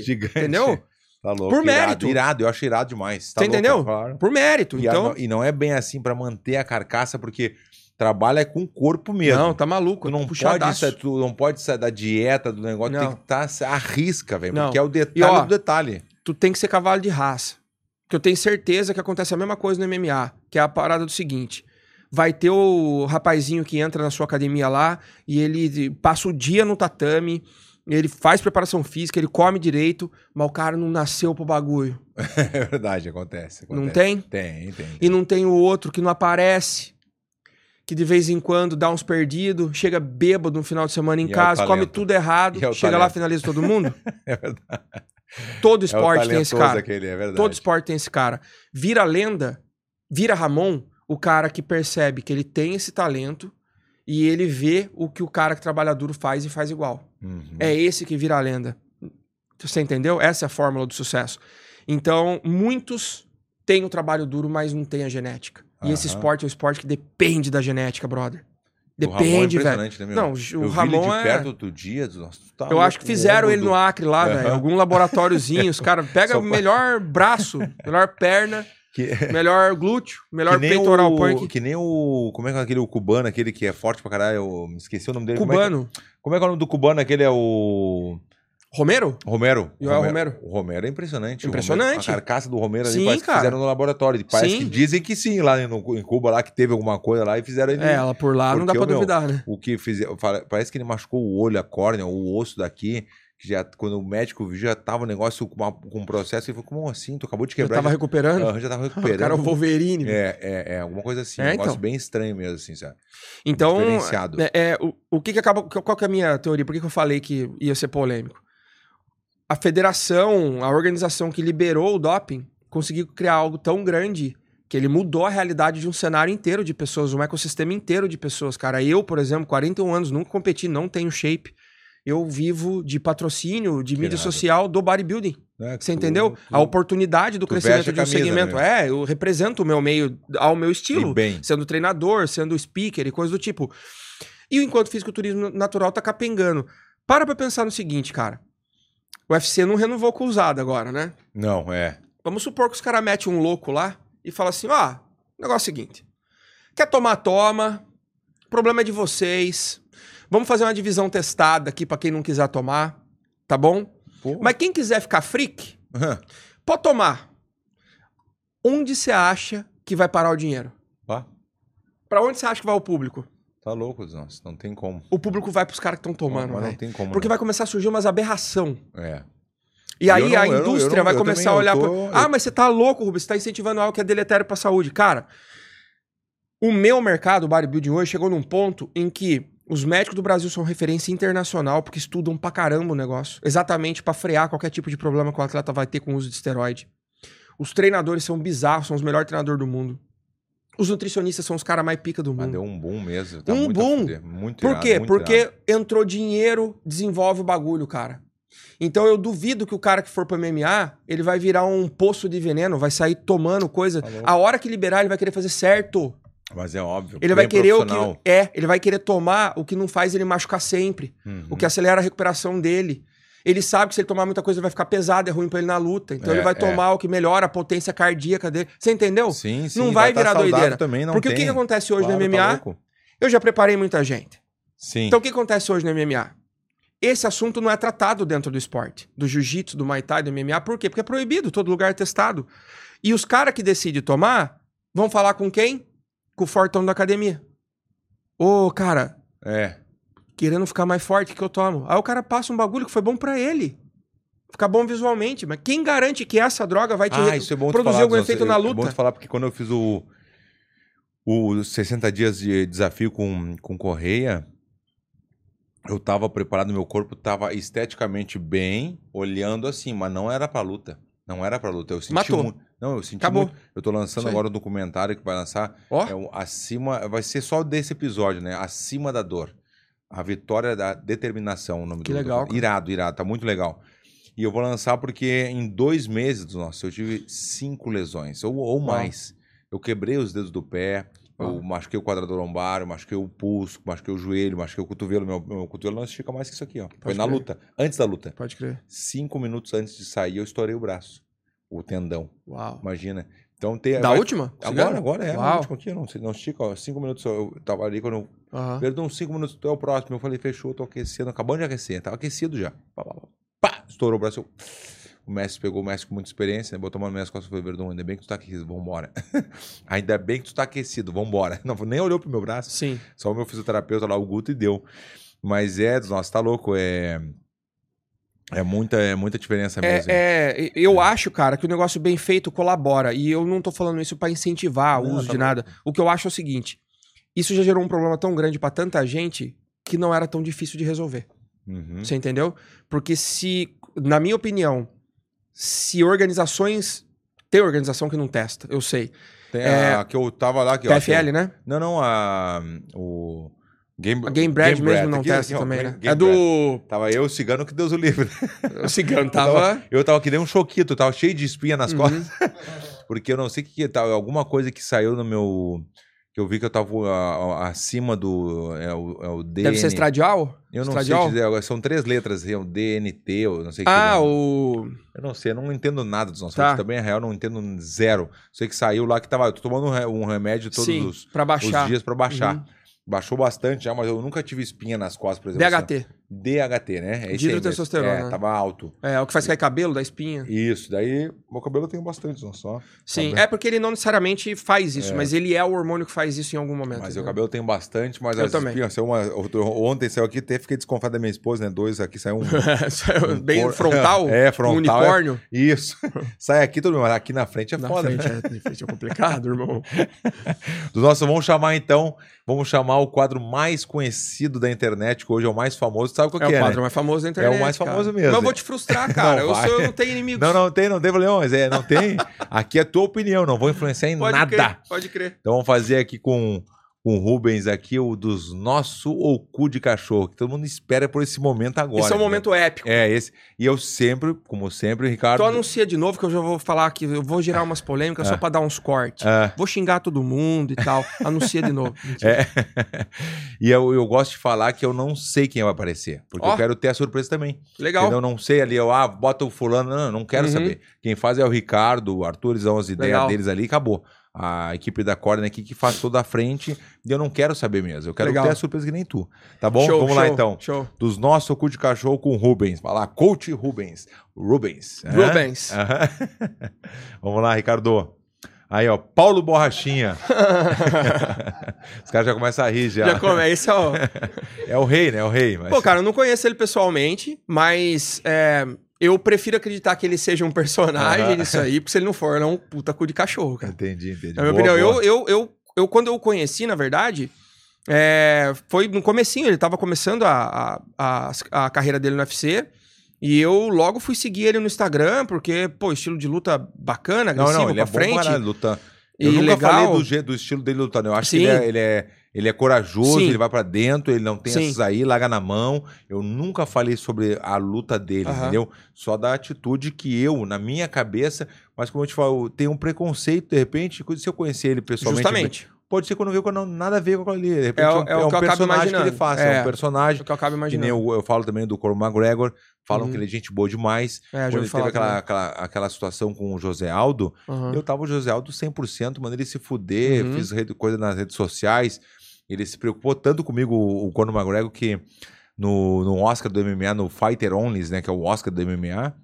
*laughs* Gigante.
Entendeu?
Tá louco.
Por
irado,
mérito.
Irado, eu acho irado demais. Tá
Você
louco,
entendeu?
Claro.
Por mérito.
E, a-
Então,
não- e não é bem assim pra manter a carcaça, porque trabalha com o corpo mesmo.
não, tá maluco.
Tu não, pode
puxadaço.
sa- tu não pode sair da dieta do negócio, tem
Não.
que estar tá, arrisca, velho,
Não.
porque é o
E,
detalhe
ó,
do detalhe. *laughs*
tu tem que ser cavalo de raça. Porque eu tenho certeza que acontece a mesma coisa no MMA, que é a parada do seguinte. Vai ter o rapazinho que entra na sua academia lá e ele passa o dia no tatame, ele faz preparação física, ele come direito, mas o cara não nasceu pro bagulho.
É verdade, acontece.
Não
acontece.
tem?
Tem, tem.
E não tem o outro que não aparece, que de vez em quando dá uns perdidos, chega bêbado no final de semana em
E é o
casa, come
talento.
tudo errado,
E é o
chega lá,
talento.
finaliza todo mundo.
*laughs* É verdade.
Todo
É o
esporte tem esse
talentoso
cara.
Aquele, é verdade.
Todo esporte tem esse cara. Vira lenda, vira Ramon, o cara que percebe que ele tem esse talento e ele vê o que o cara que trabalha duro faz e faz igual.
Uhum.
É esse que vira a lenda. Você entendeu? Essa é a fórmula do sucesso. Então, muitos têm o trabalho duro, mas não têm a genética. E esse
Aham.
esporte é um esporte que depende da genética, brother.
O Ramon é
Depende, velho.
impressionante, né, meu?
Não, o
Eu vi
Ramon
ele de
é-
perto outro dia. Nossa, tu tá
Eu acho que fizeram ele no
ar.
Acre lá, velho.
Aham.
Algum laboratóriozinho,
*laughs*
os caras pega
Só
o
pra-
melhor braço, melhor perna,
Que, é
melhor glúteo, melhor
que nem
peitoral
o,
punk.
Que nem o... Como é que é aquele o cubano, aquele que é forte pra caralho? Eu me esqueci o nome dele. Como é que-
Cubano.
Como é que é o nome do cubano? Aquele é o...
Romero?
Romero.
Joel Romero.
O Romero é impressionante. O
Impressionante.
Romero- a carcaça do Romero ali
Sim,
parece
cara.
que fizeram no laboratório. E Parece
Sim.
que dizem que sim, lá em, no- em Cuba, lá que teve alguma coisa lá e fizeram ele.
É, ela por lá não dá
Porque,
pra
meu,
duvidar, né?
O que fizeram. fala- Parece que ele machucou o olho, a córnea, o osso daqui. Que já, quando o médico viu, já tava o negócio com, uma- com um processo. Ele falou, como assim? Tu acabou de
Eu
quebrar. Ah,
tava
já,
recuperando.
Aham, já tava
*laughs* o cara é o
recuperando.
Wolverine. velho.
é, é, é, alguma coisa assim. um
É,
negócio
então.
bem estranho mesmo, assim, sabe?
então,
Diferenciado.
é, é, o, o que que acaba... Qual que é a minha teoria? Por que que eu falei que ia ser polêmico? A federação, a organização que liberou o doping, conseguiu criar algo tão grande que ele mudou a realidade de um cenário inteiro de pessoas, um ecossistema inteiro de pessoas. Cara, eu, por exemplo, 41 anos, nunca competi, não tenho shape. Eu vivo de patrocínio, de mídia
irado.
social, do bodybuilding.
Né?
Você
Tu-
entendeu?
tu-
a oportunidade do
tu
crescimento
veste a
de um
camisa, né,
segmento.
meu?
é, eu represento o meu meio ao meu estilo.
E bem.
Sendo treinador, sendo speaker e coisa do tipo. E o enquanto fisiculturismo natural tá capengando. Para pra pensar no seguinte, cara. O UFC não renovou com o usado agora, né?
Não, é.
Vamos supor que os caras metem um louco lá e falam assim: ó, negócio é o seguinte. Quer tomar, toma. O problema é de vocês. Vamos fazer uma divisão testada aqui pra quem não quiser tomar, tá bom?
Pô. *laughs*
Mas quem quiser ficar freak, Pode tomar. Onde você acha que vai parar o dinheiro?
Pá,
Pra onde você acha que vai o público?
tá louco, nossa. Não tem como.
O público vai pros caras que estão tomando,
Mas não
velho.
tem como.
Porque Hum.
não.
vai começar a surgir umas aberração.
É.
E
Eu
aí
não- eu
a
não- eu
indústria
não-
vai
eu
começar
também,
a olhar
eu
pra.
tô-
Ah,
eu-
mas você tá louco, Rubens, você tá incentivando algo que é deletério pra saúde. Cara, o meu mercado, o bodybuilding hoje, chegou num ponto em que os médicos do Brasil são referência internacional porque estudam pra caramba o negócio. Exatamente pra frear qualquer tipo de problema que o atleta vai ter com o uso de esteroide. Os treinadores são bizarros, são os melhores treinadores do mundo. Os nutricionistas são os caras mais pica do
Mas
mundo.
deu um boom mesmo. Tá
Um
muito a
boom.
fuder, muito
Por
irado,
quê?
muito
Porque
irado.
entrou dinheiro, desenvolve o bagulho, cara. Então eu duvido que o cara que for pro MMA, ele vai virar um poço de veneno, vai sair tomando coisa.
Tá louco.
A hora que liberar, ele vai querer fazer certo.
Mas é óbvio.
Ele vai querer o que é, ele vai querer tomar o que não faz ele machucar sempre,
Uhum.
o que é acelera a recuperação dele. Ele sabe que se ele tomar muita coisa, ele vai ficar pesado, é ruim pra ele na luta. Então
É,
ele vai
é.
tomar o que melhora a potência cardíaca dele. Você entendeu?
Sim, sim.
não vai
tá
virar
saudável
doideira.
Também, não
Porque o
tem.
que, que acontece hoje
Claro,
no
tá
MMA?
louco.
eu já preparei muita gente.
Sim.
Então o que acontece hoje no MMA? Esse assunto não é tratado dentro do esporte, do jiu-jitsu, do muay thai, do MMA. Por quê? Porque é proibido, todo lugar é testado. E os caras que decidem tomar vão falar com quem? Com o fortão da academia. Ô, cara,
É.
querendo ficar mais forte, o que eu tomo? Aí o cara passa um bagulho que foi bom pra ele. Ficar bom visualmente, mas quem garante que essa droga vai te
Ah,
re-
isso é bom tu
produzir
falar,
algum
Zonzo.
efeito na
É bom
luta?
tu falar, porque quando eu fiz o, o 60 dias de desafio com, com Correia, eu tava preparado, meu corpo tava esteticamente bem, olhando assim, mas não era pra luta. Não era pra luta. Eu senti
Matou.
muito. Não, eu senti
Acabou.
muito. Eu tô lançando
Isso aí.
agora um documentário que vai lançar.
Ó.
É o acima. Vai ser só desse episódio, né? Acima da dor. A vitória da determinação, o nome
Que
do
legal,
documentário. Irado, irado, tá muito legal. E eu vou lançar porque em dois meses, nossa, eu tive cinco lesões, ou, ou mais. Eu quebrei os dedos do pé, eu machuquei o quadrado lombar, eu machuquei o pulso, machuquei o joelho, machuquei o cotovelo. Meu, meu cotovelo não estica mais que isso aqui, ó. Foi
Pode
na
crer.
luta, antes da luta.
Pode crer.
Cinco minutos antes de sair, eu estourei o braço, o tendão.
Uau.
Imagina. Então tem.
Da
vai-
última?
Agora, agora é.
Uau.
Uau. Último aqui, eu não, sei, não estica, ó. Cinco minutos. Eu tava ali quando eu
Aham.
Perdão, cinco minutos, tu é o próximo. Eu falei, fechou, tô aquecendo, acabando de aquecer, tava aquecido já. Pá, pá, pá. Pá! estourou o braço. eu- O Messi pegou o Messi com muita experiência, né? botou a mão nas minhas costas e falou, Verdão, ainda bem que tu tá aquecido, vambora. *laughs* ainda bem que tu tá aquecido, vambora. *laughs* Não, nem olhou pro meu braço,
Sim.
só o meu fisioterapeuta lá, o Guto, e deu. Mas é, nossa, tá louco, é... É muita, é muita diferença mesmo. hein?
É, é, eu acho, cara, que o negócio bem feito colabora. E eu não tô falando isso pra incentivar o
Não,
uso
tá
de
bom.
nada. O que eu acho é o seguinte: isso já gerou um problema tão grande pra tanta gente que não era tão difícil de resolver.
Uhum.
Você entendeu? Porque se, na minha opinião, se organizações. Tem organização que não testa, eu sei.
Tem
é-
a que eu tava lá... Que, ó, que é. eu-
TFL, né?
Não, não, a... O... Game, é
A Game Bread mesmo
Bread.
não
Aqui,
testa
aqui, ó,
também, né?
Game
É
Bread.
do.
Tava eu, o cigano, que Deus o livre. né?
*laughs* O cigano tá tava.
Eu tava que nem um choquito, tava cheio de espinha nas
Uhum.
costas. Porque eu não sei o que que tal, alguma coisa que saiu no meu. Que eu vi que eu tava ah, ah, acima do. É o, é o DN.
Deve ser estradial?
Eu não
estradial?
sei dizer, agora, são três letras, é o DNT, eu não sei o que.
Ah,
nome.
o.
Eu não sei, eu não entendo nada dos nossos.
Tá.
Tá. Também é real, eu não entendo zero. Sei que saiu lá que tava. Eu tô tomando um re- um remédio todos
Sim,
os,
pra
os
baixar.
dias pra baixar.
Uhum.
Baixou bastante já, mas eu nunca tive espinha nas costas, por exemplo. assim.
DHT.
DHT, né? É isso aí mesmo.
Dihidrotestosterona,
É,
né?
tava alto.
É, o que faz cair cabelo da espinha.
Isso, daí meu cabelo eu tenho bastante, não só.
Sim,
Cabelo.
é porque ele não necessariamente faz isso, mas ele é o hormônio que faz isso em algum momento.
Mas é
entendeu?
o cabelo tem bastante, mas
Eu
as
também.
espinhas são uma. outro- Ontem saiu aqui, até fiquei desconfiado da minha esposa, né? Dois aqui saiu
*laughs*
um.
Saiu
um
Bem
cor-
frontal,
*laughs* É, frontal.
um
Unicórnio.
unicórnio.
Isso. Sai aqui todo mundo, mas aqui na frente é
Na *laughs*
foda.
frente, é, na frente é complicado,
*laughs*
irmão.
Do nosso, vamos chamar então, vamos chamar o quadro mais conhecido da internet, que hoje é o mais famoso. Sabe qual
é
que
o
é?
quadro
né?
mais famoso da internet.
É o mais
cara.
famoso mesmo,
Mas eu vou
é.
te frustrar, cara.
*laughs* Não
eu,
vai.
sou, eu não tenho inimigos.
Não, não tem, não tem, problema, mas é, não
*laughs*
tem. aqui é tua opinião, não vou influenciar em
Pode
nada.
Crer, pode crer.
Então vamos fazer aqui com, com o Rubens aqui, o dos nosso ou cu de cachorro, que todo mundo espera por esse momento agora.
Isso é um
entendeu?
momento épico.
É, esse. E eu sempre, como sempre, Ricardo.
Então anuncia de novo que eu já vou falar aqui. Eu vou gerar umas polêmicas
É.
só pra dar uns cortes.
Ah,
Vou xingar todo mundo e
*laughs*
tal. Anuncia de novo. Mentira.
é. e eu, eu gosto de falar que eu não sei quem vai aparecer. Porque
Ó.
eu quero ter a surpresa também.
Legal.
Entendeu? Eu não sei ali, eu, ah, bota o fulano. Não, não, não quero
Uhum.
saber. Quem faz é o Ricardo, o Arthur, eles dão as ideias
Legal.
deles ali e acabou. A equipe da corda aqui que faz toda a frente. E eu não quero saber mesmo. Eu quero
Legal.
ter a surpresa que nem tu. Tá bom?
Show,
Vamos lá
show,
então.
Show.
Dos nossos cu de cachorro com o Rubens. Vai lá, coach Rubens. Rubens. Aham.
Rubens.
Aham. *laughs* Vamos lá, Ricardo. Aí, ó, Paulo
*laughs*
Borrachinha. Os caras já começam a rir já.
Já come, esse é o...
É o rei, né? É o rei. Mas...
Pô, cara, eu não conheço ele pessoalmente, mas é, eu prefiro acreditar que ele seja um *laughs* personagem
Aham.
nisso aí, porque se ele não for, ele é um puta cu de cachorro, cara.
Entendi, entendi.
Na minha
Boa,
opinião,
boa.
Eu, eu, eu, eu, quando eu o conheci, na verdade, é, foi no comecinho, ele tava começando a, a, a, a carreira dele no UFC, e eu logo fui seguir ele no Instagram, porque, pô, estilo de luta bacana,
Não,
agressivo,
não, ele
assim, pra
é bom
frente.
pra caralho, lutando.
e
Eu nunca
legal.
falei do, jeito, do estilo dele lutando. Eu acho que
Sim.
ele é, ele é, ele é corajoso,
Sim.
ele vai pra dentro, ele não tem
Sim.
essas aí, larga na mão. Eu nunca falei sobre a luta dele,
Aham.
entendeu? Só da atitude que eu, na minha cabeça, mas como eu te falo, tem um preconceito, de repente, se eu conhecer ele pessoalmente,
Justamente.
pode ser que eu não veja quando nada a ver com aquilo ali. De repente, é,
É o-
um,
é o
é um
que eu acabo
personagem que ele
imaginando.
faz, é,
É.
um
É
personagem.
o que eu acabo
Que
imaginando.
nem eu, eu falo também do Conor McGregor, falam
Uhum.
que ele é gente boa demais. Quando
É, já ouvi
ele teve
falar.
aquela,
também.
aquela, aquela situação com o José Aldo,
Aham.
eu tava o José Aldo 100%, mano, ele se fuder,
Uhum.
fiz rede- coisa nas redes sociais. Ele se preocupou tanto comigo, o o Conor McGregor, que no, no Oscar do MMA, no Fighter Only, né, que é o Oscar do MMA,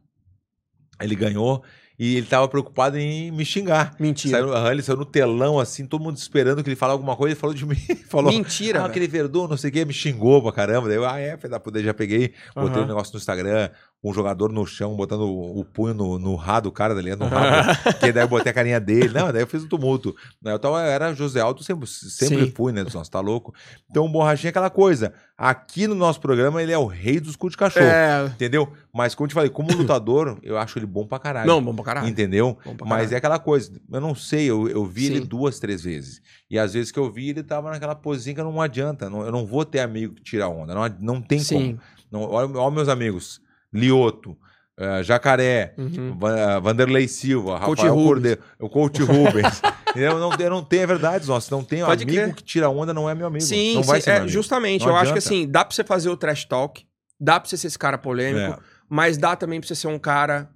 ele ganhou e ele tava preocupado em me xingar.
Mentira.
Saiu, aham, ele saiu no telão, assim, todo mundo esperando que ele falasse alguma coisa, ele falou de mim, *laughs* falou...
Mentira,
ah,
velho.
aquele Verdun, não sei o que, me xingou pra caramba. Daí eu, ah, é, filho da puta, já peguei, botei
Aham.
um negócio no Instagram, um jogador no chão, botando o, o punho no, no rá do cara dali, no rabo. Porque daí eu botei a carinha dele. Não, daí eu fiz um tumulto. Né, Eu tava, era José Aldo, sempre, sempre
Sim.
fui, né? Nossa, tá louco. Então, borrachinha é aquela coisa. Aqui no nosso programa, ele é o rei dos cu de cachorro.
É.
Entendeu? Mas, como eu te falei, como lutador, eu acho ele bom pra caralho.
Não, bom pra caralho.
Entendeu?
Bom pra
Mas
caralho.
é aquela coisa, eu não sei, eu, eu vi ele
Sim.
duas, três vezes. E às vezes que eu vi, ele tava naquela posinha que não adianta. não- eu não vou ter amigo que tira onda. Não, ad- não tem é como.
Sim.
Não, olha, olha meus amigos. Lioto, eh, Jacaré,
Uhum.
Va- eh, Vanderlei Silva,
Coach
Rafael
Rubens.
Cordeiro, o Coach
*laughs*
Rubens. eu, não, eu não tenho, é verdade, nossa, não tenho
Pode
amigo
crer.
que tira onda, não é meu amigo.
Sim,
não vai
sim,
ser
é,
meu amigo.
justamente.
Não
eu acho que
adianta.
assim, dá pra você fazer o trash talk, dá pra você ser esse cara polêmico,
É,
mas dá também pra você ser um cara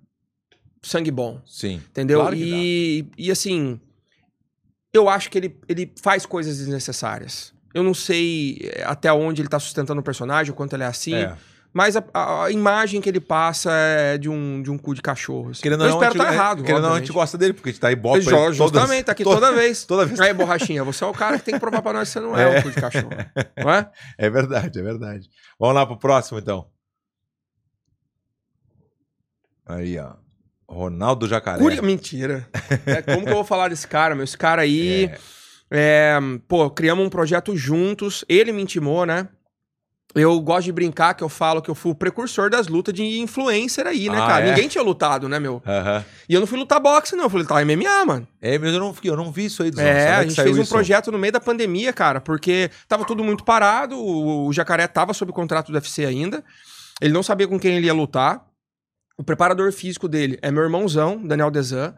sangue bom.
sim.
Entendeu?
Claro que
e, e assim, eu acho que ele, ele faz coisas desnecessárias. Eu não sei eh, até onde ele tá sustentando o personagem, o quanto ele é assim,
É.
mas a, a- a imagem que ele passa é de um, de um cu de cachorro. assim.
Querendo ou
eu
não, a
espero
gente-
tá
é,
errado.
Querendo ou não, a
obviamente.
gente gosta dele, porque a gente tá ibope. pra
Jo-
ele todas-
justamente, tá aqui toda, vez.
toda vez.
Aí, borrachinha, você é o cara que tem que provar pra nós que você não é,
É.
um cu de cachorro. Não é?
É verdade, é verdade. Vamos lá pro próximo, então. Aí, ó. Ronaldo Jacaré.
Curi- Mentira. É, como que eu vou falar desse cara, meu? Esse cara aí.
É.
é, pô, criamos um projeto juntos. Ele me intimou, né? Eu gosto de brincar que eu falo que eu fui o precursor das lutas de influencer aí, né,
Ah,
cara?
é?
Ninguém tinha lutado, né, meu?
Aham.
E eu não fui lutar boxe, não. Eu tá, fui lutar MMA, mano.
É, mas eu não, fiquei- eu não vi isso aí dos nossos.
É,
Onde
a
né? que
gente
saiu
fez um
isso?
projeto no meio da pandemia, cara, porque tava tudo muito parado, o, o Jacaré tava sob contrato do UFC ainda, ele não sabia com quem ele ia lutar. O preparador físico dele é meu irmãozão, Daniel Desan.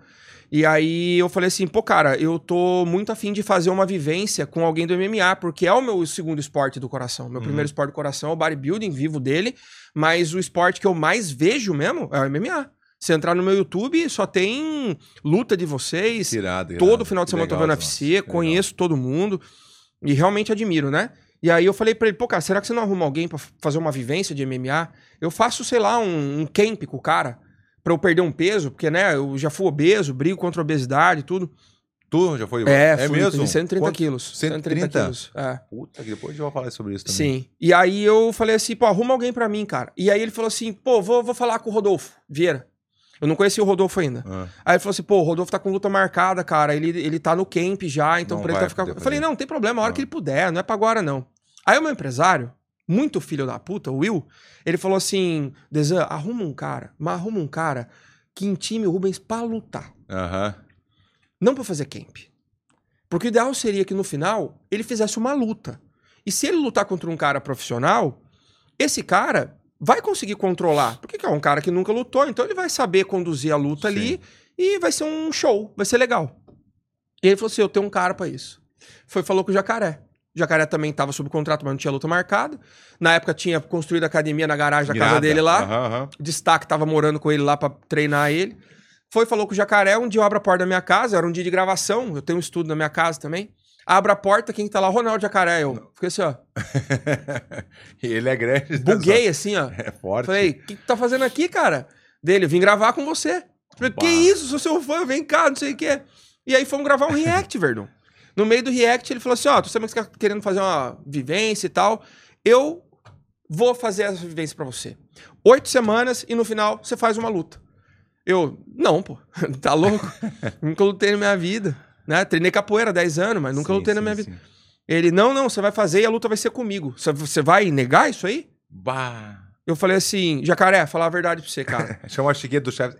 E aí eu falei assim, pô, cara, eu tô muito afim de fazer uma vivência com alguém do MMA, porque é o meu segundo esporte do coração.
Uhum.
Meu primeiro esporte do coração é o bodybuilding vivo dele, mas o esporte que eu mais vejo mesmo é o MMA. Se entrar no meu YouTube, só tem luta de vocês,
Irado, irado.
todo final de
Que
semana eu tô
é legal
vendo
isso,
UFC,
nossa.
conheço todo mundo e realmente admiro, né? E aí eu falei pra ele, pô, cara, será que você não arruma alguém pra f- fazer uma vivência de MMA? Eu faço, sei lá, um, um camp com o cara pra eu perder um peso, porque, né, eu já fui obeso, brigo contra a obesidade e tudo.
Legal. Tu já foi?
É, fui,
mesmo?
mesmo? 130
Quanto-
quilos.
130?
quilos, é.
Puta, que depois a gente vai falar sobre isso também.
Sim. E aí eu falei assim, pô, arruma alguém pra mim, cara. E aí ele falou assim, pô, vou, vou falar com o Rodolfo Vieira. Eu não conhecia o Rodolfo ainda.
Ah.
Aí ele falou assim, pô, o Rodolfo tá com luta marcada, cara. Ele, ele tá no camp já, então
Não
pra ele
vai
tá ficar.
poder
Eu falei,
fazer.
não, não tem problema, a hora
Ah.
que ele puder, não é pra agora, não. Aí o meu empresário, muito filho da puta, o Will, ele falou assim: Desan, arruma um cara, mas arruma um cara que intime o Rubens pra lutar.
Aham.
Não pra fazer camp. Porque o ideal seria que no final ele fizesse uma luta. E se ele lutar contra um cara profissional, esse cara vai conseguir controlar. Porque é um cara que nunca lutou, então ele vai saber conduzir a luta
Sim.
ali e vai ser um show, vai ser legal. E ele falou assim: eu tenho um cara pra isso. Foi falou com o jacaré. O jacaré também tava sob contrato, mas não tinha luta marcada. Na época tinha construído a academia na garagem da casa
Irada.
dele lá
Aham, aham.
destaque tava morando com ele lá pra treinar ele. Foi, falou com o jacaré, um dia eu abro a porta da minha casa, era um dia de gravação, eu tenho um estudo na minha casa também. Abro a porta, quem tá lá? Ronaldo Jacaré. Eu fiquei assim, ó,
Ele é grande. *laughs* né?
buguei assim, ó.
É forte.
Falei, o que, que tá fazendo aqui, cara? Dele, eu vim gravar com você. Falei,
Bah.
que isso, sou seu fã, vem cá, não sei o quê. E aí fomos gravar um react, *laughs* Verdun. No meio do react, ele falou assim: ó, tu sabe que você tá querendo fazer uma vivência e tal. Eu vou fazer essa vivência pra você. Oito semanas e no final você faz uma luta. Eu, não, pô, *laughs* tá
*laughs*
louco? nunca lutei na minha vida. Né? Treinei capoeira há 10 anos, mas nunca
Sim,
lutei na
sim,
minha
sim.
vida. Ele, não, não, você vai fazer e a luta vai ser comigo. Você- Você vai negar isso aí?
Bah.
Eu falei assim, jacaré, falar a verdade pra
*laughs*
você, cara.
Chama a chiqueta do chefe.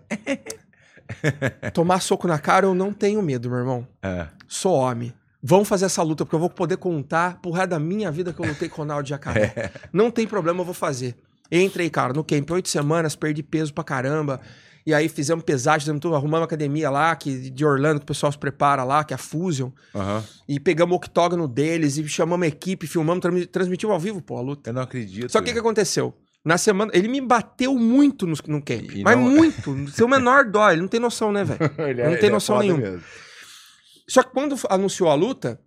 Tomar soco na cara eu não tenho medo, meu irmão.
É.
Sou homem. Vamos fazer essa luta, porque eu vou poder contar pro resto da minha vida que eu lutei com o Ronaldo Jacaré. Não tem problema, eu vou fazer. Entrei, cara, no camp oito semanas, perdi peso pra caramba. E aí fizemos pesagem, fizemos tudo, arrumamos uma academia lá, que de Orlando, que o pessoal se prepara lá, que é a Fusion.
Aham.
E pegamos o octógono deles, e chamamos a equipe, filmamos, transmi- transmitimos ao vivo, pô, a luta.
Eu não acredito. *laughs*
Só que o que
velho.
aconteceu? Na semana, ele me bateu muito no, no camp.
E
mas
não- é.
muito. Seu
*laughs*
menor dó, ele não tem noção, né, velho?
Ele é,
não tem
ele
noção
foda
nenhuma.
mesmo.
Só que quando anunciou a luta,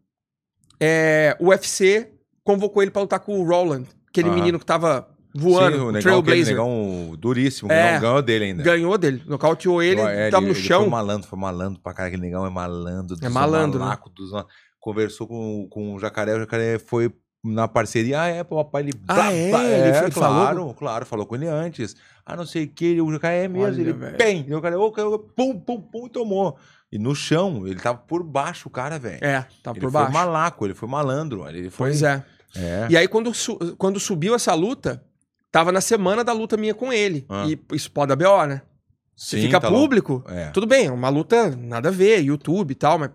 é, o UFC convocou ele pra lutar com o Roland, aquele
Aham.
menino que tava voando,
Ah. Sim, o
o
um negão, aquele
Trailblazer.
negão duríssimo.
É.
O negão ganhou dele ainda.
Ganhou dele, nocauteou ele,
É,
tava no chão.
Foi malandro, foi malandro pra caralho. Aquele negão é malandro. dos
malandro, né?
Malaco, dos... ma- Conversou com, com o Jacaré, o Jacaré foi na parceria. Ah, é, papai, ele...
Ah, é?
Ele
Ele foi-
claro,
falou
claro, falou com ele antes. Ah, não sei o que, o Jacaré é mesmo.
Olha,
ele,
velho.
bem, o Jacaré, ô, caiu, pum, pum, pum, e tomou. E no chão, ele tava por baixo, o cara, velho.
É, tava
ele
por
foi
baixo.
malaco, ele foi malandro. Ele foi,
Pois é.
É.
E aí, quando, su- quando subiu essa luta, tava na semana da luta minha com ele.
Ah.
E isso pode dar BO, né? Se
Sim,
fica
tá lá.
público,
É.
tudo bem, é uma luta nada a ver, YouTube e tal, mas.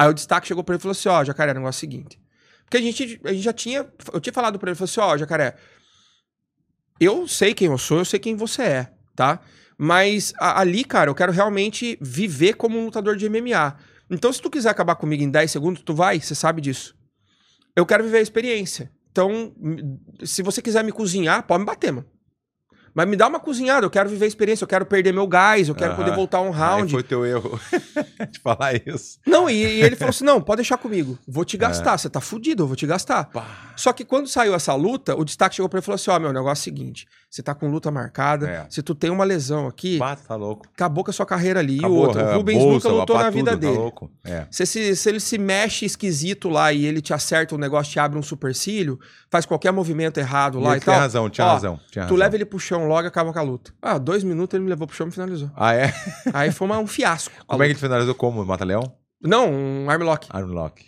Aí o destaque chegou pra ele e falou assim: ó, jacaré, o negócio é o seguinte. Porque a gente, a gente já tinha. Eu tinha falado pra ele, falou assim: ó, jacaré, eu sei quem eu sou, eu sei quem você é, tá? Mas a- ali, cara, eu quero realmente viver como um lutador de MMA. Então, se tu quiser acabar comigo em 10 segundos, tu vai, você sabe disso. Eu quero viver a experiência. Então, m- se você quiser me cozinhar, pode me bater, mano. Mas me dá uma cozinhada, eu quero viver a experiência, eu quero perder meu gás, eu quero
Aham.
poder voltar um
Aí
round.
foi teu
*laughs*
erro de falar isso.
Não, e, e
*laughs*
ele falou assim: não, pode deixar comigo. Vou
É.
te gastar, você tá fudido, eu vou te gastar. Só que quando saiu essa luta, o destaque chegou pra ele e falou assim: ó, meu, o negócio é o seguinte: você tá com luta marcada,
É.
se tu tem uma lesão aqui,
Pá, tá louco.
acabou com a sua carreira ali. e o
Acabou,
outro,
é,
o Rubens
bolsa,
nunca lutou
pá,
na vida
tudo, tá
dele.
louco? É.
Se, esse- se ele se mexe esquisito lá e ele te acerta um negócio, te abre um supercílio, faz qualquer movimento errado lá
Ele
e,
tinha
tal.
razão, tinha
Ó,
razão. Tinha
Tu
razão.
leva ele pro chão logo e acaba com a luta. Ah, dois minutos ele me levou pro chão e me finalizou.
Ah, é?
Aí foi uma- um fiasco. a
Como é que
luta.
ele finalizou como? Mata-leão?
Não, um armlock.
Armlock.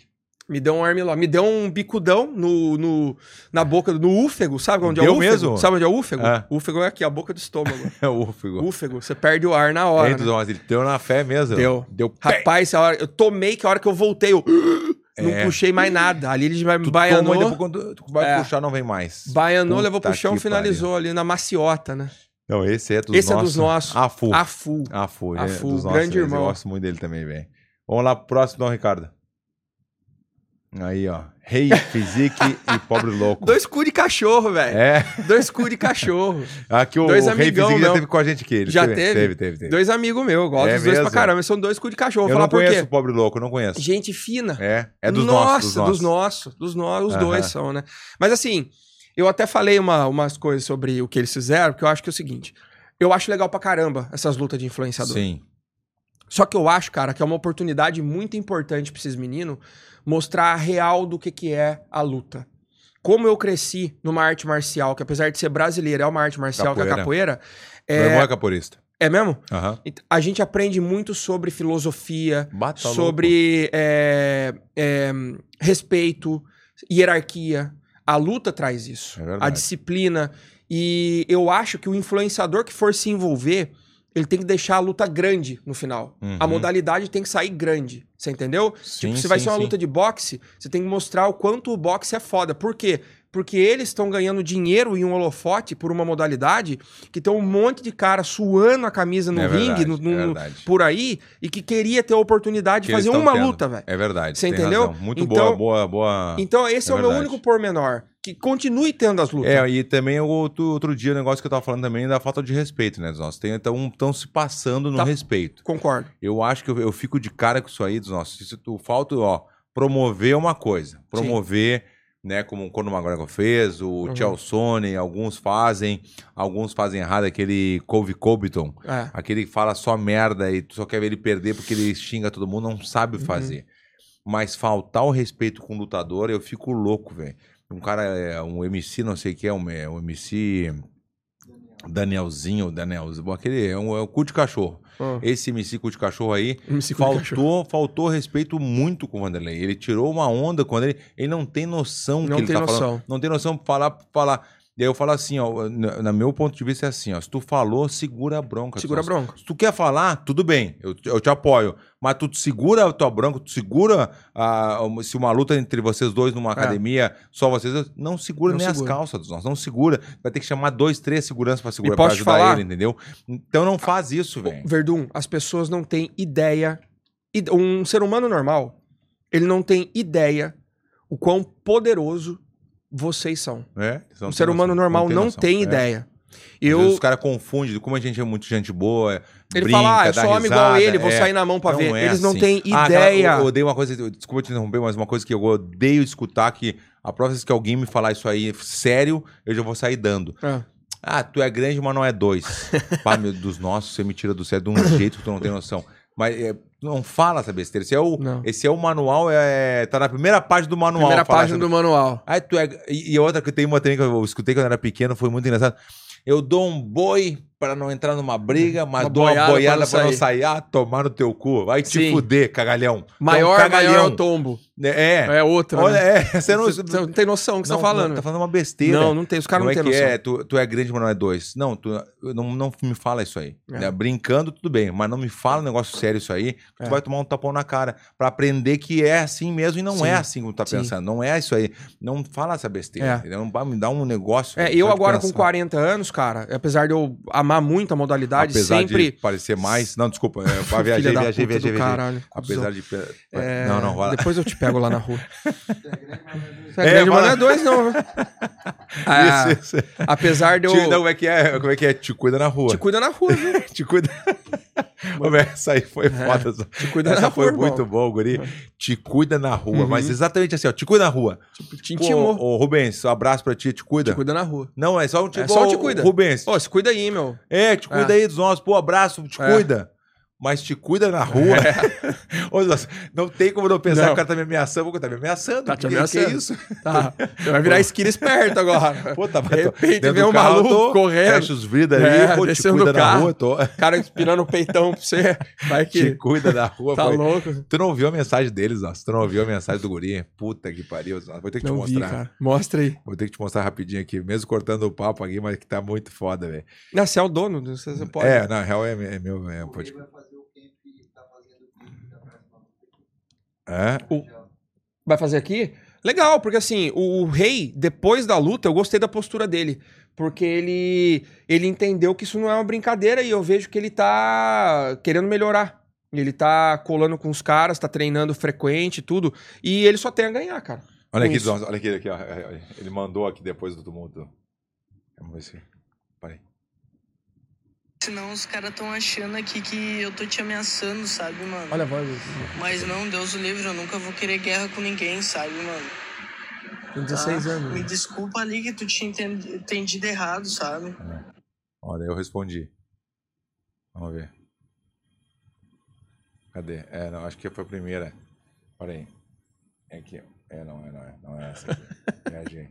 Me deu um armlock. Me deu um bicudão no, no, na boca, no úfego. Sabe onde é
Deu
o úfego?
mesmo?
Sabe onde é o úfego?
É.
O úfego é aqui, a boca
*laughs*
do estômago.
*laughs* É o Ufigo.
úfego, você perde o ar na hora.
Ei,
né?
Dudão, mas ele deu na fé mesmo.
Deu.
Deu pé.
Rapaz, a hora, eu tomei que a hora que eu voltei, eu *gasps*
É.
não puxei mais nada. Ali ele já me
Tu toma e depois
baianou.
quando tu vai
É.
puxar, não vem mais.
Baianou,
Puta
levou pro chão,
que
finalizou ali na maciota, né?
Não, esse é dos
Esse é
nossos.
dos nossos.
A Fu.
A full.
A Fu,
A
é
Fu,
dos nossos.
grande
mesmo. Eu
irmão.
gosto muito dele também, velho. Vamos lá pro próximo, Dom Ricardo. Aí, ó. Rei, *laughs* Physique e Pobre Louco.
Dois cu de cachorro, velho.
É.
Dois cu
*laughs*
de cachorro.
Aqui Ah, o
Dois
Rei
amigão,
Physique já
não.
teve com a gente aqui. Ele
Já teve?
Teve, teve, teve.
Dois amigos meus. eu Gosto
É
dos dois
mesmo?
pra caramba. mas São dois cu de cachorro. Vou
Eu
falar
não
por
conheço
quê.
o Pobre Louco, eu não conheço.
Gente fina.
É, é dos
Nossa,
nossos.
dos nossos, dos nossos, os
Aham.
dois são, né? Mas assim, eu até falei uma, umas coisas sobre o que eles fizeram, porque eu acho que é o seguinte, eu acho legal pra caramba essas lutas de influenciador.
Sim.
Só que eu acho, cara, que é uma oportunidade muito importante pra esses meninos mostrar a real do que, que é a luta. Como eu cresci numa arte marcial, que apesar de ser brasileira, é uma arte marcial que é a capoeira,
Meu irmão é
é,
capoeirista.
é mesmo?
Aham.
Ent- A gente aprende muito sobre filosofia,
Bata Tá louco.
sobre é, é, respeito, hierarquia. A luta traz isso.
É verdade.
a disciplina. E eu acho que o influenciador que for se envolver, ele tem que deixar a luta grande no final.
Uhum.
A modalidade tem que sair grande. Você entendeu?
Sim,
tipo, se vai
sim,
ser uma
sim.
luta de boxe, você tem que mostrar o quanto o boxe é foda. Por quê? Porque eles estão ganhando dinheiro e um holofote por uma modalidade que tem um monte de cara suando a camisa no
É
ringue,
verdade,
no-
é
no-
verdade.
por aí, e que queria ter a oportunidade
que
de fazer
eles tão
uma
tendo.
luta, velho.
É verdade.
Você
tem
entendeu?
razão. Muito
Então-
boa, boa, boa.
Então,
É
esse é, o meu
verdade.
único pormenor. Que continue tendo as lutas.
É, e também o outro, outro dia o negócio que eu tava falando também da falta de respeito, né, dos nossos. Tem, então estão se passando no
Tá.
respeito.
Concordo.
Eu acho que eu, eu fico de cara com isso aí dos nossos. Se tu falta, ó, promover uma coisa. Promover, né, como quando o McGregor fez, o uhum.
Uhum.
alguns fazem, alguns fazem errado, aquele Cove Cobiton.
É.
Aquele que fala só merda e tu só quer ver ele perder porque ele xinga todo mundo, não sabe fazer. Mas faltar o respeito com o lutador, eu fico louco, velho. Um cara, é, um MC, não sei o que é, um, é, um MC. Danielzinho, Danielzinho. Bom, aquele é um, é um cu de cachorro.
Ah.
Esse MC cu de cachorro aí.
MC Cu Tipo de
faltou,
Cachorro.
faltou respeito muito com o Vanderlei. Ele tirou uma onda quando ele. Ele não tem noção do
Não
que ele
tem
tá
noção.
falando. Não tem noção pra falar, pra falar. E aí eu falo assim, ó, na- no meu ponto de vista é assim, ó, se tu falou, segura a bronca.
Segura a
Celso.
bronca.
Se tu quer falar, tudo bem, eu, eu te apoio. Mas tu segura a tua bronca, tu segura a- se uma luta entre vocês dois numa academia, só vocês dois, não segura
É. Não
nem
segura.
as calças dos nossos, não segura. Vai ter que chamar dois, três seguranças pra segurar,
E
pra
posso te
ajudar
falar?
ele, entendeu? Então não faz isso, velho.
Verdun, as pessoas não têm ideia. id- Um ser humano normal, ele não tem ideia o quão poderoso vocês são.
É, isso não tem
um ser
noção,
humano normal não
noção.
tem
É.
ideia.
Às
Eu,
vezes Os caras confundem, como a gente é muito gente boa, é,
ele
brinca,
fala, ah, eu
dá
sou homem igual
risada,
ele, vou
é.
sair na mão pra
Não
ver.
é
Eles não
assim.
têm
Ah, aquela-
ideia.
eu odeio uma coisa, eu- desculpa te interromper, mas uma coisa que eu odeio escutar que a próxima vez que alguém me falar isso aí sério, eu já vou sair dando.
Ah.
Ah, tu é grande, mas não é
*laughs*
dois. Pá, meu, dos nossos, você me tira do sério de um jeito que tu não tem noção. Mas é, tu não fala essa besteira. Esse é o,
Não.
esse é o manual, é, tá na primeira página do manual.
Primeira
falar
página
essa
do manual.
Aí tu é... E e outra que tem uma também que eu escutei quando eu era pequeno, foi muito engraçado. Eu dou um boi para não entrar numa briga, mas
Uhum. Uma
dou uma
boiada pra
boiada
não
para não
sair.
sair. Ah, tomar no teu cu. Vai te
Sim.
fuder, cagalhão. Então,
Maior,
cagalhão.
maior é o tombo.
É.
É outra.
Olha,
né?
é, você não.
Você não tem noção do que você tá falando.
Tá
velho.
falando uma besteira.
Não, não tem. Os caras
Não
não,
é que
têm noção.
é, tu, tu é grande, mas não é dois. Não, tu, eu não, não me fala isso aí.
É.
né? Brincando, tudo bem, mas não me fala um negócio sério isso aí. Tu
É.
vai tomar um tapão na cara pra aprender que é assim mesmo e não
Sim,
é assim como tu tá
sim.
pensando. Não é isso aí. Não fala essa
É.
besteira. entendeu? Não vai me dar um negócio.
É,
velho,
eu
sabe,
agora com
pensar.
40 anos, cara, apesar de eu amar muito a modalidade,
Apesar
sempre.
de parecer mais. Não, desculpa. É, pra
*laughs* Filha
viajei,
da
viajei,
puta do
viajei, viajei.
Caralho, cuzão.
Apesar de.
É,
Não, não, rola.
Depois eu te pego lá na *laughs* rua. Você é,
É,
grande, mas não
fala-
é dois, não, *laughs* né? Ah,
Isso, isso.
Apesar de eu.
Te- não, como é que é? Como é que é? Te cuida na rua.
Te cuida na rua, viu?
Te
*laughs*
cuida. Ô, velho, Essa aí
É.
foi foda. essa-
Te cuida É.
Essa
na
É, foi
rua. irmão.
muito bom, Guri. Te cuida na rua. Mas
Uhum.
exatamente assim, ó. Te cuida na rua. Pô,
Te intimou.
Ô, Rubens, um abraço pra ti. Te cuida.
Te cuida na rua.
Não, é só um te,
É só um
Ô,
te cuida.
Rubens,
Ô, se cuida aí, meu.
é, te cuida
É.
aí dos nossos. Pô, abraço, te
É.
cuida. Mas te cuida na rua. *laughs* Ô, nossa, não tem como não pensar
Não.
que o cara tá me ameaçando. Pô, tá me ameaçando.
Tá te
Que- Que
ameaçando. *laughs*
isso?
Tá. Você vai virar esquina esperto agora.
Pô, tava
De repente
dentro
vem
do
um
carro, eu
maluco correndo.
Fecha os vidros ali.
É,
pô, te
descendo
cuida
do
na
carro.
rua. Tô,
O cara espirando o peitão pra você. Vai
te
*laughs* que.
cuida na rua.
Tá
foi-
louco?
Tu não ouviu a mensagem deles, nossa. Tu não ouviu a mensagem do guri. Puta que pariu. nossa. Vou ter que te
Não vi,
mostrar.
cara. Mostra aí.
Vou ter que te mostrar rapidinho aqui, mesmo cortando o papo aqui, mas que tá muito foda, velho.
Não, você é o dono, você você pode.
É, na real é, é meu. É,
O Rei
pode...
vai fazer o camp que tá fazendo o camp da próxima luta.
Hã?
Vai fazer aqui? Legal, porque assim, o, o rei, depois da luta, eu gostei da postura dele. Porque ele, ele entendeu que isso não é uma brincadeira e eu vejo que ele tá querendo melhorar. Ele tá colando com os caras, tá treinando frequente e tudo. E ele só tem a ganhar, cara.
Olha aqui,
Isso.
Zonzo, olha aqui, olha aqui, ó. Olha, olha. Ele mandou aqui depois do tumulto. Vamos ver se.
Senão os caras estão achando aqui que eu tô te ameaçando, sabe, mano?
a voz.
assim,
Mas não, Deus o livre, eu nunca vou querer guerra com ninguém, sabe, mano?
Tem
Tá? Me desculpa ali que tu tinha enten- entendido errado, sabe?
Olha, eu respondi. Vamos ver. Cadê? É, não, acho que foi a primeira. Olha aí. É aqui. ó. É, não, é, não, é. Não é essa aqui. Viajei.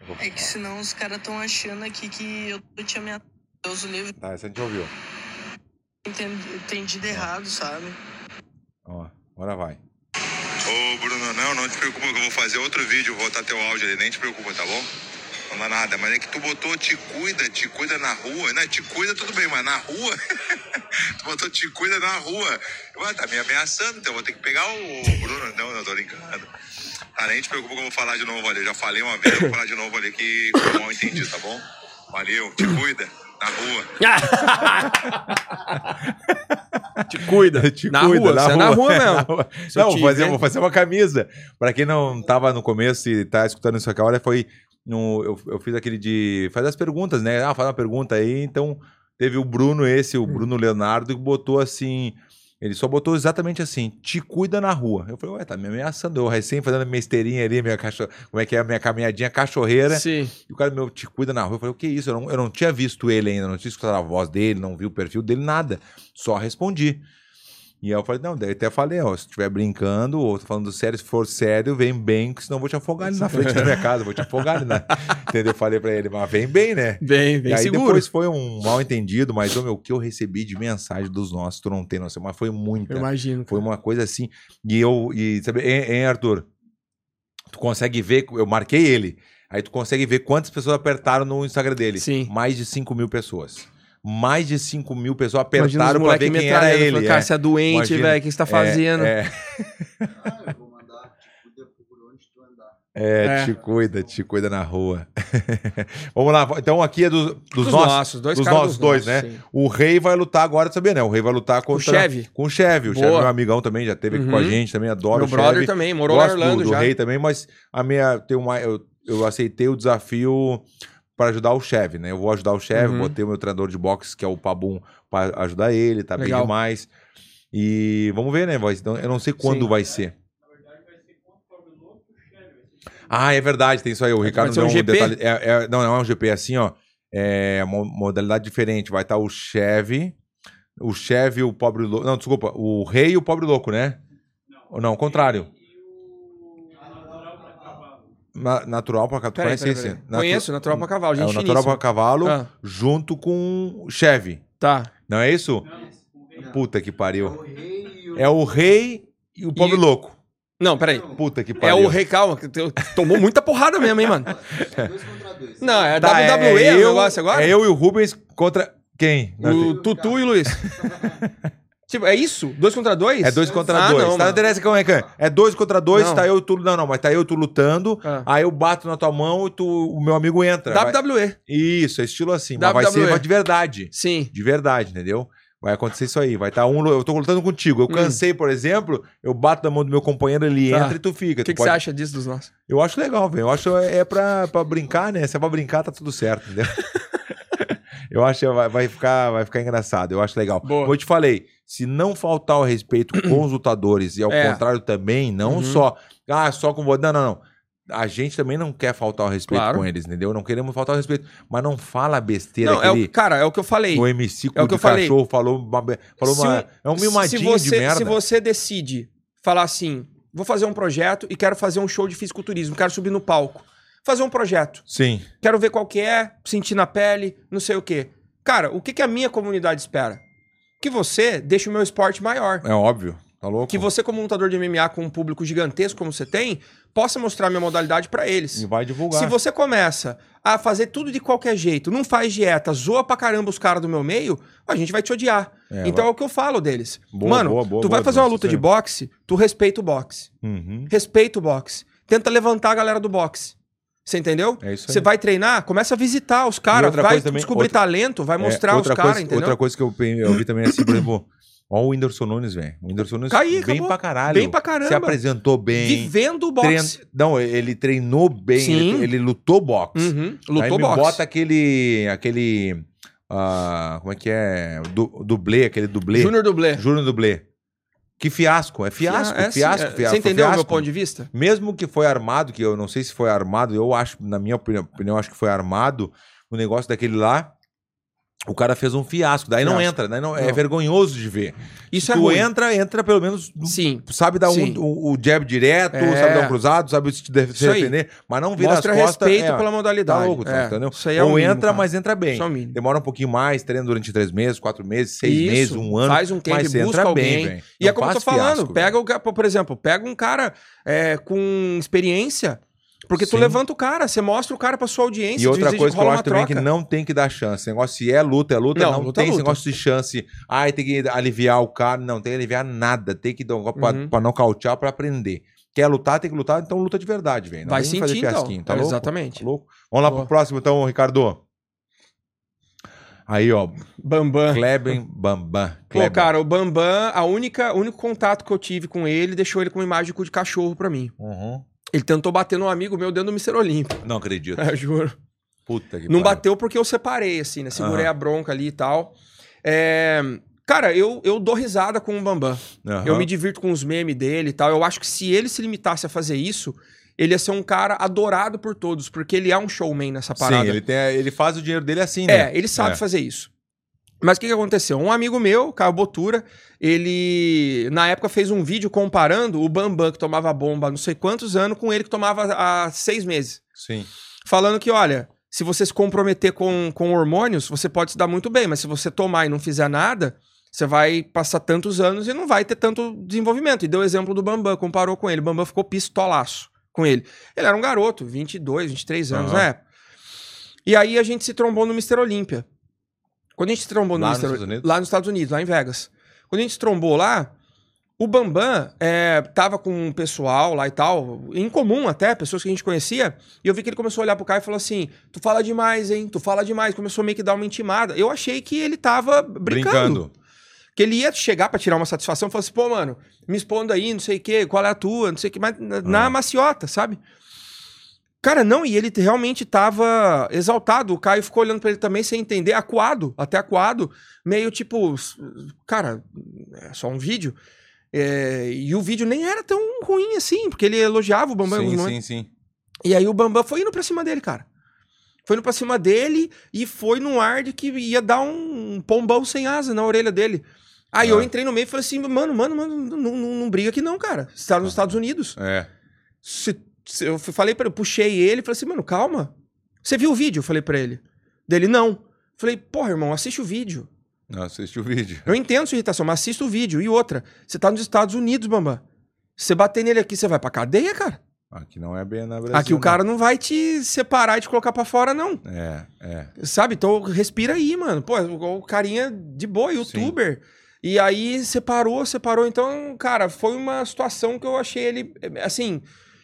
Eu vou-
É que senão os caras estão achando aqui que eu tô te ameaçando. Deus o livre,
Tá, essa a gente ouviu.
eu enten- entendido errado, sabe?
Ó, agora vai.
Ô, Bruno, não, não te preocupa que eu vou fazer outro vídeo, vou botar teu áudio ali, nem te preocupa, tá bom? Não dá nada, mas é que tu botou te cuida, te cuida na rua, né? Te cuida tudo bem, mas na rua? *laughs* tu botou te cuida na rua. Ué, tá me ameaçando, então eu vou ter que pegar o o Bruno. Não, não, tô brincando. Tá, nem te preocupa que eu vou falar de novo ali, eu já falei uma vez, eu vou falar de novo ali que foi mal entendido, tá bom? Valeu, te cuida, na rua.
Te cuida.
*laughs* Te
na
cuida,
rua,
na
você é na
rua,
rua
é, *laughs*
mesmo.
na rua.
Se eu
Não, vou
te
fazer,
ver-
vou fazer uma camisa. Pra quem não tava no começo e tá escutando isso aqui agora, foi. No, eu, eu fiz aquele de. Faz as perguntas, né? Ah, faz uma pergunta aí. Então, teve o Bruno, esse,
Hum.
o Bruno Leonardo, que botou assim. Ele só botou exatamente assim: te cuida na rua. Eu falei, ué, tá me ameaçando. Eu recém fazendo a minha esteirinha ali, minha cachorro, como é que é a minha caminhadinha cachorreira.
Sim.
E o cara, meu, te cuida na rua. Eu falei, o que é isso? Eu não, eu não tinha visto ele ainda, não tinha escutado a voz dele, não vi o perfil dele, nada. Só respondi. E aí eu falei, não, daí eu até falei, ó, se estiver brincando ou tô falando sério, se for sério, vem bem, que senão eu vou te afogar ali na frente da minha casa, vou te afogar ali na... *laughs* Entendeu? Eu falei pra ele, mas vem bem, né?
Bem,
e
bem
aí
seguro.
depois foi um mal entendido, mas, ô, meu, o que eu recebi de mensagem dos nossos, tu não tem noção, mas foi muita.
Eu imagino.
Foi uma coisa assim. E eu, e, sabe, hein, hein, Arthur? Tu consegue ver, eu marquei ele. Aí tu consegue ver quantas pessoas apertaram no Instagram dele.
Sim.
Mais de 5 mil pessoas. Mais de 5 mil pessoas
Imagina os
apertaram pra
moleque
ver quem era
metralhando, falando,
ele.
Cara,
é.
você é doente,
Imagina.
velho. O que você tá fazendo?
É,
Ah, eu vou mandar, te cuida por onde tu andar.
é,
É.
te cuida, te cuida na rua. *laughs* Vamos lá, então aqui é do- dos,
Dos
nossos.
dois
dos
caras
nossos dois, né?
sim.
O Rei vai lutar agora, sabia, né? O Rei vai lutar
O
contra...
chefe,
Com o Chevy. O
Boa.
Chevy é um amigão também, já teve aqui com a
Uhum.
gente, também adoro
meu
o
brother
Chevy.
também, morou
gosto
lá em Orlando
do, do
já.
rei também, mas a minha tem uma eu, eu aceitei o desafio para ajudar o chefe, né? Eu vou ajudar o chefe,
Uhum.
botei o meu treinador de boxe que é o Pabum para ajudar ele, tá bem
Legal.
demais. E vamos ver, né? Vai, então, eu não sei quando
Sim.
vai ser. Ah, é verdade, tem isso aí. O Ricardo
ser um
deu um
GP?
detalhe. É, é- não, não é um GP, é assim, ó. É uma modalidade diferente. Vai estar o chefe, o chefe, o pobre louco. Não, desculpa, o rei e o pobre louco, né? Não, ao contrário. na- natural para cavalo. Tu
Peraí,
conhece
peraí,
esse?
peraí.
Natu-
Conheço, natural pra cavalo,
É
gente
o natural para
finíssima.
cavalo
Ah.
junto com Chevy.
Tá.
Não é isso?
Não.
Puta que pariu.
O rei e o...
É o rei e o pobre
E-
louco.
Não, peraí.
Puta que
É
pariu.
o rei, calma, que teu- tomou muita porrada mesmo, hein, mano?
Dois contra dois.
Não, é
Tá,
WWE
é
o
eu,
negócio agora?
É eu e o Rubens contra quem?
O Tutu e o
*laughs*
Luiz. tipo, é isso? Dois contra dois?
É dois contra
Ah,
dois.
não,
tá, não
mano.
interessa quem é quem. É dois contra dois,
Não.
tá eu e tu. Não, não, mas tá eu e tu lutando.
Ah.
Aí eu bato na tua mão e tu, o meu amigo entra. Vai-
WWE.
Isso, é estilo assim. Mas vai
WWE.
ser mas de verdade.
Sim.
De verdade, entendeu? Vai acontecer isso aí. Vai estar um. lu- Eu tô lutando contigo. Eu cansei, por exemplo, eu bato na mão do meu companheiro, ele
Hum. Tá.
entra e tu fica.
O que,
Tu
que
pode-
você acha disso dos nossos?
Eu acho legal, velho. Eu acho é pra, pra brincar, né? Se é pra brincar, tá tudo certo,
*laughs*
entendeu? eu acho que vai, vai ficar, vai ficar engraçado. Eu acho legal.
Boa.
Como eu te falei, se não faltar o respeito com os lutadores e ao
É.
contrário também, não
Uhum.
só. Ah, só com. vo- Não, não, não. A gente também não quer faltar o respeito
Claro.
com eles, entendeu? Não queremos faltar o respeito. Mas não fala besteira
Não,
que
é
aquele...
o, cara, é o que eu falei.
O MC com
É o
o de
que eu falei.
cachorro falou uma, be- falou
Se
uma- é um mimadinho
se você,
de merda.
Se você decide falar assim, vou fazer um projeto e quero fazer um show de fisiculturismo, quero subir no palco, fazer um projeto,
Sim.
quero ver qual que é, sentir na pele, não sei o quê. Cara, o que, que a minha comunidade espera? Que você deixe o meu esporte maior.
É óbvio. Tá louco?
Que você, como lutador de MMA com um público gigantesco como você tem, possa mostrar a minha modalidade pra eles.
E vai divulgar.
Se você começa a fazer tudo de qualquer jeito, não faz dieta, zoa pra caramba os caras do meu meio, a gente vai te odiar.
É,
então é o que eu falo deles.
Boa,
Mano,
boa, boa,
tu
boa,
vai fazer uma
Bruno,
luta de
sério.
boxe, tu respeita o boxe.
vai- Uhum.
Respeita o boxe. Tenta levantar a galera do boxe. Você entendeu?
É isso aí.
Você vai treinar, começa a visitar os
E
caras,
outra
vai
coisa também,
descobrir
outra-
talento, vai
É,
mostrar os
outra
caras,
coisa-
entendeu?
Outra coisa que eu, pe- eu vi também assim, por exemplo, ó o Whindersson Nunes, velho. O Whindersson Nunes
Caí,
bem
acabou.
pra caralho.
Bem pra caramba.
Se apresentou bem.
Vivendo o
Trein...
boxe.
Não, ele treinou bem,
Sim.
Ele, ele lutou boxe.
Uhum,
Aí
Lutou
me
boxe.
bota aquele... aquele ah, como é que é? Du, dublê, aquele dublê.
Júnior dublê.
Júnior dublê. Que fiasco, é fiasco,
É, é, sim,
fiasco,
é.
fiasco.
Você entendeu o
fiasco.
meu ponto de vista?
Mesmo que foi armado, que eu não sei se foi armado, eu acho, na minha opini- opinião, acho que foi armado o negócio daquele lá. O cara fez um fiasco, daí não
Fiasco.
entra, daí não, é
Não.
vergonhoso de ver.
Isso
tu
é ruim.
entra, entra pelo menos, no-
Sim.
sabe dar um,
Sim.
o, o jab direto,
É.
sabe dar um cruzado, sabe se te de- se
Isso aí.
defender, mas não vira
Mostra
as costas.
respeito
é,
pela modalidade.
tá louco, tá,
É,
entendeu?
Isso aí é
Ou
o mínimo,
entra,
cara.
mas entra bem.
Isso é o mínimo.
Demora um pouquinho mais, treina durante três meses, quatro meses, seis
Isso,
meses, um ano.
Faz um
mas
tempo,
você
busca
entra
alguém.
bem, velho.
e é
Não
como eu tô
faz
falando,
fiasco,
pega o, ca- por exemplo, pega um cara é, com experiência, porque tu
Sim.
levanta o cara, você mostra o cara pra sua audiência,
E outra
exige-
coisa que eu
rola
acho
uma
também que
troca.
não tem que dar chance. Negócio se é luta, é luta,
Não,
não,
luta é
tem esse
luta.
negócio de chance. Ai, tem que aliviar o cara. Não, tem que aliviar nada. Tem que dar um golpe pra-
Uhum.
pra nocautear, pra aprender. Quer lutar, tem que lutar, então luta de verdade, velho. Não
Vai
vem
sentir, então.
fiasquinho, Tá louco?
Exatamente.
Tá louco? Vamos lá
Boa.
pro próximo, então, Ricardo. Aí, ó.
Bambam.
Kleben Bambam.
Ah. Pô,
Kleber.
cara, o Bambam, a única, o único contato que eu tive com ele deixou ele com uma imagem de cu de cachorro pra mim.
Uhum.
Ele tentou bater num amigo meu dentro do Mister Olímpico,
Não acredito.
*laughs* eu juro.
Puta que
É.
pariu.
Não bateu porque eu separei, assim, né? Segurei
Aham.
a bronca ali e tal. É, Cara, eu, eu dou risada com o Bambam.
Aham.
Eu me divirto com os memes dele e tal. Eu acho que se ele se limitasse a fazer isso, ele ia ser um cara adorado por todos, porque ele é um showman nessa parada.
Sim, ele, tem, ele faz o dinheiro dele assim, né?
É, ele sabe
É.
fazer isso. Mas o que, que aconteceu? Um amigo meu, Caio Botura, ele na época fez um vídeo comparando o Bambam que tomava bomba há não sei quantos anos com ele que tomava há seis meses
Sim.
falando que, olha, se você se comprometer com, com hormônios, você pode se dar muito bem, mas se você tomar e não fizer nada, você vai passar tantos anos e não vai ter tanto desenvolvimento. E deu o exemplo do Bambam, comparou com ele. O Bambam ficou pistolaço com ele. Ele era um garoto, 22, 23 anos
Aham.
na época. E aí a gente se trombou no Mister Olímpia. Quando a gente se trombou no
Lá nos
Mister
Estados Unidos?
Lá nos Estados Unidos, lá em Vegas. Quando a gente se trombou lá, o Bambam é, tava com um pessoal lá e tal, em comum até, pessoas que a gente conhecia, e eu vi que ele começou a olhar pro Caio e falou assim: Tu fala demais, hein? Tu fala demais. Começou meio que dar uma intimada. Eu achei que ele tava brincando.
Brincando.
Que ele ia chegar pra tirar uma satisfação e falar assim: pô, mano, me expondo aí, não sei o quê, qual é a tua, não sei o quê, mas na, na
Ah.
maciota, sabe? Cara, não, e ele t- realmente tava exaltado. O Caio ficou olhando pra ele também sem entender, acuado, até acuado, meio tipo, s- cara, é só um vídeo. É, e o vídeo nem era tão ruim assim, porque ele elogiava o Bambam é um, em alguns
Sim,
momentos.
sim, sim.
E aí o Bambam foi indo pra cima dele, cara. Foi indo pra cima dele e foi num ar de que ia dar um pombão sem asa na orelha dele. Aí
Ah.
eu entrei no meio e
Ah.
falei assim, mano, mano, mano, não, não, não briga aqui não, cara. Você tá nos Estados Unidos.
É.
Se Eu fui- falei pra ele, puxei ele, falei assim, mano, calma. Você viu o vídeo? Eu falei pra ele. Dele, não. Falei, porra, irmão, assiste o vídeo.
Não assiste o vídeo.
Eu entendo sua irritação, mas assista o vídeo. E outra, você tá nos Estados Unidos, Bamba. Você bater nele aqui, você vai pra cadeia, cara.
Aqui não é bem na Brasil.
Aqui o cara não vai te separar e te colocar pra fora, não.
não. É, é.
Sabe? Então respira aí, mano. Pô, o o carinha de boa, youtuber. E aí separou, separou. Então, cara, foi uma situação que eu achei ele. eh, Assim,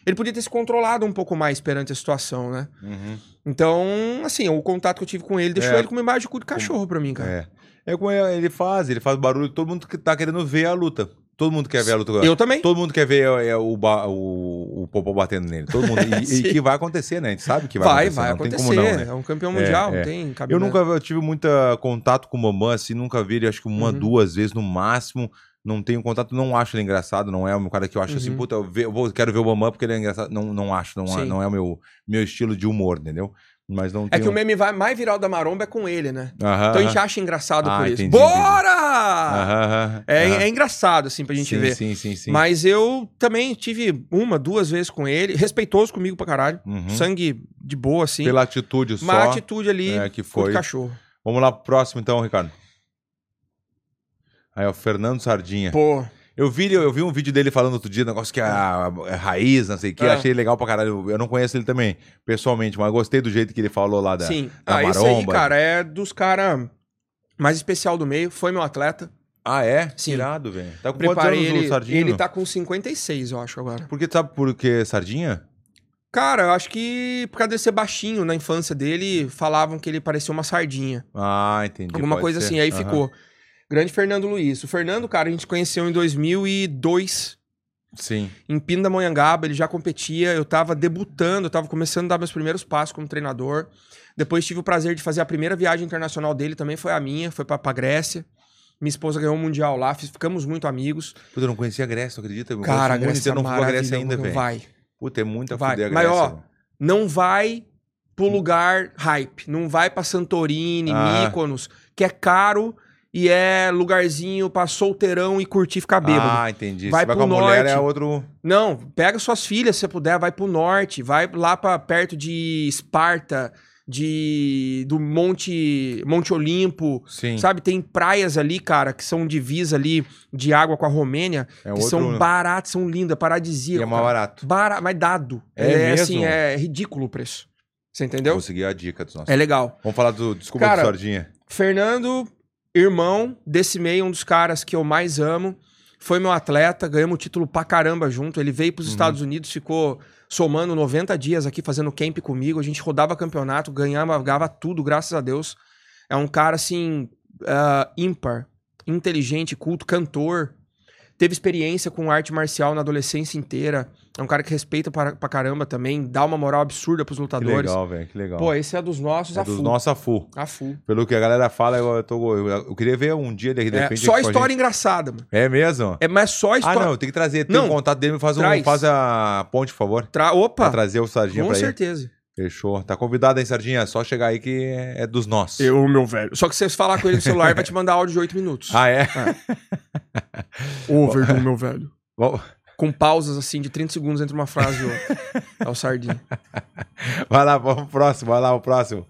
ele podia ter se controlado um pouco mais perante a situação, né?
Uhum.
Então, assim, o contato que eu tive com ele deixou
É.
ele com uma imagem de cu de cachorro pra mim, cara.
É. É como ele faz, ele faz barulho, todo mundo que tá querendo ver a luta. Todo mundo quer ver a luta.
Eu também.
Todo mundo quer ver é, o, ba- o, o Popó batendo nele. Todo mundo. E- E,
*laughs* Sim.
que vai acontecer, né? A gente sabe que vai, acontecer.
Vai, vai
não
acontecer.
tem como não, né?
É um campeão
É,
mundial,
é.
não tem
Eu
cabimento.
nunca eu tive muito contato com o Mamã, assim, nunca vi ele, acho que uma,
Uhum.
duas vezes no máximo. Não tenho contato, não acho ele engraçado, não é um cara que eu acho assim,
Uhum.
puta, eu, ve- eu vou- quero ver o Mamã porque ele é engraçado. Não, não acho, não, é-
Sim.
não é o meu, meu estilo de humor, entendeu? Mas não
É
tenho...
que o meme vai- mais viral da Maromba é com ele, né?
Aham,
Então a gente
aham.
acha engraçado
Ah,
por isso.
entendi,
Bora!
Aham, aham,
É,
aham.
é engraçado, assim, pra gente
sim,
ver.
Sim, sim, sim.
Mas eu também tive uma, duas vezes com ele, respeitoso comigo pra caralho.
Uhum.
Sangue de boa, assim.
Pela atitude só.
uma atitude ali
é, que
foi
foi.
do cachorro.
Vamos lá pro próximo então, Ricardo. Aí, ó, Fernando Sardinha.
Pô,
Eu vi, ele- eu vi um vídeo dele falando outro dia, negócio que é, a- é raiz, não sei o que,
Ah.
achei legal pra caralho. Eu não conheço ele também, pessoalmente, mas gostei do jeito que ele falou lá da.
sim.
da
ah, esse aí,
maromba.
cara, é dos cara mais especial do meio. Foi meu atleta.
Ah, é?
Sim.
Tirado, velho. Tá com
Preparei
quantos anos
ele.
o Sardinha?
Ele tá com 56, eu acho, agora.
Por que, tu sabe por que Sardinha?
Cara, eu acho que por causa de ser baixinho na infância dele, falavam que ele parecia uma sardinha.
Ah, entendi.
alguma
pode
coisa
ser.
assim. Aí
Aham.
ficou. Grande Fernando Luiz. O Fernando, cara, a gente conheceu em 2002.
Sim.
em Pindamonhangaba, ele já competia, eu tava debutando, eu tava começando a dar meus primeiros passos como treinador. Depois tive o prazer de fazer a primeira viagem internacional dele, também foi a minha, foi pra, pra Grécia. Minha esposa ganhou o Mundial lá, fiz- ficamos muito amigos.
Puta, eu não conhecia a Grécia, tu acredita? Eu
Cara, a
gosto muito de
Grécia é
ter, não fui a Grécia ainda,
maravilhosa,
velho.
Vai.
Puta, é muita
Vai.
fuder a
Mas,
Grécia.
ó,
velho.
Não vai pro lugar hype, não vai pra Santorini,
Ah.
Mykonos, que é caro e é lugarzinho pra solteirão e curtir e ficar tá bêbado.
Ah, entendi. Se
Vai
vai com
pro
a mulher,
norte.
é outro.
Não, pega suas filhas, se você puder, vai pro norte, vai lá para perto de Esparta, de do Monte Monte Olimpo.
Sim.
Sabe, tem praias ali, cara, que são divisa ali de água com a Romênia,
é
que
outro.
são baratas, são lindas,
e
paradisíacas.
é mais barato.
Bara- mas dado.
É
É,
mesmo?
assim, é ridículo o preço. Você entendeu?
Vou seguir a dica dos nossos.
É legal.
Vamos falar do. Desculpa
Cara,
do Sardinha.
Fernando, irmão desse meio, um dos caras que eu mais amo. Foi meu atleta, ganhamos o título pra caramba junto. Ele veio pros
Uhum.
Estados Unidos, ficou somando 90 dias aqui fazendo camp comigo. A gente rodava campeonato, ganhava, ganhava tudo, graças a Deus. É um cara, assim, ah, ímpar, inteligente, culto, cantor. Teve experiência com arte marcial na adolescência inteira. É um cara que respeita pra, pra caramba também, dá uma moral absurda pros
Que
lutadores.
legal, velho. Que legal.
Pô, esse é dos nossos,
é
a
dos
full.
nossos a full.
A full.
Pelo que a galera fala, eu, eu tô- eu- eu queria ver um dia de
É,
repente.
só
aqui com a
história
gente.
engraçada, mano.
É mesmo?
É, mas só
ah,
história.
não, tem que trazer. Tem
Não.
o contato dele, faz, um,
Traz.
faz a ponte, por favor.
Tra-
Pra
Opa,
trazer o Sardinha
com
pra
certeza.
ele. Fechou. Tá convidado, hein, Sardinha? Só chegar aí que é dos nossos.
meu velho. Só que se você falar com ele no celular, ele vai te mandar áudio de 8 minutos.
Ah, é?
*laughs* Over do meu velho.
Bom,
Com pausas assim de 30 segundos entre uma frase e outra. É o Sardinha.
vai lá, vamos pro próximo, vai lá, o próximo.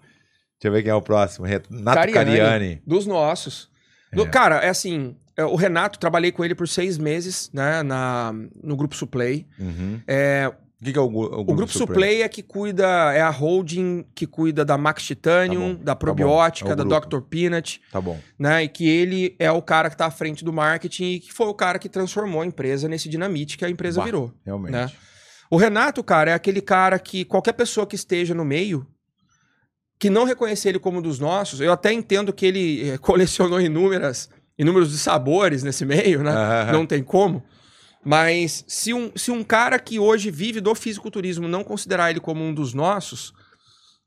Deixa eu ver quem é o próximo. Renato
Cariani.
Cariani.
Dos nossos. Do-
É.
Cara, é assim. é, O Renato, trabalhei com ele por seis meses, né? Na, no Grupo Suplay.
Uhum.
É,
O que, que é o, gu- o
o Grupo Suplay é que cuida, é a holding que cuida da Max Titanium,
Tá bom,
da
bom, é o
Probiótica, da
grupo.
Dr. Peanut.
Tá bom.
né? E que ele é o cara que tá à frente do marketing e que foi o cara que transformou a empresa nesse dinamite que a empresa
Bah.
virou.
Realmente.
Né? O Renato, cara, é aquele cara que qualquer pessoa que esteja no meio, que não reconhecer ele como um dos nossos, eu até entendo que ele eh, *laughs* colecionou inúmeras, inúmeros de sabores nesse meio, né?
Aham.
Não tem como. Mas se um, se um cara que hoje vive do fisiculturismo não considerar ele como um dos nossos,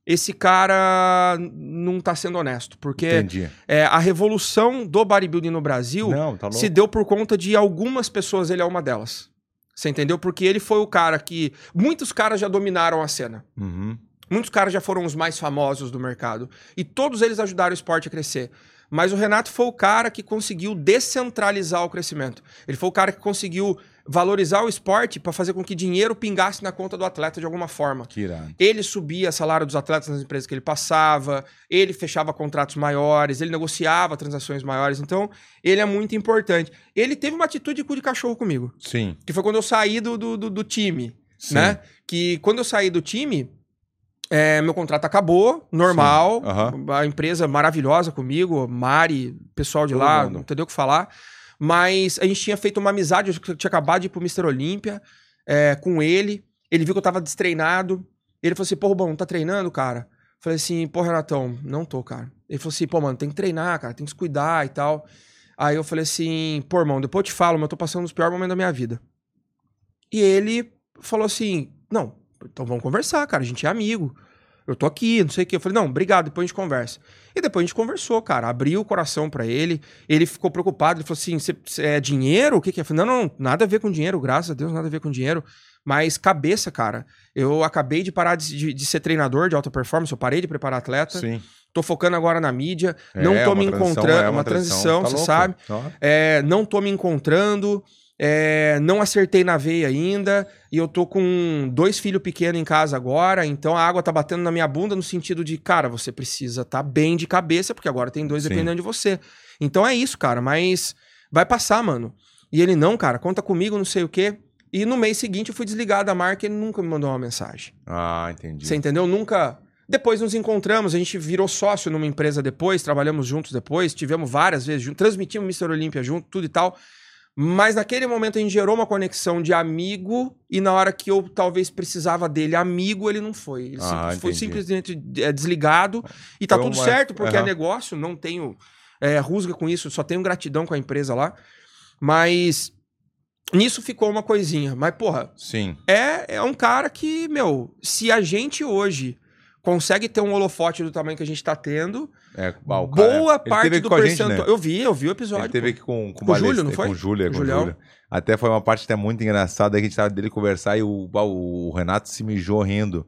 esse cara não tá sendo honesto. Porque
Entendi.
é, a revolução do bodybuilding no Brasil
Não, tá louco.
se deu por conta de algumas pessoas, ele é uma delas. Você entendeu? Porque ele foi o cara que. Muitos caras já dominaram a cena.
Uhum.
Muitos caras já foram os mais famosos do mercado. E todos eles ajudaram o esporte a crescer. Mas o Renato foi o cara que conseguiu descentralizar o crescimento. Ele foi o cara que conseguiu valorizar o esporte para fazer com que dinheiro pingasse na conta do atleta de alguma forma.
Que irado.
Ele subia salário dos atletas nas empresas que ele passava, ele fechava contratos maiores, ele negociava transações maiores. Então, ele é muito importante. Ele teve uma atitude de cu de cachorro comigo,
Sim.
que foi quando eu saí do, do, do- do time,
sim.
né? Que quando eu saí do time, é, meu contrato acabou, normal.
Sim, aham.
A empresa maravilhosa comigo, Mari, pessoal de lá,
mundo.
não entendeu o que falar. Mas a gente tinha feito uma amizade, eu acho que eu tinha acabado de ir pro Mr. Olímpia é, com ele. Ele viu que eu tava destreinado. Ele falou assim: pô, Rubão, tá treinando, cara? Falei assim: pô, Renatão, não tô, cara. Ele falou assim: pô, mano, tem que treinar, cara, tem que se cuidar e tal. Aí eu falei assim: pô, irmão, depois eu te falo, mas eu tô passando os piores momentos da minha vida. E ele falou assim: não, então vamos conversar, cara, a gente é amigo. Eu tô aqui, não sei o quê. Eu falei: não, obrigado, depois a gente conversa. E depois a gente conversou, cara. Abriu o coração pra ele. Ele ficou preocupado. Ele falou assim: "Cê- cê é dinheiro? O que, que é? Eu falei, não, não, nada a ver com dinheiro, graças a Deus, nada a ver com dinheiro. Mas cabeça, cara. Eu acabei de parar de, de- de ser treinador de alta performance, eu parei de preparar atleta.
Sim.
Tô focando agora na mídia.
É,
não tô
uma
me
transição,
encontrando.
é
É uma transição, você sabe.
Tá louco? Ó.
É, não tô me encontrando, é, não acertei na veia ainda, e eu tô com dois filhos pequenos em casa agora, então a água tá batendo na minha bunda no sentido de, cara, você precisa tá bem de cabeça, porque agora tem dois
Sim.
dependendo de você. Então é isso, cara, mas vai passar, mano. E ele, não, cara, conta comigo, não sei o quê. E no mês seguinte eu fui desligado da marca e ele nunca me mandou uma mensagem.
Ah, entendi.
Você entendeu? Nunca. Depois nos encontramos, a gente virou sócio numa empresa depois, trabalhamos juntos depois, tivemos várias vezes juntos, transmitimos Mr. Olímpia junto, tudo e tal. Mas naquele momento a gente gerou uma conexão de amigo e na hora que eu talvez precisava dele amigo, ele não foi. Ele
Ah,
sim- foi
entendi.
simplesmente é, desligado e tá
Foi
tudo
uma-
certo, porque é
Aham.
negócio, não tenho é, rusga com isso, só tenho gratidão com a empresa lá. Mas nisso ficou uma coisinha. Mas, porra,
Sim.
é, é um cara que, meu, se a gente hoje consegue ter um holofote do tamanho que a gente tá tendo,
É, ah, o cara-
boa
ele
parte
teve
do
aqui com a gente, né?
percentual. Eu vi, eu vi o episódio.
Ele teve
pô.
aqui com, com,
Com o Júlio,
Balestra-
não foi?
Com o Júlio, é, com o
Julião.
Júlio. Até foi uma parte até muito engraçada que a gente tava dele conversar e o, ah, o Renato se mijou rindo.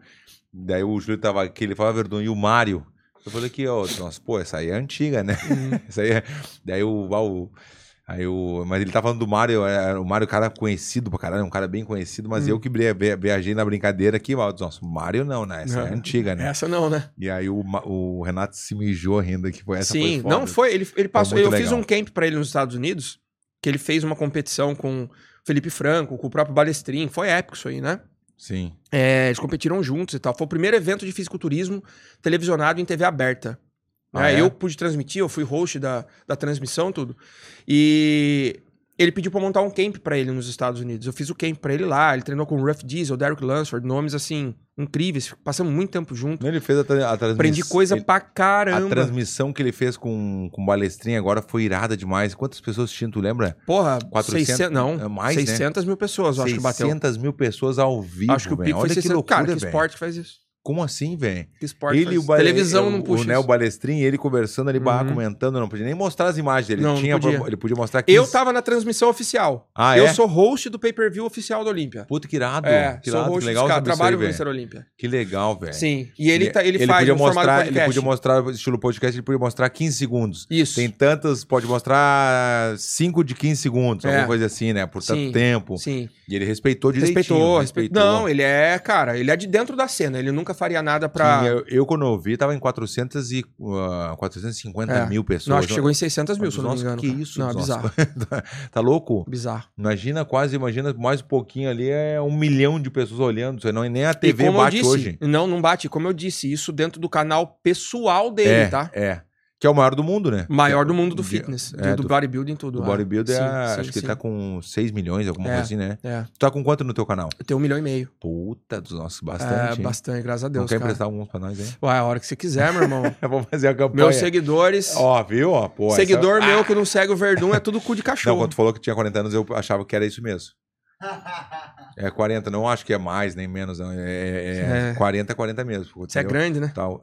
Daí o Júlio tava aqui, ele falava, Verdun, e o Mário? Eu falei aqui, ó, nossa, pô, essa aí é antiga, né?
Hum,
*laughs* Isso aí é... Daí o... ah, o- Aí o, mas ele tá falando do Mário, é, o Mário é um cara conhecido pra caralho, é um cara bem conhecido, mas
Hum.
eu que bri- bri- viajei na brincadeira aqui, mas, nossa, o Mário não, né? Essa é
Não.
antiga, né?
Essa não, né?
E aí o, Ma- o Renato se mijou rindo aqui, foi essa foi
Sim,
foda.
não foi. Ele, ele passou.
muito
eu fiz
legal.
um camp pra ele nos Estados Unidos, que ele fez uma competição com o Felipe Franco, com o próprio Balestrin. Foi épico isso aí, né?
Sim.
É, eles competiram juntos e tal. Foi o primeiro evento de fisiculturismo televisionado em TV aberta.
Ah,
É,
é?
Eu pude transmitir, eu fui host da, da transmissão, tudo. E ele pediu pra eu montar um camp pra ele nos Estados Unidos. Eu fiz o camp pra ele lá, ele treinou com o Ruff Diesel, Derek Lansford, nomes assim, incríveis. Passamos muito tempo junto.
Ele fez a, tra- a transmissão.
Aprendi coisa pra
A
caramba.
transmissão que ele fez com, com o Balestrinha agora foi irada demais. Quantas pessoas tinham, tu lembra?
Porra,
400,
600, não,
é mais, né?
600 mil pessoas, eu acho que bateu.
600 mil pessoas ao vivo,
Acho que o
velho.
pico foi
Olha que
600.
loucura,
Cara, que
velho.
esporte que faz isso?
Como assim, velho?
Que esporte
Ele e
faz
o
isso?
Bale-
Televisão
o-
não puxa
O, né, o
isso.
Balestrinha, ele conversando ali, barra,
Uhum.
comentando, não podia nem mostrar as imagens dele.
Não,
ele,
não
tinha,
podia.
pro- ele podia mostrar
Eu
15.
tava na transmissão oficial.
Ah,
eu
é?
sou host do pay-per-view oficial da Olímpia.
Puta, que irado.
É,
que
sou
irado, que
host
legal
dos
os
caras,
absurdos,
trabalho com o
velho.
Mr. Olímpia.
Que legal, velho.
Sim. E ele, tá, ele, faz
podia
um
mostrar,
formato
Ele
podcast.
podia mostrar, estilo podcast, ele podia mostrar 15 segundos.
Isso.
Tem tantas, pode mostrar 5 de 15 segundos,
É.
alguma coisa assim, né? Por tanto
Sim.
tempo.
Sim.
E ele respeitou direitinho.
Respeitou, respeitou. Não, ele é, cara, ele é de dentro da cena. Ele nunca faria nada pra.
Sim, é. eu, eu, quando eu vi, tava em 400 e, ah, 450
É.
mil pessoas.
Não, acho que chegou em 600 mil, se eu não me
Nossa,
engano.
que
cara.
isso?
Não, é
nossa. *laughs*
bizarro.
tá louco?
Bizarro.
Imagina quase, imagina mais um pouquinho ali, é um milhão de pessoas olhando. Isso aí não, nem a TV
e como
bate
eu disse,
hoje.
Não, não bate. Como eu disse, isso dentro do canal pessoal dele,
é,
tá?
é. Que é o maior do mundo, né?
Maior do mundo do
De-
fitness, do,
é,
do
do-
bodybuilding, tudo.
Do
é.
bodybuilder,
Sim,
é-
sim,
acho que
sim.
ele tá com 6 milhões, alguma
É.
coisa assim, né?
É,
Tu tá com quanto no teu canal?
eu tenho um milhão e meio.
Puta dos nossos,
Bastante.
bastante.
É,
hein?
bastante, graças a
não
Deus,
quer
cara.
emprestar alguns pra nós, hein?
Ué, a hora que você quiser, meu irmão.
*laughs* Vamos fazer a campanha.
Meus seguidores.
Ó, viu? Ó, pô, essa- Ah,
Seguidor meu que não segue o Verdun é tudo cu
*laughs*
de
Não,
cachorro.
quando tu falou que tinha 40 anos, eu achava que era isso mesmo. É 40, não acho que é mais nem menos, não. É, é, é
É.
40, 40 mesmo.
Você
*laughs*
é
entendeu?
grande, né?
Tal.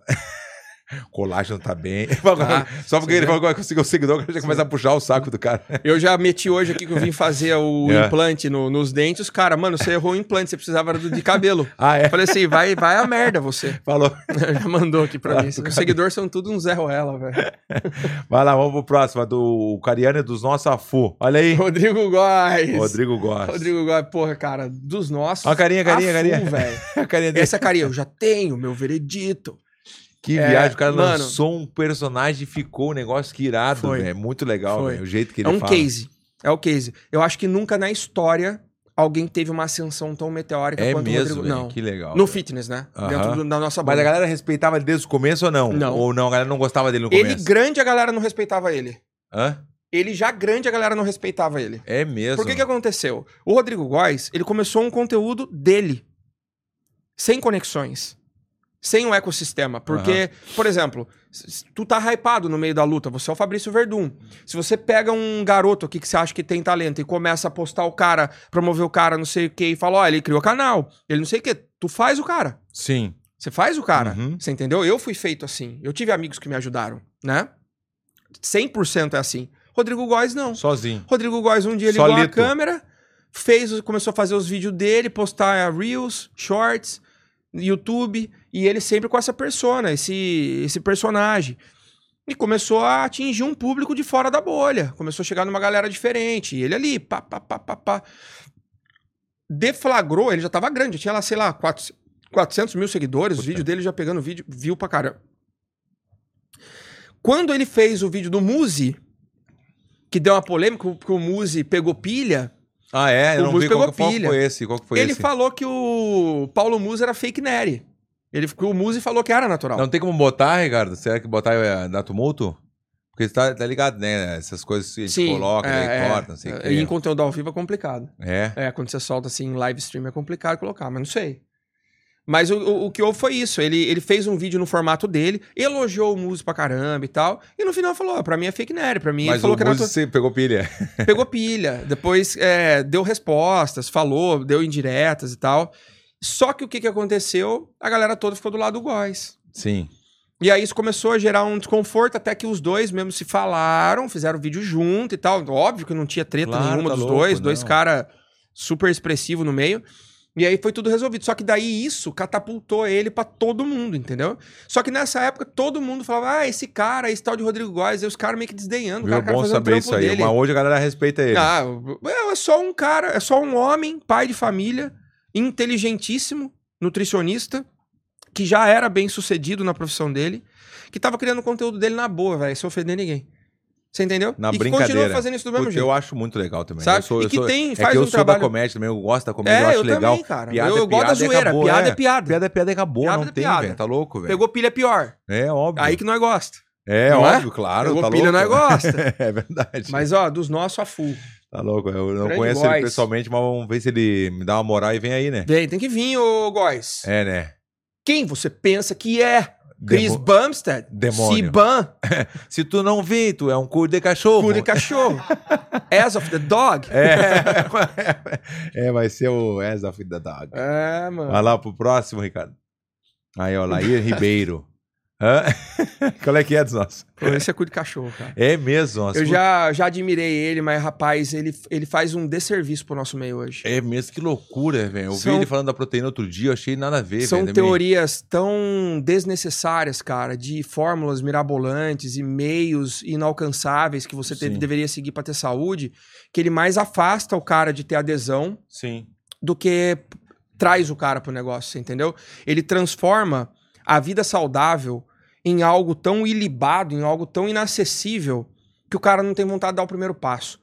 Colágeno tá
*laughs*
bem.
Tá.
Só porque ele falou que conseguiu o seguidor, o cara já começa a puxar o saco do
*laughs*
cara.
Eu já meti hoje aqui que eu vim fazer
*laughs*
o
É.
implante no- nos dentes. Cara, mano, você errou o implante, você precisava do de cabelo.
Ah, é?
Eu falei assim, vai, vai a merda você. *laughs*
Falou.
Já mandou aqui pra
Lá
mim.
do
Os seguidores são tudo um Zé Ruela, velho. *laughs*
Vai lá, vamos pro próximo. a Do Cariano e dos nossos Afu. Olha aí.
Rodrigo Góes.
Rodrigo gosta.
Rodrigo Góes, porra, cara, dos nossos.
Olha a carinha, carinha,
Afu,
carinha.
velho.
*laughs* A carinha dele.
Essa é carinha, eu já tenho, meu veredito.
Que
É,
viagem, o cara
mano.
lançou um personagem e ficou um negócio que irado,
Foi.
velho. É Muito legal,
Foi.
velho. O jeito que ele
É um
fala.
case. É o case. Eu acho que nunca na história alguém teve uma ascensão tão meteórica
É
né, quanto o
mesmo,
Rodrigo.
velho.
Não.
Que legal.
No
velho.
fitness, né?
Aham.
Dentro do- da nossa
Mas a
bolha.
galera respeitava ele desde o começo ou não?
Não.
Ou não, a galera não gostava dele no
Ele
começo?
grande, a galera não respeitava ele.
Hã?
Ele já grande, a galera não respeitava ele.
É mesmo.
Por que que aconteceu? O Rodrigo Góes, ele começou um conteúdo dele. Sem conexões. Sem um ecossistema. Porque, por exemplo, s- s- tu tá hypado no meio da luta, você é o Fabrício Verdun. Se você pega um garoto aqui que você acha que tem talento e começa a postar o cara, promover o cara, não sei o quê, e fala, ó, ele criou canal, ele não sei o quê. Tu faz o cara.
Sim.
Você faz o cara.
Uhum.
Você entendeu? Eu fui feito assim. Eu tive amigos que me ajudaram, né? 100% é assim. Rodrigo Góes, não.
Sozinho.
Rodrigo Góes, um dia ele
Solito.
ligou a câmera, fez, os- começou a fazer os vídeos dele, postar Reels, Shorts, YouTube, e ele sempre com essa persona, esse, esse personagem. E começou a atingir um público de fora da bolha. Começou a chegar numa galera diferente. E ele ali, pá, pá, pá, pá, pá. Deflagrou, ele já tava grande, já tinha lá, sei lá, 400, 400 mil seguidores, os vídeos dele já pegando vídeo, viu pra caramba. Quando ele fez o vídeo do Muzi, que deu uma polêmica, porque o Muzi pegou pilha,
Ah, é? Eu
O
não
Muzi
vi qual,
pegou
que- qual que
pilha.
foi esse. Qual que foi
ele
esse?
falou que o Paulo Muzi era fake Nery. Ele, que o Muzi falou que era natural.
Não tem como botar, Ricardo? Será que botar é, dá tumulto? Porque você tá, tá ligado, né? Essas coisas que a gente coloca,
é,
né?
é.
corta, não sei o
E em
que.
conteúdo ao vivo é complicado.
É.
É, quando você solta assim em live stream é complicado colocar, mas não sei. Mas o, o- o que houve foi isso. Ele, ele fez um vídeo no formato dele, elogiou o Muzi pra caramba e tal. E no final falou: "Ó, pra mim é fake Nery, pra mim ele
Mas
falou
o
que era
Muzi você pegou pilha. *laughs*
pegou pilha, depois é, deu respostas, falou, deu indiretas e tal. Só que o que, que aconteceu? A galera toda ficou do lado do Góis.
Sim.
E aí isso começou a gerar um desconforto, até que os dois mesmo se falaram, fizeram vídeo junto e tal. Óbvio que não tinha treta
Claro,
nenhuma
tá
dos
louco,
dois, dois
não.
caras super expressivos no meio. E aí foi tudo resolvido. Só que daí isso catapultou ele pra todo mundo, entendeu? Só que nessa época todo mundo falava: ah, esse cara, esse tal de Rodrigo Góes, e os caras meio que desdenhando.
Viu? É
o cara
Bom
fazendo o
saber
trampo
isso aí.
dele.
Mas hoje a galera respeita ele.
Ah, é só um cara, é só um homem, pai de família, inteligentíssimo, nutricionista, que já era bem sucedido na profissão dele, que tava criando o conteúdo dele na boa, velho, sem ofender ninguém. Você entendeu?
Na
e que continua
brincadeira.
fazendo isso do mesmo
Porque
jeito.
eu acho muito legal também.
Sabe?
Eu sou,
e
eu
que
sou-
tem,
É
faz
que eu
um
sou da
trabalho.
comédia também, eu gosto da comédia,
é,
eu acho
eu
legal.
também, cara.
Piada
eu
é
eu gosto da
piada e
zoeira.
acabou,
piada
é.
é, piada.
Piada é piada e acabou,
Piada
não
é
tem,
piada.
velho. Tá louco, velho.
Pegou pilha é pior.
É óbvio.
Aí que nós gosta.
É
Não é?
óbvio, claro.
Pegou
tá
pilha,
louco.
nós
*laughs*
gosta.
É verdade.
Mas, ó, dos nossos a full.
Tá louco. Eu não
Grande
conheço ele
voz.
pessoalmente, mas vamos ver se ele me dá uma moral e vem aí, né?
Vem, tem que vir, ô Góis.
É, né?
Quem você pensa que é? Chris
Demo-
Bumstead?
Demônio.
Siban?
Se tu não vir, tu é um cu de cachorro.
Cu
*laughs*
de cachorro. Ass of the dog.
É. é, vai ser o As of the Dog.
É, mano.
Vai lá pro próximo, Ricardo. Aí, ó, Lair Ribeiro. *laughs* Hã? Qual é que é dos nossos?
Pô, Esse é cu de cachorro, cara.
É mesmo, nossa.
Eu já, já admirei ele, mas, rapaz, ele, ele faz um desserviço pro nosso meio hoje.
É mesmo, que loucura, velho. Eu vi
São-
ele falando da proteína outro dia, eu achei nada a ver,
São
velho. é também.
teorias tão desnecessárias, cara, de fórmulas mirabolantes e meios inalcançáveis que você teve-
Sim.
deveria seguir pra ter saúde, que ele mais afasta o cara de ter adesão
Sim.
do que p- traz o cara pro negócio, você entendeu? Ele transforma a vida saudável em algo tão ilibado, em algo tão inacessível, que o cara não tem vontade de dar o primeiro passo.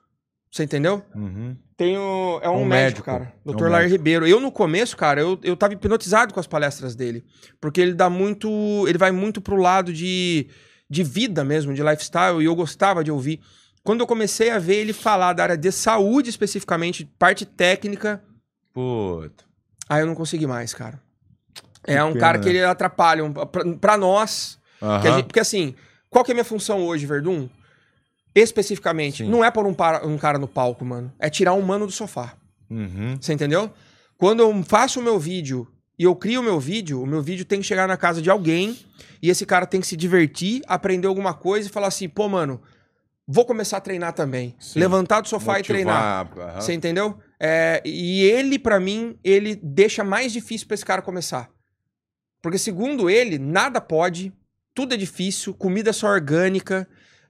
Você entendeu?
Uhum.
Tem o- é um,
Um médico.
médico, cara.
É um
Dr. Lair
médico.
Ribeiro. Eu, no começo, cara, eu, eu tava hipnotizado com as palestras dele. Porque ele dá muito. Ele vai muito pro lado de, de vida mesmo, de lifestyle, e eu gostava de ouvir. Quando eu comecei a ver ele falar da área de saúde especificamente, parte técnica,
Puta.
Aí eu não consegui mais, cara.
Que
é um
pena,
cara que
né?
ele atrapalha. um- Pra, pra nós. que a
Aham.
gente- porque assim, qual que é a minha função hoje, Verdun? Especificamente,
Sim.
não é pôr um, para- um cara no palco, mano. É tirar um mano do sofá.
Uhum.
Você entendeu? Quando eu faço o meu vídeo e eu crio o meu vídeo, o meu vídeo tem que chegar na casa de alguém e esse cara tem que se divertir, aprender alguma coisa e falar assim, pô, mano, vou começar a treinar também.
Sim.
Levantar do sofá e treinar.
Motivar, aham.
Você entendeu? É, e ele, pra mim, ele deixa mais difícil pra esse cara começar. Porque, segundo ele, nada pode, tudo é difícil, comida é só orgânica,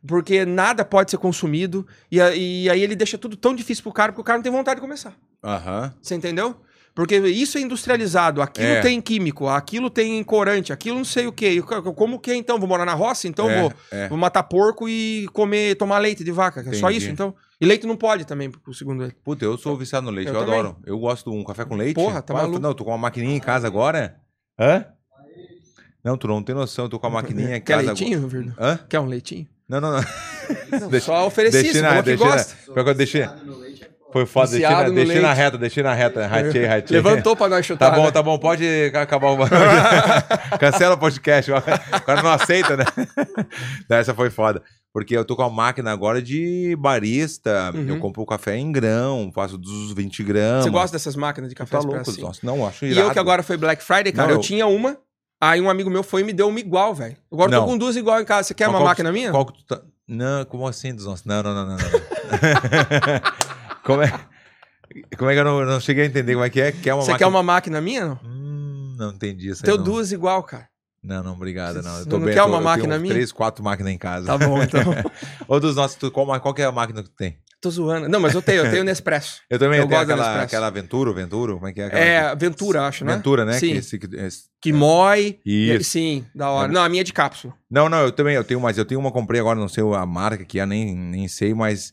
porque nada pode ser consumido. E, a- e aí ele deixa tudo tão difícil pro cara, porque o cara não tem vontade de começar.
Aham.
Você entendeu? Porque isso é industrializado, aquilo
É.
tem químico, aquilo tem corante, aquilo não sei o quê. E co- Como o quê então? Vou morar na roça? Então
É,
vou,
é.
vou matar porco e comer, tomar leite de vaca. É só
Entendi.
isso, então. E leite não pode também, segundo ele.
Puta, eu sou viciado no leite, eu,
Eu também.
adoro. Eu gosto de um café com leite.
Porra, tá
Ah,
maluco?
Não, eu tô com uma maquininha em casa agora. Hã? Não, tu não tem noção, eu tô com a maquininha em
Né? Quer
casa
leitinho, Virdo?
agora. Hã?
Quer um leitinho?
Não, não, não. Deixa-
Só ofereci isso,
na-
falou que
deixei na-
gosta.
Pior que eu deixei. Foi foda, deixei, na,
Viciado no
deixei na
leite.
reta, deixei na reta.
*laughs*
Ratei, ratei.
Levantou pra nós
*laughs* Tá
chutar.
bom,
né?
tá bom, pode acabar o. *laughs* Cancela o podcast. O cara não aceita, né? *laughs* Não, Essa foi foda. Porque eu tô com a máquina agora de barista.
Uhum.
Eu compro o café em grão, faço dos 20 gramas.
Você gosta dessas máquinas de café
Tá louco,
expresso, assim?
nossa. Não, acho
E
irado.
eu que agora foi Black Friday, cara,
Não,
eu...
eu-
tinha uma, aí um amigo meu foi e me deu uma igual, velho. Agora eu
Não.
tô com duas igual em casa. Você quer
Mas
uma
qual
máquina
que- é
minha?
Qual que tu tá... Não, como assim, dos nossos? Não, não, não, não. não. *laughs* como, é... como é que eu não, não cheguei a entender como é que é? Quer uma
Você quer
máquina?
uma máquina minha? Não?
Hum, não entendi isso aí.
Teu
não.
duas igual, cara.
Não, não, obrigado. Não, eu
Você
tô
não
bem.
quer
eu tô-
uma
eu
máquina
tenho
minha?
Três, quatro máquinas em casa.
Tá *laughs* bom, então.
Ou dos nossos, tu, qual, ma- qual que é a máquina que tu tem?
Tô zoando. Não, mas eu tenho, eu
*laughs*
tenho Nespresso.
Eu também
Eu
tenho
gosto da
aquela,
Nespresso.
aquela Venturo, Venturo, como é que é aquela?
É, Ventura, acho, né?
Ventura, né?
Sim.
Que esse- que- esse-
Que mói.
Isso.
Sim, da hora. Não, a minha é de cápsula.
Não, não, eu também, eu tenho, mas eu tenho uma, comprei agora, não sei a marca que é, nem, nem sei, mas.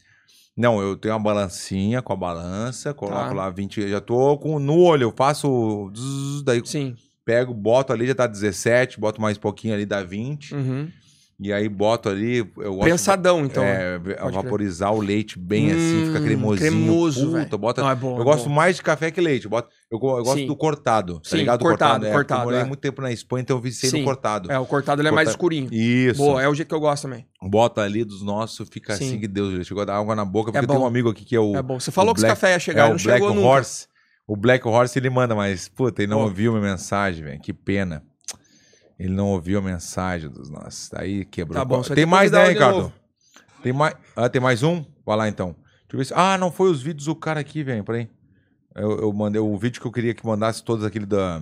Não, eu tenho uma balancinha com a balança, coloco
Tá.
lá 20. eu Já tô com no olho, eu faço. zzz, Daí
Sim.
pego, boto ali, já tá 17, boto mais pouquinho ali, dá 20.
Uhum.
E aí boto ali. Eu gosto-
Pensadão, então.
é,
crer.
vaporizar o leite bem assim, fica
Hum,
cremosinho.
cremoso,
puta,
velho.
bota.
Não, é bom,
eu
é
gosto
bom.
mais de café que leite. Eu, boto, eu, go- eu gosto
Sim.
do cortado. Tá
Sim,
ligado? O
cortado,
é, porque
cortado,
Eu morei
é.
muito tempo na Espanha, então eu viciei no
Sim,
cortado.
É, o cortado ele é mais
Corta-
escurinho.
Isso.
Boa, é o jeito que eu gosto também.
Bota ali dos nossos, fica
Sim.
assim que Deus. Chegou a dar água na boca,
É
porque eu tenho um
bom.
amigo aqui que é o.
é bom. Você falou
o
que
Black-
esse café ia chegar
é,
e não
o Black
chegou nunca.
Horse. O Black Horse ele manda, mas, puta, ele não
Pô.
ouviu minha mensagem, velho. Que pena. Ele não ouviu a mensagem dos nossos. Aí quebrou.
Tá
o
bom,
co-
você
tem
tem que
mais, né,
convidar ele de
Ricardo?
novo.
Tem mais. Ah, tem mais um? Vai lá então. Deixa eu ver se... Ah, não foi os vídeos do cara aqui, velho. Peraí. Eu, eu mandei o vídeo que eu queria que mandasse todos aquele da,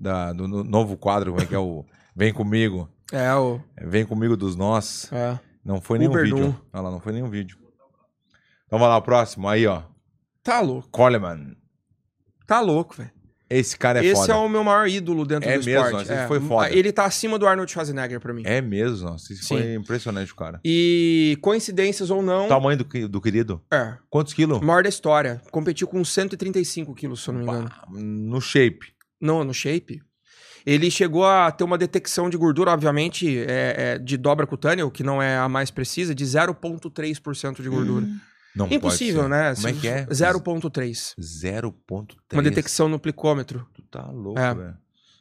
da- do no- novo quadro, como é que é
*laughs*
o. Vem comigo.
É, o...
Vem comigo dos nossos.
É.
Não foi nenhum
Uber
vídeo.
Doom.
Olha lá, não foi nenhum vídeo. Então vai lá, o próximo. Aí, ó.
Tá louco.
Coleman.
Tá louco, velho.
Esse cara é
Esse
foda.
é o meu maior ídolo dentro
É
do
mesmo,
esporte.
esse foi foda.
Ele tá acima do Arnold Schwarzenegger pra mim.
É mesmo, nossa. Isso foi impressionante, cara.
E coincidências ou não,
O tamanho do, que- do querido?
é.
Quantos quilos?
Maior da história. Competiu com 135 quilos, se eu não me engano.
Pá, No shape.
Não, é no shape. Ele chegou a ter uma detecção de gordura, obviamente, é- é de dobra cutânea, o que não é a mais precisa, de 0,3% de gordura.
Não
Impossível,
Hum. pode ser.
né?
Como é que é?
0,3.
0.3.
Uma detecção no plicômetro.
Tu tá louco,
É.
velho.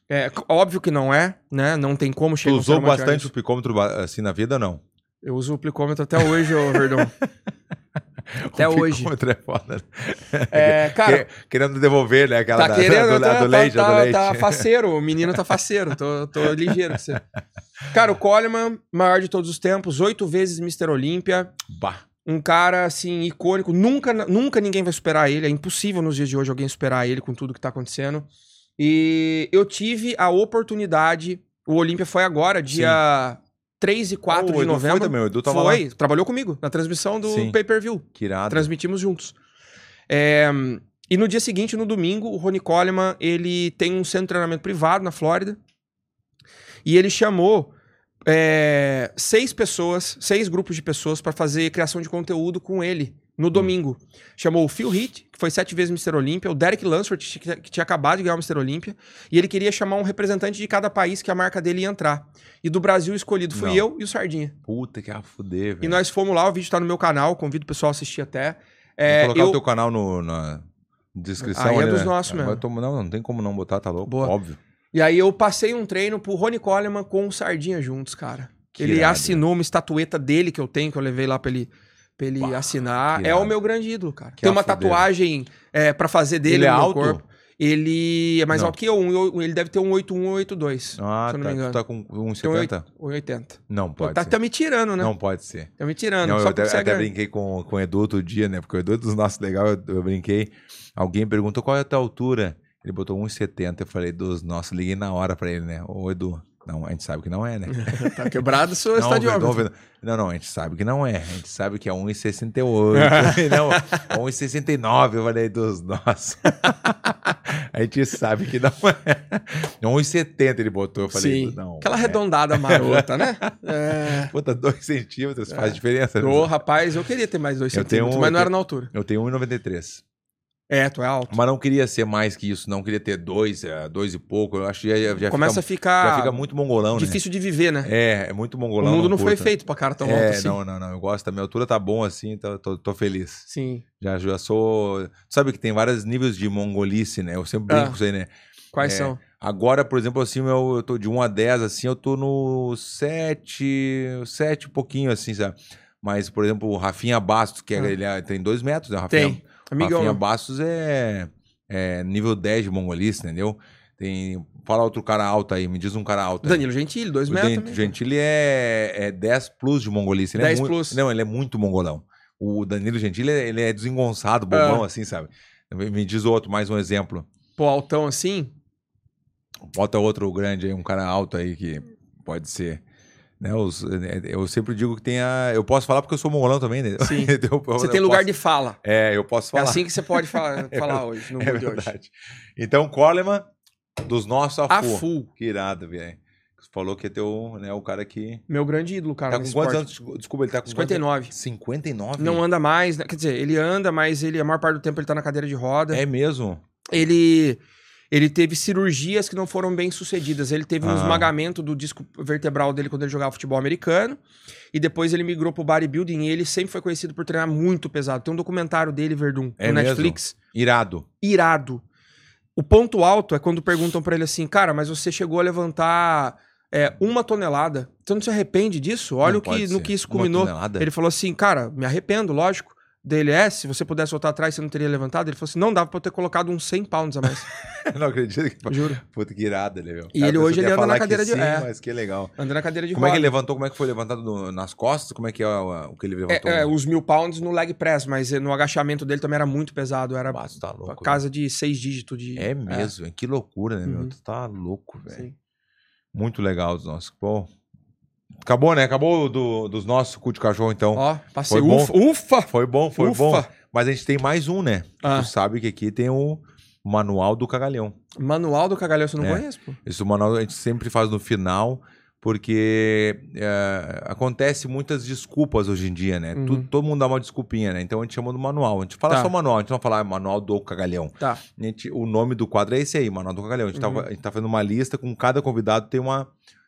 É, c- óbvio que não é, né? Não tem como
Tu
chegar a um
usou
ser humano tirar
bastante o
isso.
picômetro ba- assim na vida ou não?
Eu uso o plicômetro até hoje, ô Verdão.
*laughs*
Até
O
hoje.
picômetro *laughs* é foda.
É, cara,
Que- querendo devolver, né? Aquela
Tá
da-
querendo,
a *laughs* do, a do
tá, tá-
leite, a do
tá-
leite.
tá faceiro, o menino tá faceiro, tô, tô ligeiro. com você. Cara, o Coleman, maior de todos os tempos, oito vezes Mr. Olímpia,
Bah.
um cara, assim, icônico, nunca, nunca ninguém vai superar ele, é impossível nos dias de hoje alguém superar ele com tudo que tá acontecendo. E eu tive a oportunidade, o Olímpia foi agora, dia 3 e 4
Oh, o Edu
de
Foi
novembro.
também, o Edu tava lá.
Foi, trabalhou comigo na transmissão do
Sim.
pay-per-view.
Que irado.
Transmitimos juntos. É, e no dia seguinte, no domingo, o Rony Coleman, ele tem um centro de treinamento privado na Flórida. E ele chamou é, seis pessoas, seis grupos de pessoas para fazer criação de conteúdo com ele no domingo. Chamou o Phil Heath, que foi sete vezes Mr. Olímpia, o Derek Lansford, que tinha- que tinha acabado de ganhar o Mr. Olímpia, e ele queria chamar um representante de cada país que a marca dele ia entrar. E do Brasil escolhido fui
Não.
eu e o Sardinha.
Puta que a fuder, velho.
E nós fomos lá, o vídeo tá no meu canal, convido o pessoal a assistir até. É,
É. Vou colocar
eu...
o teu canal no, na descrição.
Aí é
ali,
dos
né?
nossos mesmo.
Vai tomar- Não, não tem como não botar, tá louco?
Boa.
Óbvio.
E aí eu passei um treino pro Rony Coleman com o Sardinha juntos, cara.
Que
ele
irado.
assinou uma estatueta dele que eu tenho, que eu levei lá pra ele, pra ele
Bah,
assinar.
que
É o
irado.
meu grande ídolo, cara.
Que
Tem uma
a fuder.
tatuagem é, para fazer dele
Ele é
no meu
alto?
corpo. Ele é mais
Não.
alto que eu, um- eu- ele deve ter um 81 ou 82.
Ah,
se eu não
tá.
me engano.
Tu tá com
Tem um
1,70?
8- 80.
Não
Pô,
pode
tá,
ser.
tá me tirando, né?
Não pode ser.
Tá me tirando.
Não, eu
só
até,
porque você é
até
grande.
brinquei com, com o Edu outro dia, né? Porque o Edu é dos nossos legal, eu, eu brinquei. Alguém perguntou qual é a tua altura. Ele botou 1,70. Eu falei, dos nossos, liguei na hora pra ele, né? Ô, Edu. Não, a gente sabe que não é, né?
Tá quebrado, sou
Não,
estádio
Edu, Edu, não, não, a gente sabe que não é. A gente sabe que é *laughs* 1,68. não, é 1,69. Eu falei, dos nossos. *laughs* a gente sabe que não é. 1,70 ele botou. Eu falei,
Sim.
não.
Aquela
é. *laughs*
arredondada marota, né? É.
Puta, 2 centímetros faz diferença. né?
Ô, rapaz, eu queria ter mais dois
Eu tenho
centímetros,
um-
mas não
eu
era na altura.
Eu tenho 1,93.
É, tu é alto.
Mas não queria ser mais que isso, não queria ter dois, eh, dois e pouco. Eu acho que já, já,
Começa
fica,
a
já
ficar
fica muito mongolão,
difícil de viver, né?
né? É, é muito
o
mongolão.
mundo não foi
curto.
feito pra cara tão
é,
alto assim.
não, não, não. Eu gosto. A minha altura tá bom assim, então eu tô, tô feliz.
Sim.
Já, já sou. Sabe que tem vários níveis de mongolice, né? Eu sempre brinco
Ah.
com isso aí, né?
Quais
É.
são?
Agora, por exemplo, assim, eu, eu tô de 1 a 10, assim, eu tô no 7, 7 pouquinho, assim, sabe? Mas, por exemplo, o Rafinha Bastos, que é-
Ah.
ele é- tem dois metros, né? O Rafinha
Tem. Amigão.
Rafinha Bastos é, é nível 10 de mongolista, entendeu? Tem, fala outro cara alto aí, me diz um cara alto. aí.
Danilo Gentili, dois
O
metros.
Gen-
também.
Gentili é, é 10 plus de mongolista. Ele
10
é muito,
plus.
Não, ele é muito mongolão. O Danilo Gentili, ele é
Ah.
desengonçado, bobão, assim, sabe? Me me diz outro, mais um exemplo.
Pô, altão assim.
Bota outro grande aí, um cara alto aí que pode ser... Né, os- eu sempre digo que tem a... Eu posso falar porque eu sou mongolão também, né?
Sim.
*laughs* Eu- eu-
Você
eu
tem lugar
posso-
de fala.
É, eu posso falar.
É assim que você pode falar,
*laughs* É
falar hoje, no
É
mundo de hoje.
verdade. Então, Coleman, dos nossos, a
A
full.
full.
Que irado, velho. Você Falou que é teu, né, o cara que...
Meu grande ídolo, cara.
tá
no
com
esporte.
quantos anos? Desculpa, Desculpa, ele tá com
59.
Quantos... 59?
Não anda mais, né? quer dizer, ele anda, mas ele a maior parte do tempo ele tá na cadeira de roda.
É mesmo?
Ele ele teve cirurgias que não foram bem sucedidas. Ele teve
Ah.
um esmagamento do disco vertebral dele quando ele jogava futebol americano. E depois ele migrou pro bodybuilding e ele sempre foi conhecido por treinar muito pesado. Tem um documentário dele, Verdun,
É
no
mesmo?
Netflix,
Irado.
irado. O ponto alto é quando perguntam pra ele assim, cara, mas você chegou a levantar é, uma tonelada. Você não se arrepende disso? Olha
Não
o que,
pode
no
ser.
que isso
Uma
culminou.
tonelada? *laughs*
Ele falou assim, cara, me arrependo, lógico. Dele é, se você pudesse voltar atrás, você não teria levantado. Ele falou assim, não dava pra eu ter colocado uns 100 pounds
*laughs*
a mais.
não acredito que...
Juro.
Puta, que irado, ele, meu.
E
Cara,
ele
eu
hoje,
só
ele
queria
anda na
falar que
cadeira de-
Sim,
é.
mas que legal.
Andando na cadeira de
Como é que
roda.
ele levantou? Como é que foi levantado no- nas costas? Como é que é o, o que ele levantou?
É, é, os mil pounds no leg press, mas eh, no agachamento dele também era muito pesado. Era
Ah, tu tá louco.
a casa de seis dígitos de. assim.
velho. É mesmo, que loucura, né, meu?
Uhum.
Tu tá louco, velho.
Sim.
Muito legal dos nossos. Pô. Acabou, né? Acabou do, dos nossos cu de cachorro, então.
Ó, passei.
Foi bom.
Ufa, ufa!
Foi bom, foi
ufa!
bom. Mas a gente tem mais um, né?
Ah.
Tu sabe que aqui tem o Manual do Cagalhão.
Manual do cagalhão, você não
É.
conhece, pô?
Esse manual a gente sempre faz no final, porque é, acontece muitas desculpas hoje em dia, né?
Uhum.
Tu- todo mundo dá uma desculpinha, né? Então a gente chama do manual. A gente fala
Tá.
só manual, a gente não fala ah, Manual do Cagalhão.
Tá.
A gente- o nome do quadro é esse aí, Manual do Cagalhão. A gente,
Uhum.
tá, a gente tá fazendo uma lista com cada convidado tem uma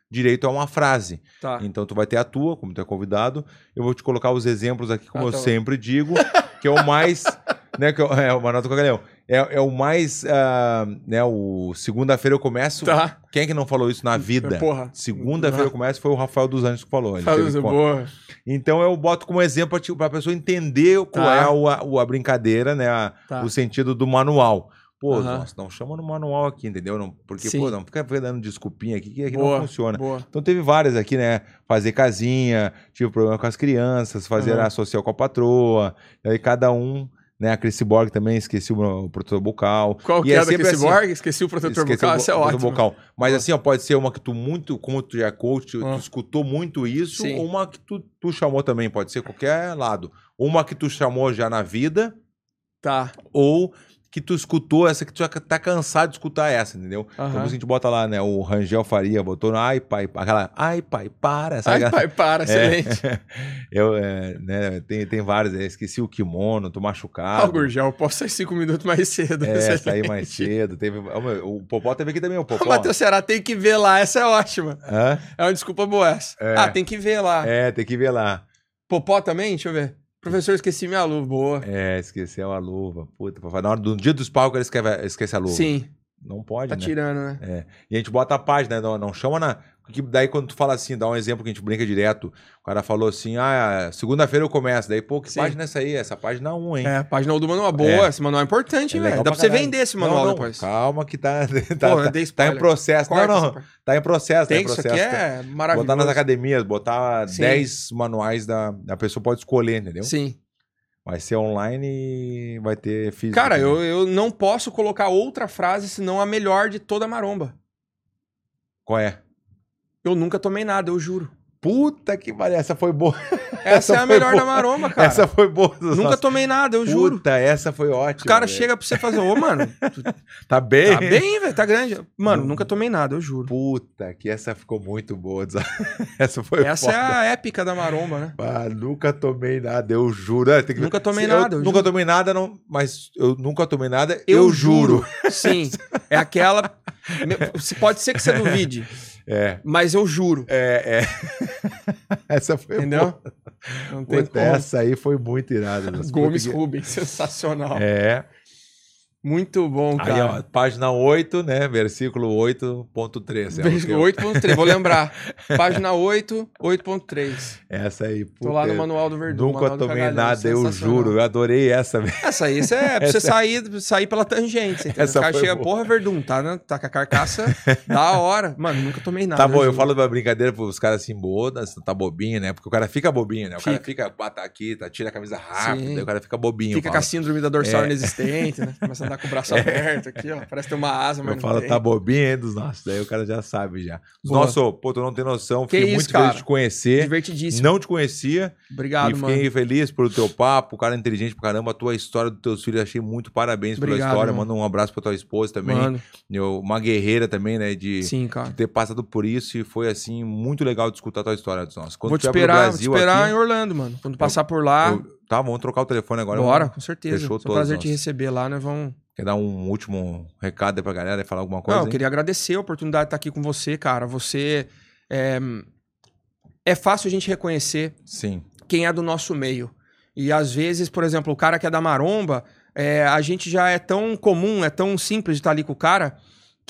direito a uma frase.
Tá.
Então tu vai ter a tua, como tu é convidado. Eu vou te colocar os exemplos aqui, como
Ah,
eu
tá bom.
sempre digo, que é o mais.
*laughs*
né, que é, o- é o Maroto Cagalhão. É, é o mais. ah, né, o segunda-feira eu começo.
Tá.
Quem é que não falou isso na vida?
Porra.
Segunda-feira eu começo foi o Rafael dos Anjos que falou. ele
Fala,
teve que
Zé,
con-
boa.
então eu boto como exemplo para a pessoa entender qual
Tá.
é a, o- a brincadeira, né? a-
Tá.
O sentido do manual. Pô,
Aham.
nossa, não chama no manual aqui, entendeu? Não, porque,
Sim.
pô, não fica dando desculpinha aqui que aqui
Boa,
não funciona.
Boa.
Então teve várias aqui, né? Fazer casinha, tive problema com as crianças, fazer
Aham.
a social com a patroa. E aí cada um, né? A Cris Borg também esqueci o protetor bucal.
Qual
E
que
é
é da
sempre
Kissy
assim,
Borg? Esqueci o protetor
Esqueci
bucal,
o
isso é
protetor
ótimo.
bucal. Mas assim, ó, pode ser uma que tu muito, como tu já é coach, tu, tu
Ah.
escutou muito isso,
Sim.
ou uma que tu, tu chamou também, pode ser qualquer lado. Uma que tu chamou já na vida,
Tá.
ou que tu escutou essa que tu já tá cansado de escutar essa, entendeu? Então,
Aham.
por isso que a gente bota lá, né? O Rangel Faria botou no ai, pai, aquela ai, pai, para. sabe É.
Ai,
aquela-
pai, para, excelente.
Eu, é, né, tem, tem vários, é, esqueci o kimono, tô
Ah,
machucado.
Gurgel, posso sair cinco minutos mais cedo.
é,
*laughs* excelente.
saí mais cedo. Teve, Ó, meu, o Popó teve aqui também, o Popó.
*laughs* O Matheus Ceará tem que ver lá, essa é ótima.
Hã?
É uma desculpa boa essa.
É.
Ah, tem que ver lá.
É, tem que ver lá.
Popó também? Deixa eu ver. Professor, esqueci minha luva. Boa.
É, esqueceu a luva. Puta, papai. Na hora do dia dos palcos, ele esquece, esquece a luva.
Sim,
Não pode,
tá
né?
tirando, né?
E a gente bota a página, não, não chama na. Que daí quando tu fala assim, dá um exemplo que a gente brinca direto. O cara falou assim: ah, segunda-feira eu começo. Daí, pô, que
Sim.
página é essa aí? Essa página 1, hein?
É, a página do manual é boa.
É.
Esse manual é importante, hein,
legal
velho. Dá pra você
caralho.
vender esse
Não,
manual
não,
depois.
Calma que tá, *laughs* tá,
Porra,
tá- tá em
dei spoiler.
processo.
Corta
não,
essa
não,
parte.
tá em processo,
Tem,
tá em
isso
processo.
aqui
tá.
é maravilhoso.
Botar nas academias, botar
Sim.
10 manuais da. A pessoa pode escolher, entendeu?
Sim.
Vai ser online e vai ter físico.
Cara,
também.
eu, eu não posso colocar outra frase senão a melhor de toda a maromba.
Qual é?
Eu nunca tomei nada, eu juro.
Puta que pariu, essa foi boa. *laughs*
Essa, é a
foi
melhor
boa.
da maromba, cara.
Essa foi boa. dos
Nunca
nossos-
tomei nada, eu juro.
Puta, essa foi ótima.
Os caras
velho.
chegam pra você fazer,
*laughs*
ô, mano,
Tá bem?
tá bem, velho, tá grande. Mano, nunca tomei nada, eu juro.
Puta, que essa ficou muito boa. Desa- *laughs* essa foi
Essa é
foda.
a épica da maromba, né?
Ah, nunca tomei nada, eu juro. Ah, tem que-
Nunca tomei
Se eu
nada, eu
nunca
juro.
tomei nada, não, mas eu nunca tomei nada, eu,
Eu
juro.
Sim. É aquela. Me- se- Pode ser que você duvide,
É,
mas eu juro.
é, *laughs* é. essa foi
Entendeu?
boa.
Não tem
Puta,
como.
É essa aí foi muito irada. Desa.
Gomes
Puta
Rubens, sensacional.
que- É.
Muito bom,
Aí,
cara.
ó, página 8, né? Versículo 8.3. É o que eu-
8.3, vou
*laughs*
lembrar. Página 8, 8.3.
Essa aí, puta.
Tô lá no Manual do Verdun.
Nunca
Manual do
tomei
Cagalhão,
nada, eu
é sensacional.
juro. Eu adorei essa. velho.
Essa
*laughs*
aí você é pra você sair, sair pela tangente. Você entendeu?
Essa
o cara
foi
chega,
boa.
porra, Verdun, tá, na- tá com a
*laughs*
carcaça da hora. Mano, nunca tomei nada. né?
Tá bom, eu
juro.
falo uma brincadeira pros caras assim, boda, você tá bobinho, né? Porque o cara fica bobinho, né? O cara fica, pá, tá aqui, tá, tira a camisa rápido,
Sim.
daí o cara fica bobinho.
Fica
assim, eu
com a
falo. É.
síndrome da dorsal inexistente, né? Começa a andar com o
*laughs*
braço aberto aqui, ó. Parece ter uma asa, mas
Eu
não
falo,
tem.
tá bobinho hein, dos nossos. Daí o cara já sabe já. Os
Boa.
nossos, pô, tu não tem noção.
Que
Fiquei
isso,
muito feliz de
cara.
te conhecer.
Divertidíssimo.
Não te conhecia
Obrigado,
e
mano.
fiquei feliz pelo teu papo, o cara é inteligente pra caramba, a tua história dos teus filhos, achei muito parabéns pela
Obrigado,
história.
mano.
Manda um abraço pra tua esposa também,
Mano,
Eu- uma guerreira também, né, de,
sim,
de
cara.
ter passado por isso e foi assim muito legal de escutar a tua história dos nossos. Quando
vou
tu
te
vier pro
esperar, vou te
Brasil
esperar
aqui,
em Orlando, mano. Quando passar por lá,
eu- tá, vamos trocar o telefone agora.
bora,
vamos-
com certeza.
Fechou
Foi um
todos
prazer te
nós.
receber lá, né? Vamos...
Quer dar um último recado aí pra galera e falar alguma
Não,
coisa?
eu
hein?
queria agradecer a oportunidade de estar aqui com você, cara. Você... É, é fácil a gente reconhecer
Sim.
quem é do nosso meio. E às vezes, por exemplo, o cara que é da maromba, é, a gente já é tão comum, é tão simples de estar ali com o cara,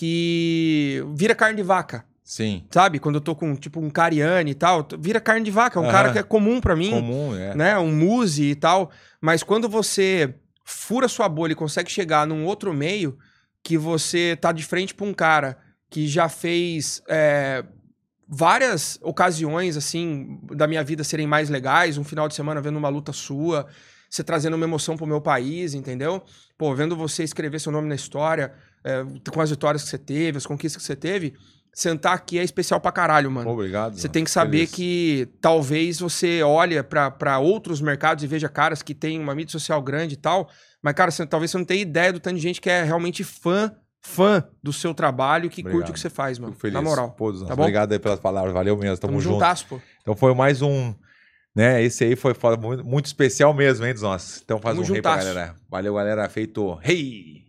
que vira carne de vaca.
Sim.
Sabe? Quando eu tô com, tipo, um cariane e tal, t- vira carne de vaca. É um
Aham.
cara que é comum pra mim,
Comum, é.
né? Um muse e tal. Mas quando você fura sua bolha e consegue chegar num outro meio, que você tá de frente pra um cara que já fez é, várias ocasiões, assim, da minha vida serem mais legais, um final de semana vendo uma luta sua, você trazendo uma emoção pro meu país, entendeu? Pô, vendo você escrever seu nome na história, é, com as vitórias que você teve, as conquistas que você teve, sentar aqui é especial pra caralho, mano.
Obrigado.
Você tem que saber
que
que talvez você olha para outros mercados e veja caras que têm uma mídia social grande e tal, mas, cara, você- talvez você não tenha ideia do tanto de gente que é realmente fã, fã do seu trabalho, que
Obrigado.
curte o que você faz, mano.
Fico feliz.
Na moral.
Pô, Zan,
tá bom?
Obrigado aí pelas palavras. Valeu mesmo. Tamo,
Tamo
junto.
juntasso, pô.
Então foi mais um. Né? Esse aí foi foda, muito, muito especial mesmo, hein, dos nossos. Então faz
Tamo
um rei pra
juntasso.
galera. Valeu, galera. Feito. Rei!